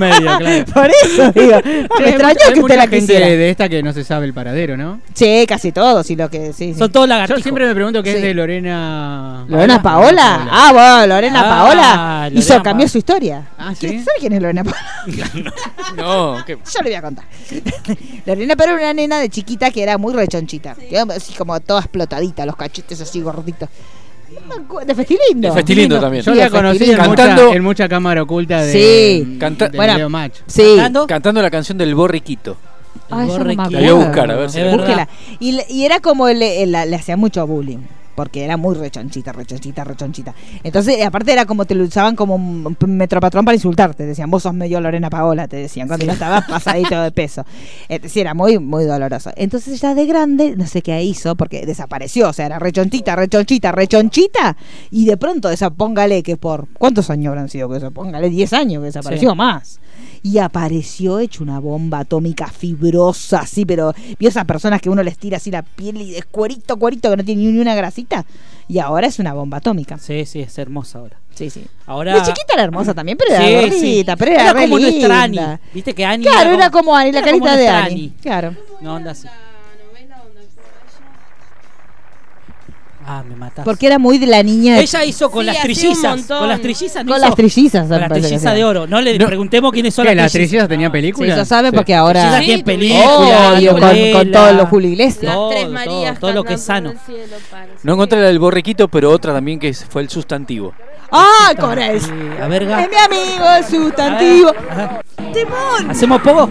medio, claro.
Por eso digo, Ah,
Che,
me
hay
extrañó
mucha- hay
que usted
mucha
la
gente
quisiera.
de esta que no se sabe el paradero, ¿no?
Sí, casi todos y lo que sí. sí.
Son todos
Yo
lagartijos.
siempre me pregunto qué
Sí.
es de Lorena.
Lorena Paola. Ah, bueno, Lorena
Ah,
Paola
Lorena
hizo, cambió
Paola.
su historia.
Ah,
¿Quién-
¿sí?
¿Sabe quién es Lorena Paola?
No, qué-
Yo le voy a contar. Lorena Paola era una nena de chiquita que era muy rechonchita. Que era Así como toda explotadita, los cachetes así gorditos. No me acuerdo, De Festilindo.
De Festilindo también.
Yo
Sí,
la
es
conocí en
Festilindo.
Cantando-
mucha, en mucha cámara oculta de,
Sí.
Canta-
de
Bueno.
Leo Macho.
Sí.
Cantando.
Cantando la canción del Borriquito.
Ah, esa no me
La
La voy a
acuerdo.
buscar, a ver si
Es
la-
verdad.
Búsquela. Y, le- y era como el- el- la- le hacía mucho bullying. Porque era muy rechonchita, rechonchita, rechonchita. Entonces, eh, aparte era como te lo usaban como un p- metropatrón para insultarte. Decían, vos sos medio Lorena Paola, te decían, cuando ya estabas pasadito de peso. Es decir, era muy, muy doloroso. Entonces, ya de grande, no sé qué hizo, porque desapareció. O sea, era rechonchita, rechonchita, rechonchita. Y de pronto, esa, póngale que por. ¿Cuántos años habrán sido que eso? Póngale 10 años que desapareció
Sí.
más y apareció hecho una bomba atómica fibrosa, así, pero vio esas personas que uno les tira así la piel y es cuerito, cuerito, que no tiene ni una grasita. Y ahora es una bomba atómica.
Sí, sí, es hermosa ahora.
Sí, sí.
Ahora.
La chiquita era hermosa también, pero era
Sí,
gordita,
sí.
pero era, re
como nuestra Ani.
linda.
Viste que Ani.
Claro, era como Ani, la
era como
carita de
nuestra
Ani. Claro.
No, anda así. Ah, me mataste.
Porque era muy de la niña. de-
Ella hizo con
Sí,
las
hacía un
trillizas.
montón.
Con las trillizas no
Con
hizo-
las trillizas.
Con la trilliza de oro. No le
No.
preguntemos quiénes son
¿Qué,
las
¿Las
trillizas.
trillizas tenían
Sí,
película?
eso sabe
Sí.
porque
Trillizas
ahora.
Sí,
tienen
tuvieron-
película,
Obvio, con,
Nutella.
con todos los Julio Iglesias.
Las
Todo,
tres
todo,
Marías
todo lo que es
cantando
sano.
al cielo, Padre.
No encontré la del borriquito, pero otra también que es- fue el sustantivo.
¡Ay, Corés!
A ver,
Es
Ga-
mi amigo, el sustantivo.
Ajá.
¡Timón!
¿Hacemos poco?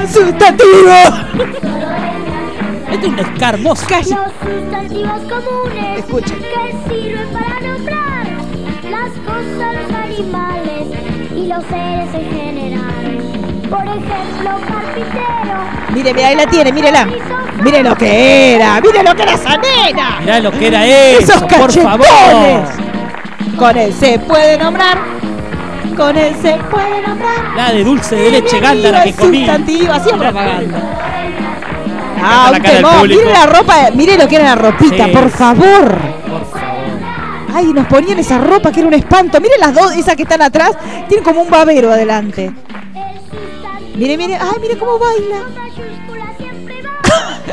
el ¡Sustantivo!
Esto Este es un escarmoso.
Calla.
sustantivos comunes que sirven para nombrar las cosas, los animales y los seres en general. Por ejemplo, carpintero.
Mire, mira, ahí la tiene, mírela. Mire lo que era, mire lo que era esa nena.
Mirá lo que era eso,
Esos
por favor.
cachetones. Con él se puede nombrar. Con él se puede nombrar.
La de dulce de
Es mi
leche
amigo,
gándara que
el
comí.
Sustantivo, hacía
Mirá,
propaganda. Ah,
la
un
cara del
temón.
público.
Mire la ropa, mire lo que era la ropita,
Sí.
por favor. Ay, nos ponían esa ropa que era un espanto. Miren las dos, esas que están atrás, tienen como un babero adelante.
El sustantivo
Mire, mire, ay, mire cómo baila.
con mayúscula siempre va.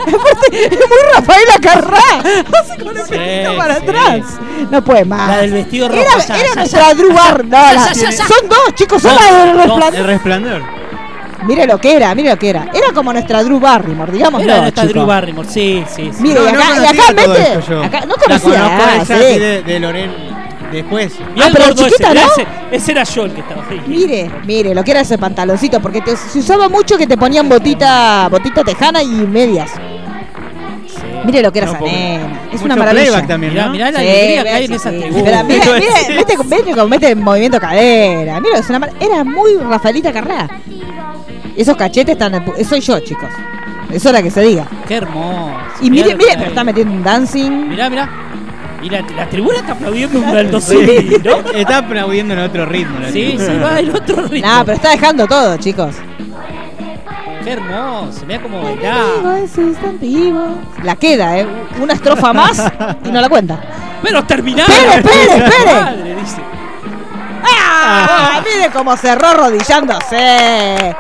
Aparte, es muy Rafaela Carrá. Hace con ese
Sí,
pito para
sí.
atrás. No puede más.
La del vestido rojo.
Era,
ya,
era
ya,
nuestra
ya.
Drew Barrymore. No, la-
ya, eh, ya.
son dos, chicos, son las del
El
resplandor.
resplandor.
Mire lo que era, mire lo que era. Era como nuestra Drew Barrymore, digamos.
Era
no,
nuestra
chico.
Drew Barrymore. Sí, sí. sí.
Mire,
No,
y
no
acá, y
conocía
acá,
todo
mete-
esto yo.
acá- no
La
conocía.
conozco
ah,
de
sí.
Jackie de, de Lorén después.
Mirá
Ah,
el
pero
gordo
chiquita,
ese, mirá
¿no?
ese, ese era yo el que estaba ahí.
Mire, mire, lo que era ese pantaloncito, porque te- se usaba mucho que te ponían botita, botita tejana y medias. Mire lo que era
No,
esa
porque-
nena. Es
Mucho
una maravilla.
playback también,
Mirá,
¿no?
mirá la
Sí,
alegría que
vea,
hay en
sí,
esa
sí.
tribuna.
Pero mire, mire, mete, mete como mete movimiento cadera. Mira, es una mar- era muy Rafaelita Carrá. Esos cachetes están. en pu- eh, Soy yo, chicos. Es hora que se diga.
Qué hermoso.
Y
Mirá
mire,
lo
mire,
que
pero
hay.
está metiendo un dancing.
Mirá, mirá. Y la, la tribuna está aplaudiendo un alto sí, ¿no?
Está aplaudiendo en otro ritmo. la
Sí,
chica.
sí, va el otro ritmo.
Nah, pero está dejando todo, chicos.
Qué hermoso. Mirá cómo bailaba.
es sustantivo. La queda, ¿eh? Una estrofa más y no la cuenta.
Pero terminaba.
Espere, espere, espere.
Madre, dice.
¡Ah! Mire cómo cerró rodillándose.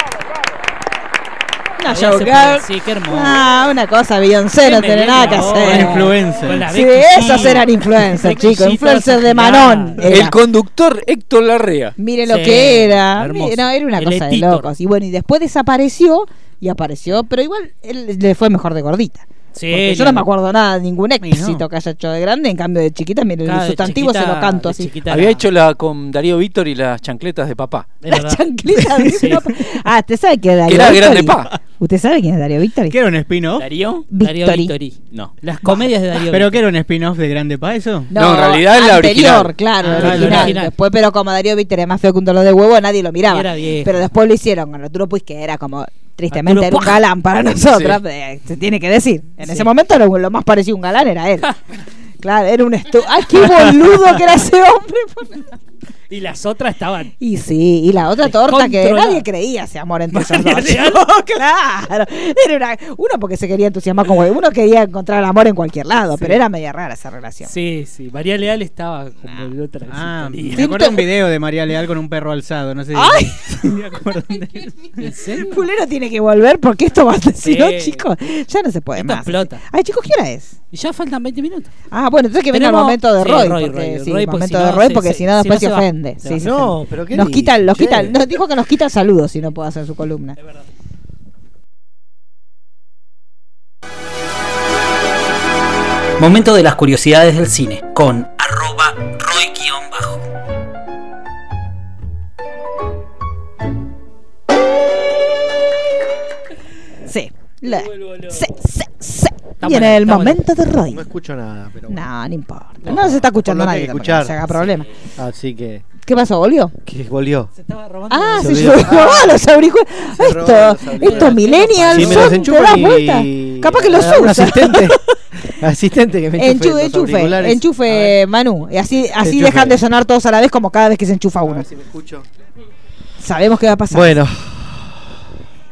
Una
Había
showgirl.
ese- Sí, qué hermoso.
Ah, una cosa, Beyoncé, no
Qué
tiene nada que
media hora.
hacer.
Influencer.
Con las
Sí,
Becky
esos
G.
eran influencers, chicos. Influencers de Manon.
Claro.
Era.
El conductor Héctor Larrea.
Mire lo
Sí,
que era.
hermoso.
Mire, No, era una
El
cosa de
Etitor.
locos. Y bueno, y después desapareció y apareció, pero igual él le fue mejor de gordita.
Sí,
Porque yo
la-
no me acuerdo nada de ningún éxito
no.
que haya hecho de grande, en cambio de chiquita, mire,
Claro,
el
de
sustantivo se
chiquita-
lo canto
de
así.
chiquita
Había
la-
hecho la con Darío Víctor y las chancletas de papá.
es
La
verdad.
chancleta de
Sí.
papá. Ah, ¿usted sabe quién es Darío
Era
Victory?
grande pa.
¿Usted sabe quién es Darío Victory?
¿Qué era un spin-off?
¿Darío?
Darío
Victory.
Victory.
No.
Las comedias de Darío
¿Pero qué era un spin-off de Grande Pa eso?
No, en realidad es la
anterior,
original.
claro,
Ah,
la
la
original.
original.
Después, pero como Darío Víctor era más feo que un dolor de huevo, nadie lo miraba.
Era viejo.
Pero después lo hicieron con Arturo Puig, que era como, tristemente,
Arturo
era un
Puig.
galán para nosotros. eh, se tiene que decir. En ese momento, lo, lo más parecido a un galán era él. claro, era un estu... ¡Ay, qué boludo que era ese hombre!
Y las otras estaban.
Y sí, y la otra torta que
Descontrolada.
nadie creía ese amor entre ellos
María
dos.
Leal.
No, claro. Era una- uno porque se quería entusiasmar con uno quería encontrar el amor en cualquier lado, pero era media rara esa relación.
Sí, sí. María Leal estaba como el otra.
Ah,
sintonía.
me acuerdo un video de María Leal con un perro alzado, no sé.
¡Ay!
Me acuerdo de eso.
¿En serio?
Pulero tiene que volver porque esto va a decir, no,
Sí.
chicos, ya no se puede
Esto
más.
explota.
Ay, chicos, ¿qué hora es?
Y ya faltan 20 minutos.
Ah, bueno, entonces que venga el
Tenemos-
momento de
sí,
Roy,
Roy,
porque,
Roy,
sí,
Roy,
el
porque
momento
si
de
no,
Roy,
se-
porque
se-
si no
si
después
no
se,
se va.
ofende.
Se
Sí,
va.
se
No,
ofende.
pero ¿qué
Nos
dice?
quitan, los
Che.
quitan, nos dijo que nos quita saludos si no puedo hacer su columna.
Momento de las curiosidades del cine con
Sí. La-
Vuelvo loco.
sí, sí, sí.
Está
Y en
bueno,
el
está bueno.
momento de Roy.
No escucho nada, pero bueno.
No, no importa. No se está escuchando
Por lo que
nadie.
hay que
tampoco,
escuchar.
no se haga problema.
Así que,
¿Qué pasó? ¿Volvió?
que volvió.
Se estaba robando.
Ah,
Se
se
olvidó.
llevó los auriculares.
Se roban los
Esto,
auriculares.
estos millennials
Si me los
son, te
enchufa
das vuelta.
y...
Capaz que los
Ah, Un
usa.
asistente. asistente que me enchufe
Enchufe,
los
enchufe,
auriculares.
enchufe, Manu. Y así, así
Enchufe.
dejan de sonar todos a la vez como cada vez que se enchufa
A
uno.
ver si me escucho.
Sabemos qué va a pasar.
Bueno,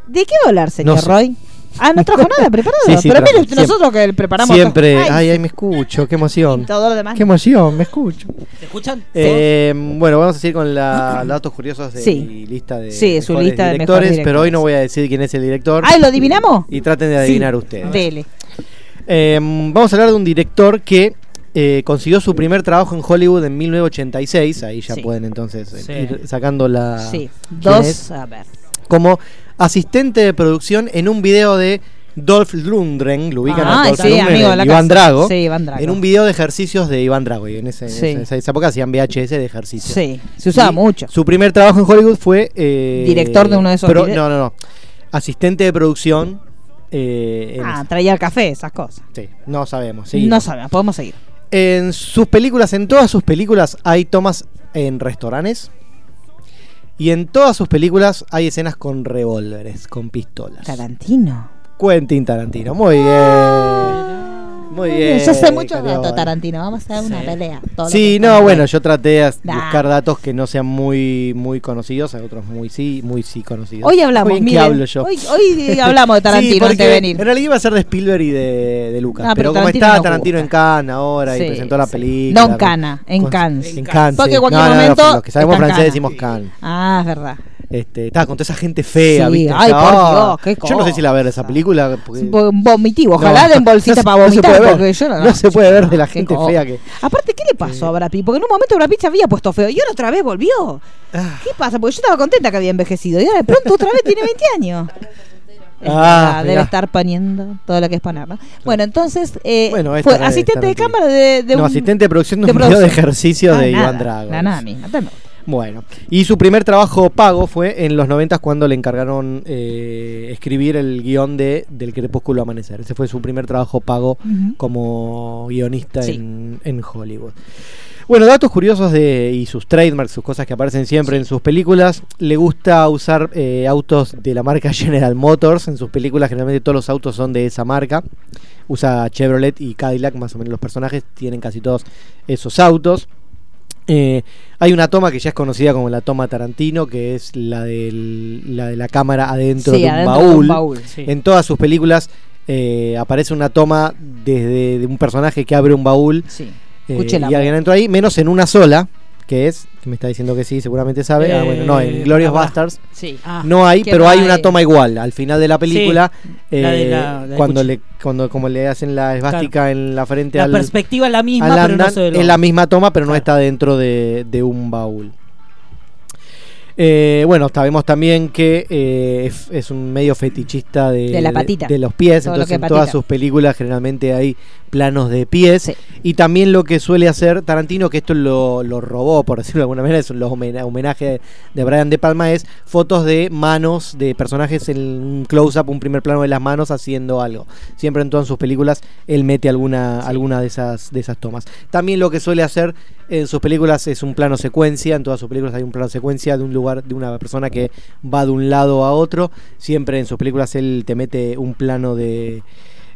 ¿De qué va a hablar, señor
No sé.
Roy? Ah, no trajo nada preparado.
Sí, sí,
Pero mire,
traje, siempre.
nosotros que preparamos
siempre.
todo. Ay,
Ay, ay, me escucho. Qué emoción.
todo lo demás.
Qué emoción, me escucho.
¿Te escuchan?
Eh, bueno, vamos a seguir con la, los datos curiosos de
Sí.
mi lista de
Sí, su
mejores
lista de
directores,
mejores
pero hoy no
directores.
voy a decir quién es el director.
Ay, ¿lo adivinamos?
Y traten de adivinar ustedes.
Dele.
Eh, vamos a hablar de un director que eh, consiguió su primer trabajo en Hollywood en 1986. Ahí ya
Sí.
pueden entonces eh,
Sí.
ir sacando la.
Sí,
quién
dos,
es.
a ver.
Como asistente de producción en un video de Dolph Lundgren. Lo ubican a eh,
Ay,
Dolph
sí,
Lundgren,
amigo de
el
la
Iván
casa.
Drago.
Sí, Iván Drago.
En un video de ejercicios de Iván Drago. y en ese- en
Sí.
esa, esa época hacían VHS de ejercicios.
Sí, se usaba
Y
mucho.
Su primer trabajo en Hollywood fue. eh,
Director de uno de esos
pro-
vide-
No, no, no. Asistente de producción. eh, en
Ah, traía el café, esas cosas.
Sí, no sabemos. sí.
No sabemos, podemos seguir.
En sus películas, en todas sus películas hay tomas en restaurantes. Y en todas sus películas hay escenas con revólveres, con pistolas.
Tarantino.
Quentin Tarantino. Muy bien. Muy bien.
Ah, Yo sé mucho
Carioca.
dato, Tarantino. Vamos a dar una pelea. todo lo
Sí,
que
no,
pueda.
bueno, yo traté de as-
Nah.
buscar datos que no sean muy muy conocidos, a otros muy sí, muy sí conocidos.
Hoy hablamos,
Muy bien que
miren,
hablo yo.
hoy- hoy hablamos de Tarantino antes de
porque
venir.
En realidad iba a ser de Spielberg y de, de Lucas,
Ah,
pero,
pero
como
Tarantino
está
nos
Tarantino en Cannes ahora
Sí,
y presentó la
sí.
película.
No en Cannes, en Cannes.
En Cannes.
Porque
sí.
en cualquier
No, no, no,
momento
los que sabemos
está en
francés
Cannes.
decimos Cannes.
Ah, es verdad.
Este, estaba con toda esa gente fea,
Sí,
¿viste?
ay,
Yo,
por
ah,
Dios, qué
Yo no sé si la ver esa película. porque-
Bo- Vomitivo, ojalá
No,
den bolsita
no se-
para
no se
vomitar.
puede ver.
porque yo no,
No se puede ver de la gente
Tengo-
fea que.
Aparte, ¿qué le pasó a Brad Pitt? Porque en un momento Brad Pitt se había puesto feo y ahora otra vez volvió.
Ah.
¿Qué pasa? Porque yo estaba contenta que había envejecido y ahora de pronto otra vez tiene 20 años. Es
Ah,
verdad, debe
mirá.
estar poniendo todo lo que es poner, ¿no? Bueno, entonces eh,
Bueno, esta
fue
era de
asistente de
Tarantino.
cámara de, de
no,
un-
asistente de producción de,
de
un video de
producción.
ejercicio
Ah,
de
nada,
Iván Drago.
nada, nada, mira, también.
Bueno, y su primer trabajo pago fue en los 90 cuando le encargaron eh, escribir el guión de Del Crepúsculo Amanecer. Ese fue su primer trabajo pago
Ujú.
como guionista
Sí.
en, en Hollywood. Bueno, datos curiosos de, y sus trademarks, sus cosas que aparecen siempre en sus películas. Le gusta usar eh, autos de la marca General Motors. En sus películas generalmente todos los autos son de esa marca. Usa Chevrolet y Cadillac, más o menos los personajes tienen casi todos esos autos. Eh, hay una toma que ya es conocida como la toma Tarantino, que es la, del- la de la cámara adentro,
Sí,
de, un
adentro
baúl.
de un baúl, sí.
En todas sus películas eh, aparece una toma desde de un personaje que abre un baúl
Sí.
eh,
Escuché la
y alguien entró ahí, menos en una sola, que es, que me está diciendo que sí, seguramente sabe. ah, bueno, no, en
Eh, Ah.
Glorious
habrá.
Bastards.
Sí.
No hay,
que
pero
no
hay una
hay.
toma igual al final de la película.
la de
eh,
la- la de
cuando
Gucci.
le cuando como le hacen la esvástica en la frente
La
Este, al
perspectiva es la misma,
al
pero no
Andan,
se ve lo-
es la misma toma, pero no está dentro de, de un baúl. Eh, bueno, sabemos también que eh, es, es un medio fetichista de,
De la patita.
de los pies,
Todo lo
entonces
que
en
es
todas
patita.
sus películas generalmente hay planos de pies. Y también lo que suele hacer Tarantino, que esto lo, lo robó, por decirlo de alguna manera, es un homena- homenaje de Brian De Palma, es fotos de manos de personajes en un close-up, un primer plano de las manos haciendo algo. Siempre en todas sus películas él mete alguna, alguna de, esas, de esas tomas. También lo que suele hacer en sus películas es un plano secuencia, en todas sus películas hay un plano secuencia de un lugar, de una persona que va de un lado a otro. Siempre en sus películas él te mete un plano de,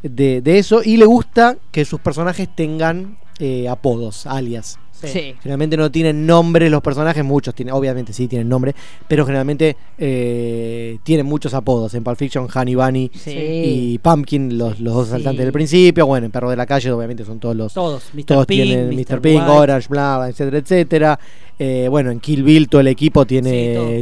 de, de eso y le gusta que sus personajes tengan eh, apodos, alias.
Sí.
Generalmente no tienen nombres los personajes, muchos tienen, obviamente sí tienen nombre, pero generalmente eh, tienen muchos apodos. En Pulp Fiction, Honey Bunny y Pumpkin, los, los dos saltantes del principio. Bueno, en Perro de la Calle, obviamente son todos los.
Todos, Mr.
Todos
Pink,
tienen Mr.
Mr.
Pink,
White.
Orange, bla, bla, etcétera, etcétera. Eh, bueno, en Kill Bill todo el equipo tiene,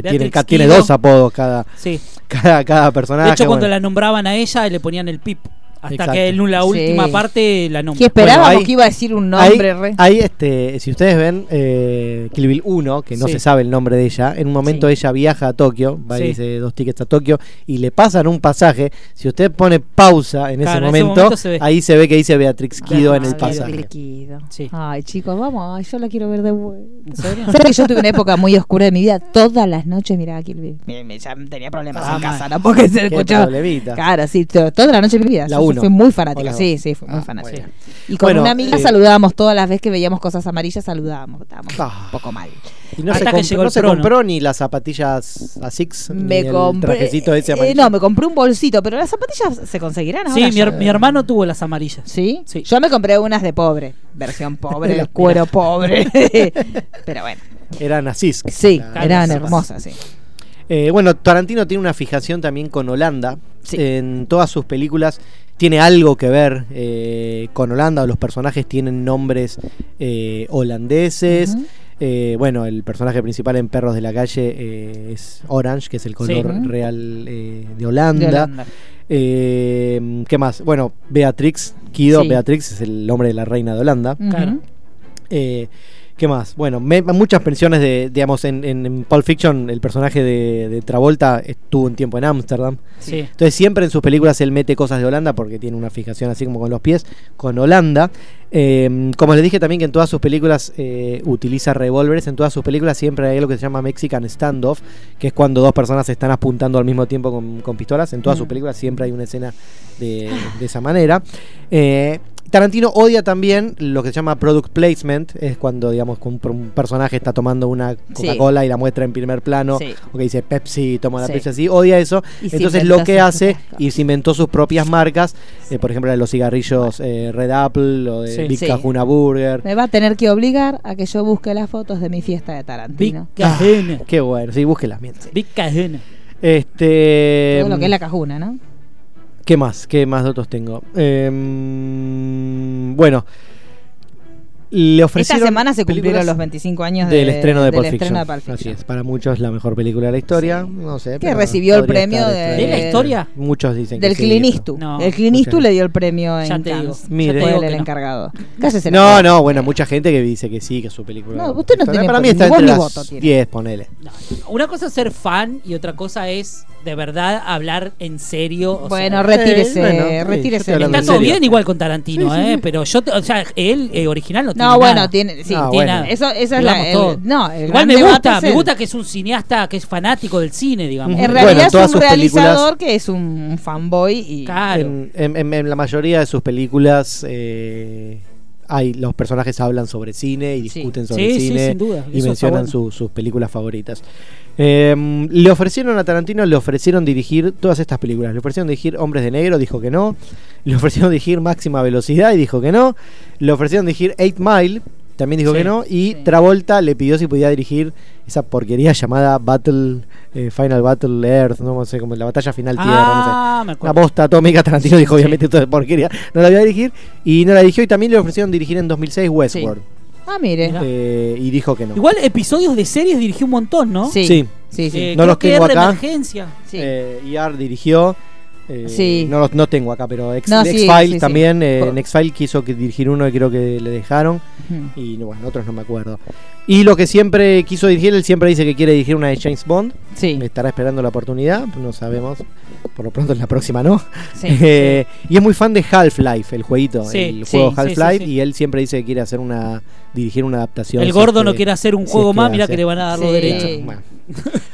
tiene,
Beatrix
ca- tiene
Kiddo.
dos apodos cada,
Sí.
cada, cada personaje.
De hecho, cuando
bueno.
la nombraban a ella, le ponían el pip. Hasta
Exacto.
que en la
Sí.
última parte la nombran.
Que esperábamos
Bueno, hay-
que iba a decir un
Hay,
nombre re.
hay, este, si ustedes ven eh, Kill Bill 1, que no
Sí.
se sabe el nombre de ella, en un momento ella viaja a Tokio, va y
Sí.
dice dos tickets a Tokio, y le pasan un pasaje. Si usted pone pausa en ese
Claro, en ese
momento,
momento se ve.
ahí se ve que dice Beatrix Kido en el
Beatrix
pasaje.
Sí.
Ay, chicos, vamos, ay, yo la quiero ver de vuelta. ¿Sabes que yo tuve una época muy oscura de mi vida? Todas las noches miraba Kill Bill. Me- me- Ya tenía problemas en casa, ¿no? Porque se
Ah, Qué
escuchaba.
problemita.
Claro, sí, to- toda la noche de mi vida.
La uno.
Yo fui muy
O la
fanática.
dos.
Sí, sí, fui muy
Ah,
fanática.
bueno.
Y con
Bueno,
una amiga
eh,
saludábamos todas las veces que veíamos cosas amarillas, saludábamos. Estábamos
Ah.
un poco mal.
Y no, se
Hasta que
compró,
llegó el
no se
trono.
compró ni las zapatillas a Six,
Me
ni
compré.
el trajecito ese
eh,
amarillo.
no, me compré un bolsito, pero las zapatillas se conseguirán ahora.
Sí, mi,
ya.
her- mi hermano tuvo las amarillas.
¿Sí?
Sí.
Yo me compré unas de pobre, versión pobre,
Las
el cuero pobre. Pero bueno,
Eran a Six.
sí,
Las- las
eran
zapas.
hermosas, sí.
Eh, bueno, Tarantino tiene una fijación también con Holanda.
Sí.
En todas sus películas tiene algo que ver eh, con Holanda. Los personajes tienen nombres eh, holandeses.
Ujú.
Eh, bueno, el personaje principal en Perros de la Calle eh, es Orange, que es el color
Sí.
real eh, de Holanda.
De Holanda.
Eh, ¿Qué más? Bueno, Beatrix, Kido
Sí.
Beatrix es el nombre de la reina de Holanda.
Claro.
Eh, ¿Qué más? Bueno, me- muchas pensiones de, digamos, en, en, en Pulp Fiction el personaje de, de Travolta estuvo un tiempo en Ámsterdam.
Sí.
Entonces siempre en sus películas él mete cosas de Holanda porque tiene una fijación así como con los pies, con Holanda. Eh, como les dije también que en todas sus películas eh, utiliza revólveres, en todas sus películas siempre hay algo que se llama Mexican Standoff, que es cuando dos personas se están apuntando al mismo tiempo con, con pistolas. En todas sus
Mm.
películas siempre hay una escena de, de esa manera. Eh, Tarantino odia también lo que se llama product placement, es cuando digamos que un, un personaje está tomando una Coca-Cola y la muestra en primer plano,
Sí.
o que dice Pepsi, toma la
Sí.
Pepsi así, odia eso.
Y se
Entonces
inventó
lo que
sus
hace y se inventó sus propias marcas, eh, por ejemplo la de los cigarrillos eh, Red Apple o de
Sí.
Big
Sí.
Kahuna Burger.
Me va a tener que obligar a que yo busque las fotos de mi fiesta de Tarantino.
Ah, qué bueno, sí, búsquela, mientras.
Big Cajuna.
Este,
Todo lo que es la cajuna, ¿no?
¿Qué más? ¿Qué más datos tengo? Em, bueno, le
Esta
ofrecieron
semana se
películas
cumplieron los 25 años
del
de-
estreno de
del
Pulp
estreno de
Fiction.
Pulp Fiction.
Así es, para muchos la mejor película de la historia, no sé.
Que
pero
recibió el
podría
premio
estar
de-
entre-
¿De la historia?
Muchos dicen
Del
que sí,
Clint Eastwood.
No.
El Clin Eastwood
Escucha.
le dio el premio
Ya
en
te digo.
Cannes.
Ya
Mire.
Fue
te digo
él
que
el
no.
encargado. Cállese la
No,
boca.
no, bueno, mucha gente que dice que sí, que es su película.
No, usted no tiene
Para mí
ni
está
voz
entre
ni
las
voto tiene.
10, ponele.
Una cosa es ser fan y otra cosa es de verdad hablar en serio. o
Bueno,
sea,
retírese,
Eh, bueno, sí, yo te
retírese.
hablo
Está
en
todo
serio.
bien igual con Tarantino,
Sí, sí,
eh,
sí.
pero yo, te- o sea, él eh, original no tiene
No, bueno,
nada.
tiene. Sí,
Ah,
tiene-
bueno.
nada.
Eso, esa es
Digamos
la. el-
todo.
no, el
Igual
gran
me
debate
gusta,
es
me
el-
gusta que es un cineasta, que es fanático del cine, digamos.
En
Bueno,
realidad
todas
es un
sus películas-
realizador que es un fanboy y.
Claro.
En, en- en- en la mayoría de sus películas eh, hay los personajes hablan sobre cine y
Sí.
discuten sobre
Sí, sí,
cine
sin duda.
y
Eso está
mencionan
bueno.
su- sus películas favoritas.
Em,
Eh, le ofrecieron a Tarantino, le ofrecieron dirigir todas estas películas. Le ofrecieron dirigir Hombres de Negro, dijo que no. Le ofrecieron dirigir Máxima Velocidad y dijo que no. Le ofrecieron dirigir Eight Mile, también dijo
Sí.
que no. Y
Sí.
Travolta le pidió si podía dirigir esa porquería llamada Battle, eh, Final Battle Earth, no sé, como la batalla final Tierra. no sé.
ah, me
Una
acuerdo.
bosta atómica, Tarantino dijo
Sí.
obviamente esto es porquería, no la voy a dirigir y no la dirigió y también le ofrecieron dirigir en 2006 Westworld
Ah, mire.
Mirá.
eh, y dijo que no.
Igual episodios de series dirigió un montón, ¿no?
Sí.
Sí.
Sí, sí.
Eh,
No
creo
los
que
tengo
R
acá.
Emergencia.
sí.
Eh, ER dirigió eh,
Sí.
no los no tengo acá, pero X,
No, sí,
X-Files
sí, sí.
también, eh,
Por-
en X-Files quiso que dirigir uno y creo que le dejaron
Ujú.
y no, bueno, otros no me acuerdo. Y lo que siempre quiso dirigir, él siempre dice que quiere dirigir una de James Bond,
Sí,
estará esperando la oportunidad, no sabemos, por lo pronto en la próxima no.
sí.
Eh, y es muy fan de Half-Life, el jueguito,
Sí,
el
sí,
juego
sí,
Half-Life,
sí, sí.
y él siempre dice que quiere hacer una dirigir una adaptación.
El
si
gordo
es que-
no quiere hacer un
si es
juego
este que
más, mira
hace.
que le van a dar los
Sí.
derechos.
Bueno.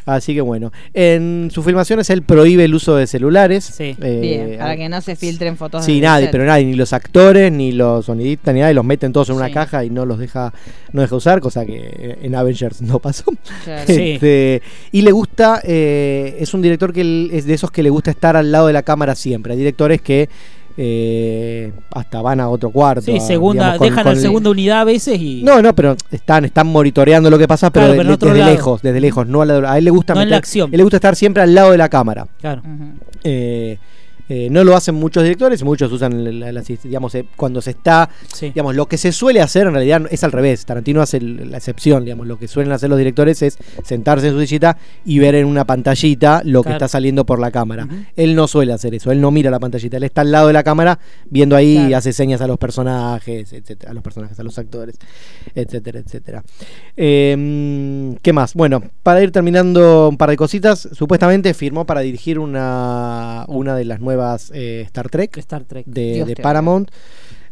Así que bueno, en sus filmaciones él prohíbe el uso de celulares.
Sí.
eh,
Bien, para que no se filtren fotos
Sí,
del
nadie,
set.
pero nadie, ni los actores, ni los sonidistas, ni nadie, los meten todos en una
Sí.
caja y no los deja, no deja usar, cosa que eh, en Avengers no pasó.
Claro.
Sí.
Este, y le gusta, eh, es un director que l- es de esos que le gusta estar al lado de la cámara siempre. Hay directores que eh, hasta van a otro cuarto.
Sí,
a,
segunda,
digamos, con-
dejan
con
la
el-
segunda unidad a veces y
No, no, pero están, están monitoreando lo que pasa, pero,
Claro,
de-
pero en otro
desde
lado.
lejos, desde lejos. No al lado- a él le gusta
No en
meter-
la acción.
Él le gusta estar siempre al lado de la cámara.
claro.
Ujú.
Eh, eh, no lo hacen muchos directores, muchos usan la- la- las- digamos, eh, cuando se está
Sí.
digamos, lo que se suele hacer en realidad es al revés. Tarantino hace el- la excepción, digamos, lo que suelen hacer los directores es sentarse en su sillita y ver en una pantallita lo que
Claro.
está saliendo por la cámara. Él no suele hacer eso, él no mira la pantallita, él está al lado de la cámara viendo ahí,
Claro.
hace señas a los personajes, etcétera, a los personajes, a los actores, etcétera, etcétera. Eh, ¿Qué más? Bueno, para ir terminando un par de cositas, supuestamente firmó para dirigir una, una de las nuevas eh, Star Trek
Star Trek.
de,
Dios
Eh, de
te
Paramount,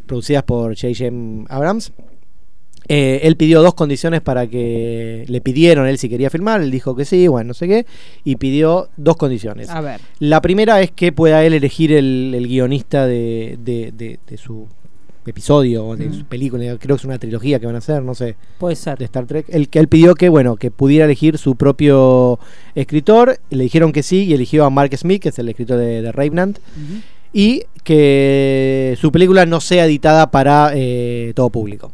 producidas por J.J. Abrams. Eh, él pidió dos condiciones para que le pidieron él si quería filmar, él dijo que sí, bueno, no sé qué, y pidió dos condiciones.
A ver.
La primera es que pueda él elegir el, el guionista de, de- de- de su episodio o de
Mm.
su película, creo que es una trilogía que van a hacer, no sé
Puede ser.
de Star Trek, el que él pidió que bueno que pudiera elegir su propio escritor, le dijeron que sí y eligió a Mark Smith, que es el escritor de, de Revenant, y que su película no sea editada para eh, todo público,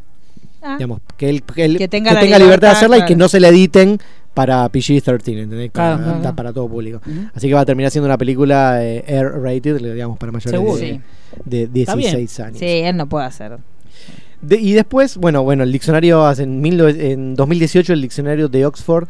Ah,
digamos que él que, él-
Que tenga
que
la
tenga libertad de
libertad,
hacerla y que
claro.
no se la editen para PG-13, ¿entendés?
Claro,
para,
claro.
para todo público. Así que va a terminar siendo una película eh, R-rated, digamos, para mayores
Seguro.
de,
Sí.
de
Está bien.
16 años.
sí, él no puede hacer.
De- y después, bueno, bueno, el diccionario hace en, mil nove- en 2018 el diccionario de Oxford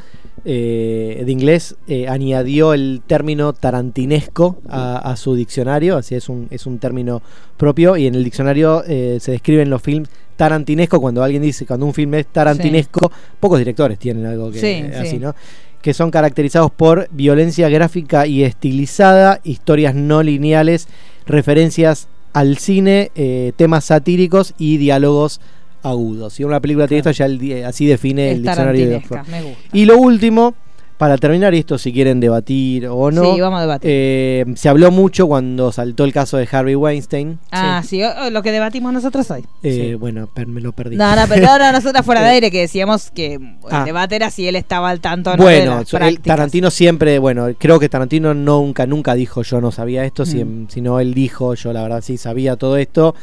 eh, de inglés eh, añadió el término tarantinesco a, a su diccionario, así es un, es un término propio y en el diccionario eh, se describen los films tarantinesco cuando alguien dice cuando un film es tarantinesco, pocos directores tienen algo que
Sí,
así,
sí.
¿no? que son caracterizados por violencia gráfica y estilizada, historias no lineales, referencias al cine, eh, temas satíricos y diálogos agudos. Si una película tiene esto, ya el di- así define
Es
el diccionario de Oxford.
tarantinesca, me gusta.
Y lo último, para terminar y esto, si quieren debatir o no,
Sí, vamos a debatir.
eh, se habló mucho cuando saltó el caso de Harvey Weinstein.
Ah, sí, o- o lo que debatimos nosotros hoy.
Eh, Bueno, per- me lo perdí.
No, no, pero ahora nosotras fuera de
Eh,
aire que decíamos que el
Ah.
debate era si él estaba al tanto o no de
Bueno,
las
so- el
prácticas.
Tarantino siempre, bueno, creo que Tarantino nunca, nunca dijo yo no sabía esto, siem- sino él dijo yo la verdad sí sabía todo esto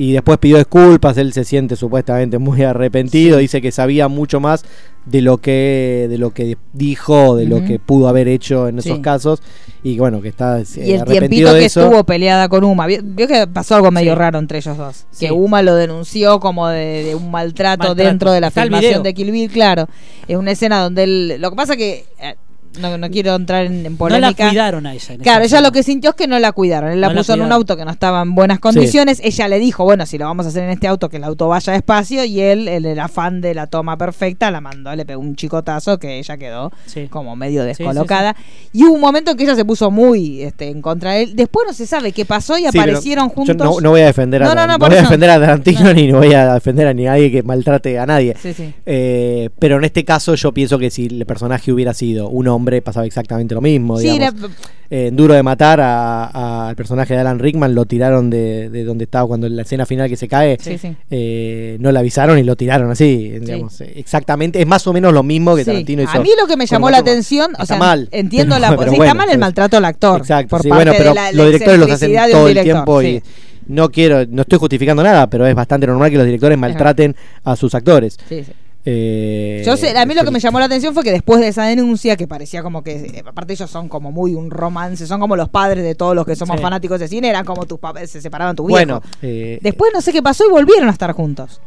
y después pidió disculpas, él se siente supuestamente muy arrepentido, dice que sabía mucho más de lo que de lo que dijo, de lo
Ujú.
que pudo haber hecho en esos
Sí.
casos y que, bueno que está eh,
Y el
arrepentido
tiempito
de
que
eso.
estuvo peleada con Uma. Vio, vio que pasó algo medio raro entre ellos dos. Que Uma lo denunció como de, de un maltrato,
Maltrato.
dentro de la
Está el video.
filmación de Kill Bill, claro. Es una escena donde él. Lo que pasa que. eh, No, no quiero entrar en, en
No la
polémica.
cuidaron a ella. en
Claro,
esa
ella lo que sintió es que no la cuidaron. Él la
No la
puso en un
cuidaron.
auto que no estaba en buenas condiciones. Ella le dijo, bueno, si lo vamos a hacer en este auto, que el auto vaya despacio. Y él, en el afán de la toma perfecta, la mandó, le pegó un chicotazo que ella quedó como medio
sí,
descolocada. Y hubo un momento en que ella se puso muy este, en contra de él. Después no se sabe qué pasó y
Sí, pero
aparecieron
yo
juntos.
no, no voy a defender a,
No, no,
Tarantino, no
no, por
voy a
eso.
defender a Tarantino ni no voy a defender a ni nadie que maltrate a nadie.
Sí, sí.
Eh, pero en este caso yo pienso que si el personaje hubiera sido un hombre pasaba exactamente lo mismo.
Sí,
digamos.
la-
Eh, en Duro de Matar a- a- al personaje de Alan Rickman lo tiraron de, de donde estaba cuando en la escena final que se cae.
Sí, sí.
eh, no le avisaron y lo tiraron así. digamos, eh, Exactamente. Es más o menos lo mismo que
Sí.
Tarantino hizo.
A mí lo que me
con
llamó la
Uma Thurman.
atención, o
Está
sea,
mal,
entiendo
pero-
la
pero
sí,
bueno,
está mal el
entonces-
maltrato al actor.
Exacto,
por
sí,
parte
bueno, pero
de la- la
los directores los hacen
excentricidad de un
todo el
director,
tiempo
sí.
y no quiero, no estoy justificando nada, pero es bastante normal que los directores maltraten a sus actores.
Sí, sí.
Eh,
Yo sé, a mí lo que
yo-
me llamó la atención fue que después de esa denuncia, que parecía como que, eh, aparte ellos son como muy un romance, son como los padres de todos los que somos
Sí.
fanáticos de cine, eran como tus papás, se separaban tu viejo.
Bueno, eh,
después no sé qué pasó y volvieron a estar juntos.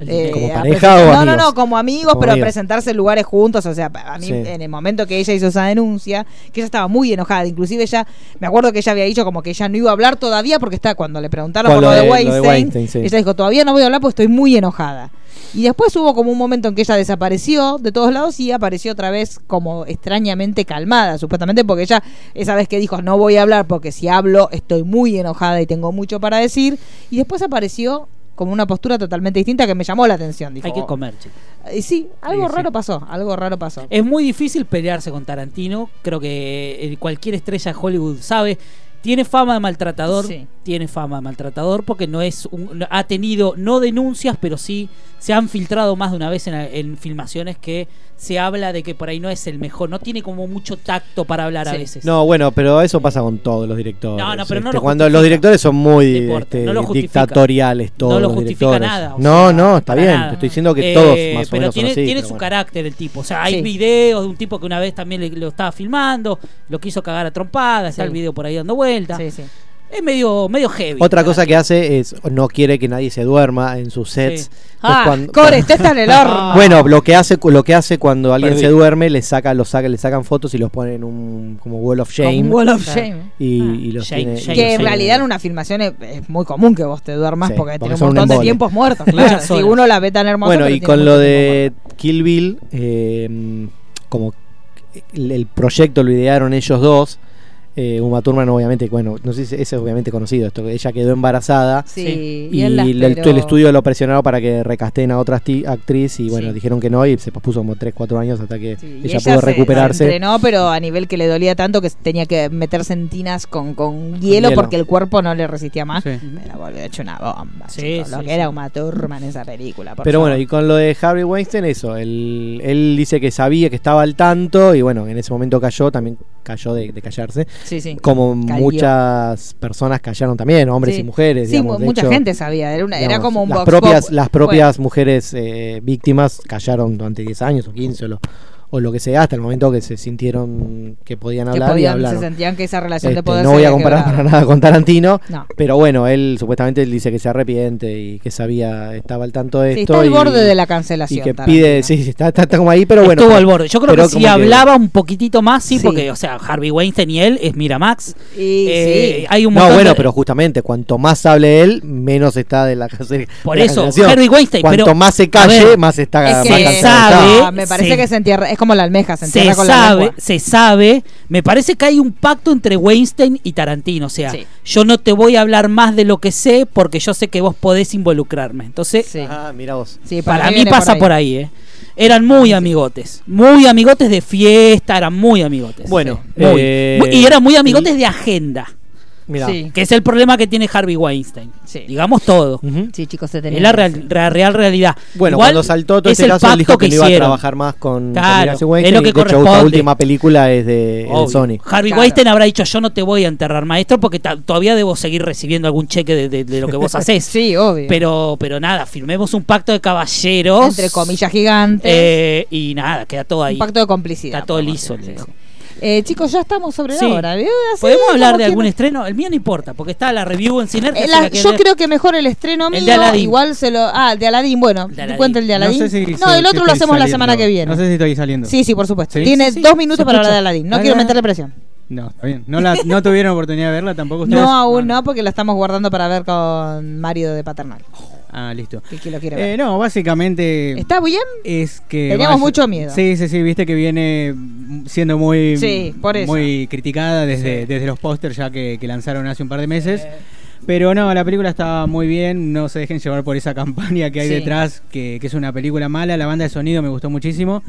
Eh,
¿Como
a
pareja
presentar-
o
No,
amigos?
no, no, como amigos,
Como
pero
amigos.
presentarse en lugares juntos. O sea, a mí
Sí.
en el momento que ella hizo esa denuncia, que ella estaba muy enojada. Inclusive ella, me acuerdo que ella había dicho como que ella no iba a hablar todavía porque está cuando le preguntaron
Con
por lo
lo
de,
de- lo de
Weinstein,
Weinstein, sí.
ella dijo, todavía no voy a hablar porque estoy muy enojada. Y después hubo como un momento en que ella desapareció de todos lados y apareció otra vez como extrañamente calmada, supuestamente porque ella esa vez que dijo no voy a hablar porque si hablo estoy muy enojada y tengo mucho para decir. Y después apareció como una postura totalmente distinta que me llamó la atención. Dijo,
Hay que comer, chicos.
"Eh, Sí, algo
Sí, sí.
raro pasó, algo raro pasó.
Es muy difícil pelearse con Tarantino. Creo que eh, cualquier estrella de Hollywood sabe. Tiene fama de maltratador.
Sí.
Tiene fama de maltratador porque no es un- no- ha tenido no denuncias, pero sí se han filtrado más de una vez en, en filmaciones que se habla de que por ahí no es el mejor. No tiene como mucho tacto para hablar a veces.
No, bueno, pero eso pasa con todos los directores.
No, no, pero no
este,
lo
cuando los directores son muy
Deporte,
este,
no lo justifica.
dictatoriales, todos
No lo
los
justifica
directores.
nada, o
no, no, está
para
bien.
nada.
Te estoy diciendo que
Eh,
todos más
pero
o menos
tiene,
son así.
tiene
pero
su
bueno.
carácter el tipo. O sea, hay
Sí.
videos de un tipo que una vez también le- lo estaba filmando, lo quiso cagar a trompadas, está
Sí.
el video por ahí dando vuelta.
Sí, sí.
Es medio, medio heavy.
Otra cosa que hace es no quiere que nadie se duerma en sus sets.
Sí.
Entonces,
Ah,
cuando-
Core, usted está en
Ah.
el horno.
Bueno, lo que hace lo que hace cuando alguien
Perdí.
se duerme, le saca, lo saca, le sacan fotos y los ponen en un como wall of shame.
Como un wall of shame.
Y, y los
Shame,
tiene-
shame,
y los
que en
tiene-
realidad en una filmación es, es muy común que vos te duermas
Sí,
porque,
porque
tenés
son
un
un
montón de
embole.
tiempos muertos. Claro,
Muchas
si
horas.
uno la ve tan hermosa.
Bueno,
pero
y
tiene
con
mucho
lo
tiempo
de Kill Bill, eh, como el, el proyecto lo idearon ellos dos. Eh, Uma Thurman, obviamente, bueno, no sé si eso es obviamente conocido. Esto, que ella quedó embarazada
Sí,
y,
y él la
el, el
esperó.
estudio lo presionaron para que recasten a otra acti- actriz. Y bueno,
Sí.
dijeron que no y se pospuso como 3-4 años hasta que
Y
ella, pudo
se-
recuperarse.
Se entrenó, pero a nivel que le dolía tanto que tenía que meterse en tinas con, con hielo,
hielo.
porque el cuerpo no le resistía más.
Sí.
Me la volvió hecho una bomba.
Sí,
chicos, lo
sí,
que
sí.
era Uma Thurman en esa película. por
Pero
favor.
bueno, y con lo de Harry Weinstein, eso, él, él dice que sabía que estaba al tanto y bueno, en ese momento cayó, también cayó de, de callarse.
Sí, sí.
Como
Cayó.
muchas personas callaron también, hombres
Sí.
y mujeres.
Sí,
digamos,
mu-
de
mucha
hecho,
gente sabía. Era, una- era
digamos,
como un
las
box
propias
pop.
Las propias mujeres eh, víctimas callaron durante 10 años o 15 o, lo- o o lo que sea hasta el momento que se sintieron que podían hablar y
podían, se
hablaron.
sentían que esa relación
Este,
de poder
no
se
voy a
había
comparar
quebrado.
para nada con Tarantino,
No.
pero bueno, él supuestamente él dice que se arrepiente y que sabía, estaba al tanto de
Sí,
esto.
está al
y-
borde de la cancelación,
Y que
Tarantino.
pide, sí, sí, está, está- está como ahí, pero bueno.
Estuvo
pero-
al borde. Yo creo
pero
que si
como
hablaba un poquitito más, sí,
Sí.
porque, o sea, Harvey Weinstein y él es Miramax.
Y
Eh,
sí.
Hay un
No,
montón
bueno,
de-
pero justamente cuanto más hable él, menos está de la cárcel.
Por
de la
eso,
cancelación.
Harvey Weinstein,
Cuanto
pero-
más se
a
calle,
ver,
más está.
Es
más
que
cansado
se
está.
sabe,
Ah, me parece
sí.
que se entierra, es como la almeja, se entierra
se
con
sabe,
la
se sabe. Me parece que hay un pacto entre Weinstein y Tarantino. O sea,
Sí.
yo no te voy a hablar más de lo que sé porque yo sé que vos podés involucrarme. Entonces,
lengua. Sí.
Ah, mira vos.
Sí,
para mí
viene Ah,
pasa por ahí. ¿eh? Eran muy amigotes. Muy amigotes de fiesta, eran muy amigotes.
Bueno,
Sí. Muy.
eh,
Muy- y eran muy amigotes de agenda,
Mira.
Sí.
que es el problema que tiene Harvey Weinstein.
Sí.
Digamos todo.
Ujú.
Sí, chicos, se tenía
Es la
que
real,
hacer.
la real realidad.
Bueno,
Igual
cuando saltó todo
es
este
el
caso, él dijo
pacto
que,
que
no iba a
hiraron.
trabajar más con,
Claro,
con Miracel
es lo que
y de hecho, esta
corresponde.
última película es eh, de, es de
Obvio.
Sony.
Harvey
Claro.
Weinstein habrá dicho, yo no te voy a enterrar, maestro, porque ta- todavía debo seguir recibiendo algún cheque de, de- de lo que vos hacés.
Sí, obvio.
Pero, pero nada, firmemos un pacto de caballeros.
entre comillas gigantes.
eh, y nada, queda todo ahí.
un pacto de complicidad.
Está todo
podemos
liso,
decir,
le dijo.
sí. Eh, chicos, ya estamos sobre
Sí.
la hora. ¿eh? Así
¿Podemos
como
hablar de
quien-
algún estreno? El mío no importa, porque está la review en Ciner.
Eh, la- yo creo que mejor el estreno mío.
El de Aladdin.
Igual se lo. Ah, el de Aladín. Bueno,
de
te
Aladdin.
cuenta el de Aladín.
No, sé si-
No, el
si- si
otro lo
estoy
hacemos la semana
saliendo.
que viene.
No sé si estoy saliendo.
Sí, sí, por supuesto.
¿Sí?
Tiene
Sí, sí.
dos minutos
Se
para hablar de
escucha.
Aladín. No
Dale,
quiero
dale.
meterle presión.
No, está bien. No, la- no tuvieron oportunidad de verla tampoco ustedes. Ah,
No, aún
Bueno.
no, porque la estamos guardando para ver con Mario de Paternal.
Ah, listo.
Que, que lo quiere ver.
Eh, no, básicamente.
¿Está bien?
Es que.
Teníamos mucho miedo.
Sí, sí, sí, viste que viene mm, siendo muy.
Sí, por eso.
Muy criticada desde, desde los pósters ya que, que lanzaron hace un par de meses. Pero no, la película está muy bien. No se dejen llevar por esa campaña que hay
Sí.
detrás, que, que es una película mala. La banda de sonido me gustó muchísimo.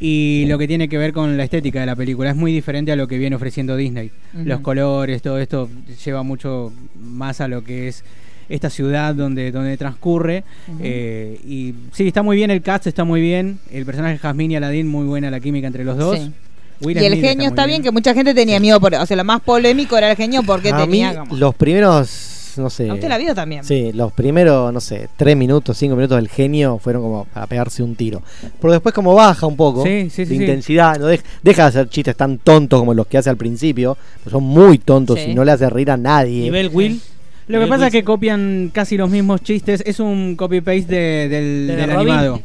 Y lo que tiene que ver con la estética de la película es muy diferente a lo que viene ofreciendo Disney.
Ujú.
Los colores, todo esto lleva mucho más a lo que es esta ciudad donde, donde transcurre. Eh, y sí, está muy bien el cast, está muy bien. El personaje de Jasmine y Aladdin, muy buena la química entre los dos.
Sí.
Will
y el
Smith
genio está
muy
bien, que mucha gente tenía miedo. Por, o sea, lo más polémico era el genio porque
A mí,
tenía. como-
los primeros, no sé.
¿A usted la vio también?
Sí, los primeros, no sé, tres minutos, cinco minutos del genio fueron como para pegarse un tiro. Pero después como baja un poco
Sí,
de
sí, sí, sí.
intensidad, no deja, deja de hacer chistes tan tontos como los que hace al principio, pues son muy tontos
Sí.
y no le hace reír a nadie.
Nivel Will.
Lo que pasa es que copian casi los mismos chistes. Es un copy-paste de- del,
¿De
del
Robin?
animado.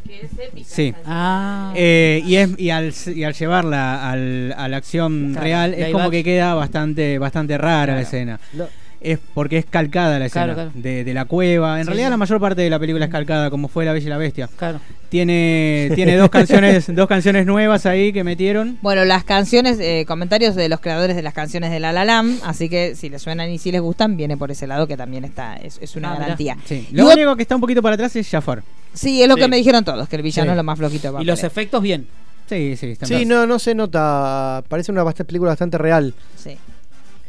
Sí.
Ah.
Eh, y, es, y, al, y al llevarla al- a la acción
Claro,
real,
live
es como que
action.
queda bastante, bastante rara la escena.
Lo-
Es porque es calcada la escena
Claro, claro.
De, de la cueva. En
Sí,
realidad
sí.
la mayor parte de la película es calcada, como fue La Bella y la Bestia.
claro.
Tiene, tiene dos canciones, dos canciones nuevas ahí que metieron.
Bueno, las canciones, eh, comentarios de los creadores de las canciones de La La Lam, así que si les suenan y si les gustan, viene por ese lado que también está, es, es una
Ah, mirá.
garantía.
Sí.
Y
Lo
ot-
único que está un poquito para atrás es Jafar.
Sí, es lo que
Sí.
me dijeron todos, que el villano
Sí.
es lo más floquito. de
Y
Papel.
los efectos bien.
Sí, sí, está
Sí,
en
no, no se nota, parece una bast- película bastante real.
Sí.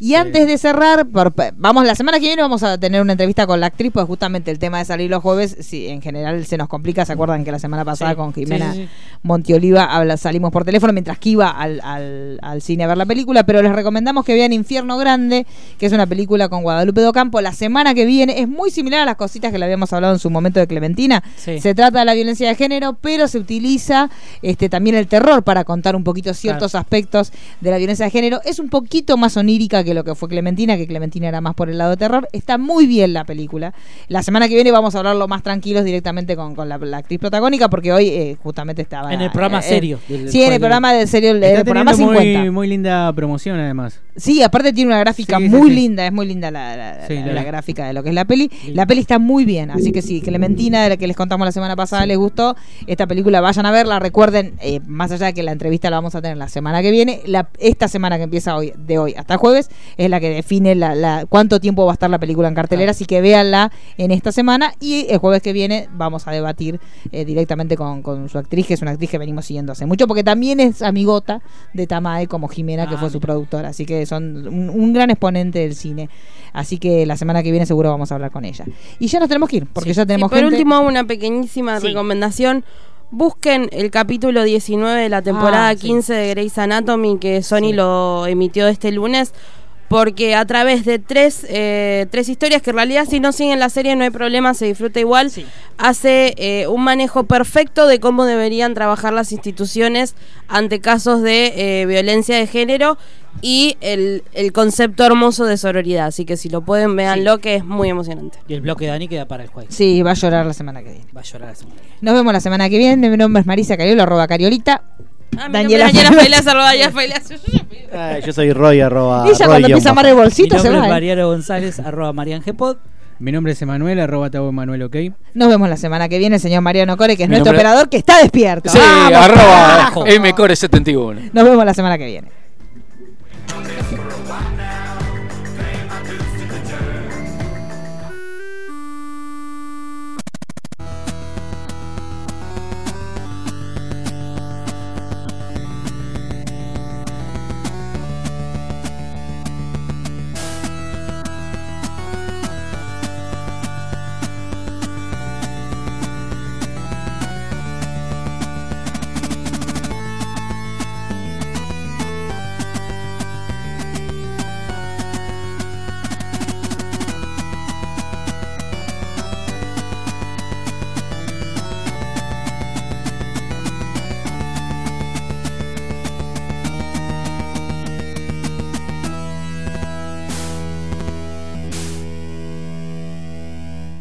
Y antes de cerrar, por- vamos la semana que viene vamos a tener una entrevista con la actriz, pues justamente el tema de salir los jueves, si en general se nos complica, ¿se acuerdan que la semana pasada
Sí,
con
sí,
Jimena
sí, sí.
Montioliva habla- salimos por teléfono mientras que iba al, al- al cine a ver la película? Pero les recomendamos que vean Infierno Grande, que es una película con Guadalupe Docampo, la semana que viene, es muy similar a las cositas que le habíamos hablado en su momento de Clementina,
Sí.
se trata de la violencia de género, pero se utiliza este, también el terror para contar un poquito ciertos aspectos de la violencia de género. Es un poquito más onírica que lo que fue Clementina, que Clementina era más por el lado de terror. Está muy bien la película. La semana que viene vamos a hablarlo más tranquilos directamente con, con la, la actriz protagónica, porque hoy eh, justamente estaba...
En el programa
eh,
serio.
en- sí, en el programa de serio, el,
Está
el programa
teniendo
50.
muy, muy linda promoción además.
Sí, aparte tiene una gráfica
Sí, sí,
muy
sí.
linda, es muy linda la, la-
Sí,
la-
la
la
vi.
gráfica de lo que es la peli. La peli está muy bien, así que sí, Clementina, de la que les contamos la semana pasada, les gustó. Esta película vayan a verla, recuerden, eh, más allá de que la entrevista la vamos a tener la semana que viene, la, esta semana que empieza hoy, de hoy hasta jueves, es la que define la, la- cuánto tiempo va a estar la película en cartelera, así que véanla en esta semana y el jueves que viene vamos a debatir eh, directamente con, con su actriz, que es una actriz que venimos siguiendo hace mucho, porque también es amigota de Tamae como Jimena, que
Ah,
fue su
mira.
productora, así que son un, un gran exponente del cine. Así que la semana que viene seguro vamos a hablar con ella. Y ya nos tenemos que ir, porque
Sí.
ya
Y
tenemos
por
gente-
último, una pequeñísima
Sí.
recomendación. Busquen el capítulo 19 de la temporada
Ah, sí.
15 de Grey's Anatomy que Sony lo emitió este lunes. porque a través de tres, eh, tres historias que en realidad si no siguen la serie no hay problema, se disfruta igual, hace eh, un manejo perfecto de cómo deberían trabajar las instituciones ante casos de eh, violencia de género y el, el concepto hermoso de sororidad. Así que si lo pueden, véanlo, que es muy emocionante.
Y el bloque de Dani queda para el jueves.
Sí, va a llorar la semana que viene.
Va a llorar la semana.
Nos vemos la semana que viene. Mi nombre es Marisa Cariolo, arroba Cariolita.
Ah, mi
Daniela
nombre es Daniela
Failas.
Failas, arroba Daniela Failas.
Ay, yo soy Roy
Ah,
arroba.
Ella cuando
Roy,
empieza
guión
a amarrar el
Mi
bolsito se
nombre es
va. ¿eh?
Mariano González, arroba Marian G. Pod.
Mi nombre es Emanuel, arroba tabo Emanuel, ok.
Nos vemos la semana que viene, el señor Mariano Core, que es
Mi
nuestro
nombre-
operador, que está despierto.
Sí,
Vamos,
arroba
carajo.
mcore71.
Nos vemos la semana que viene.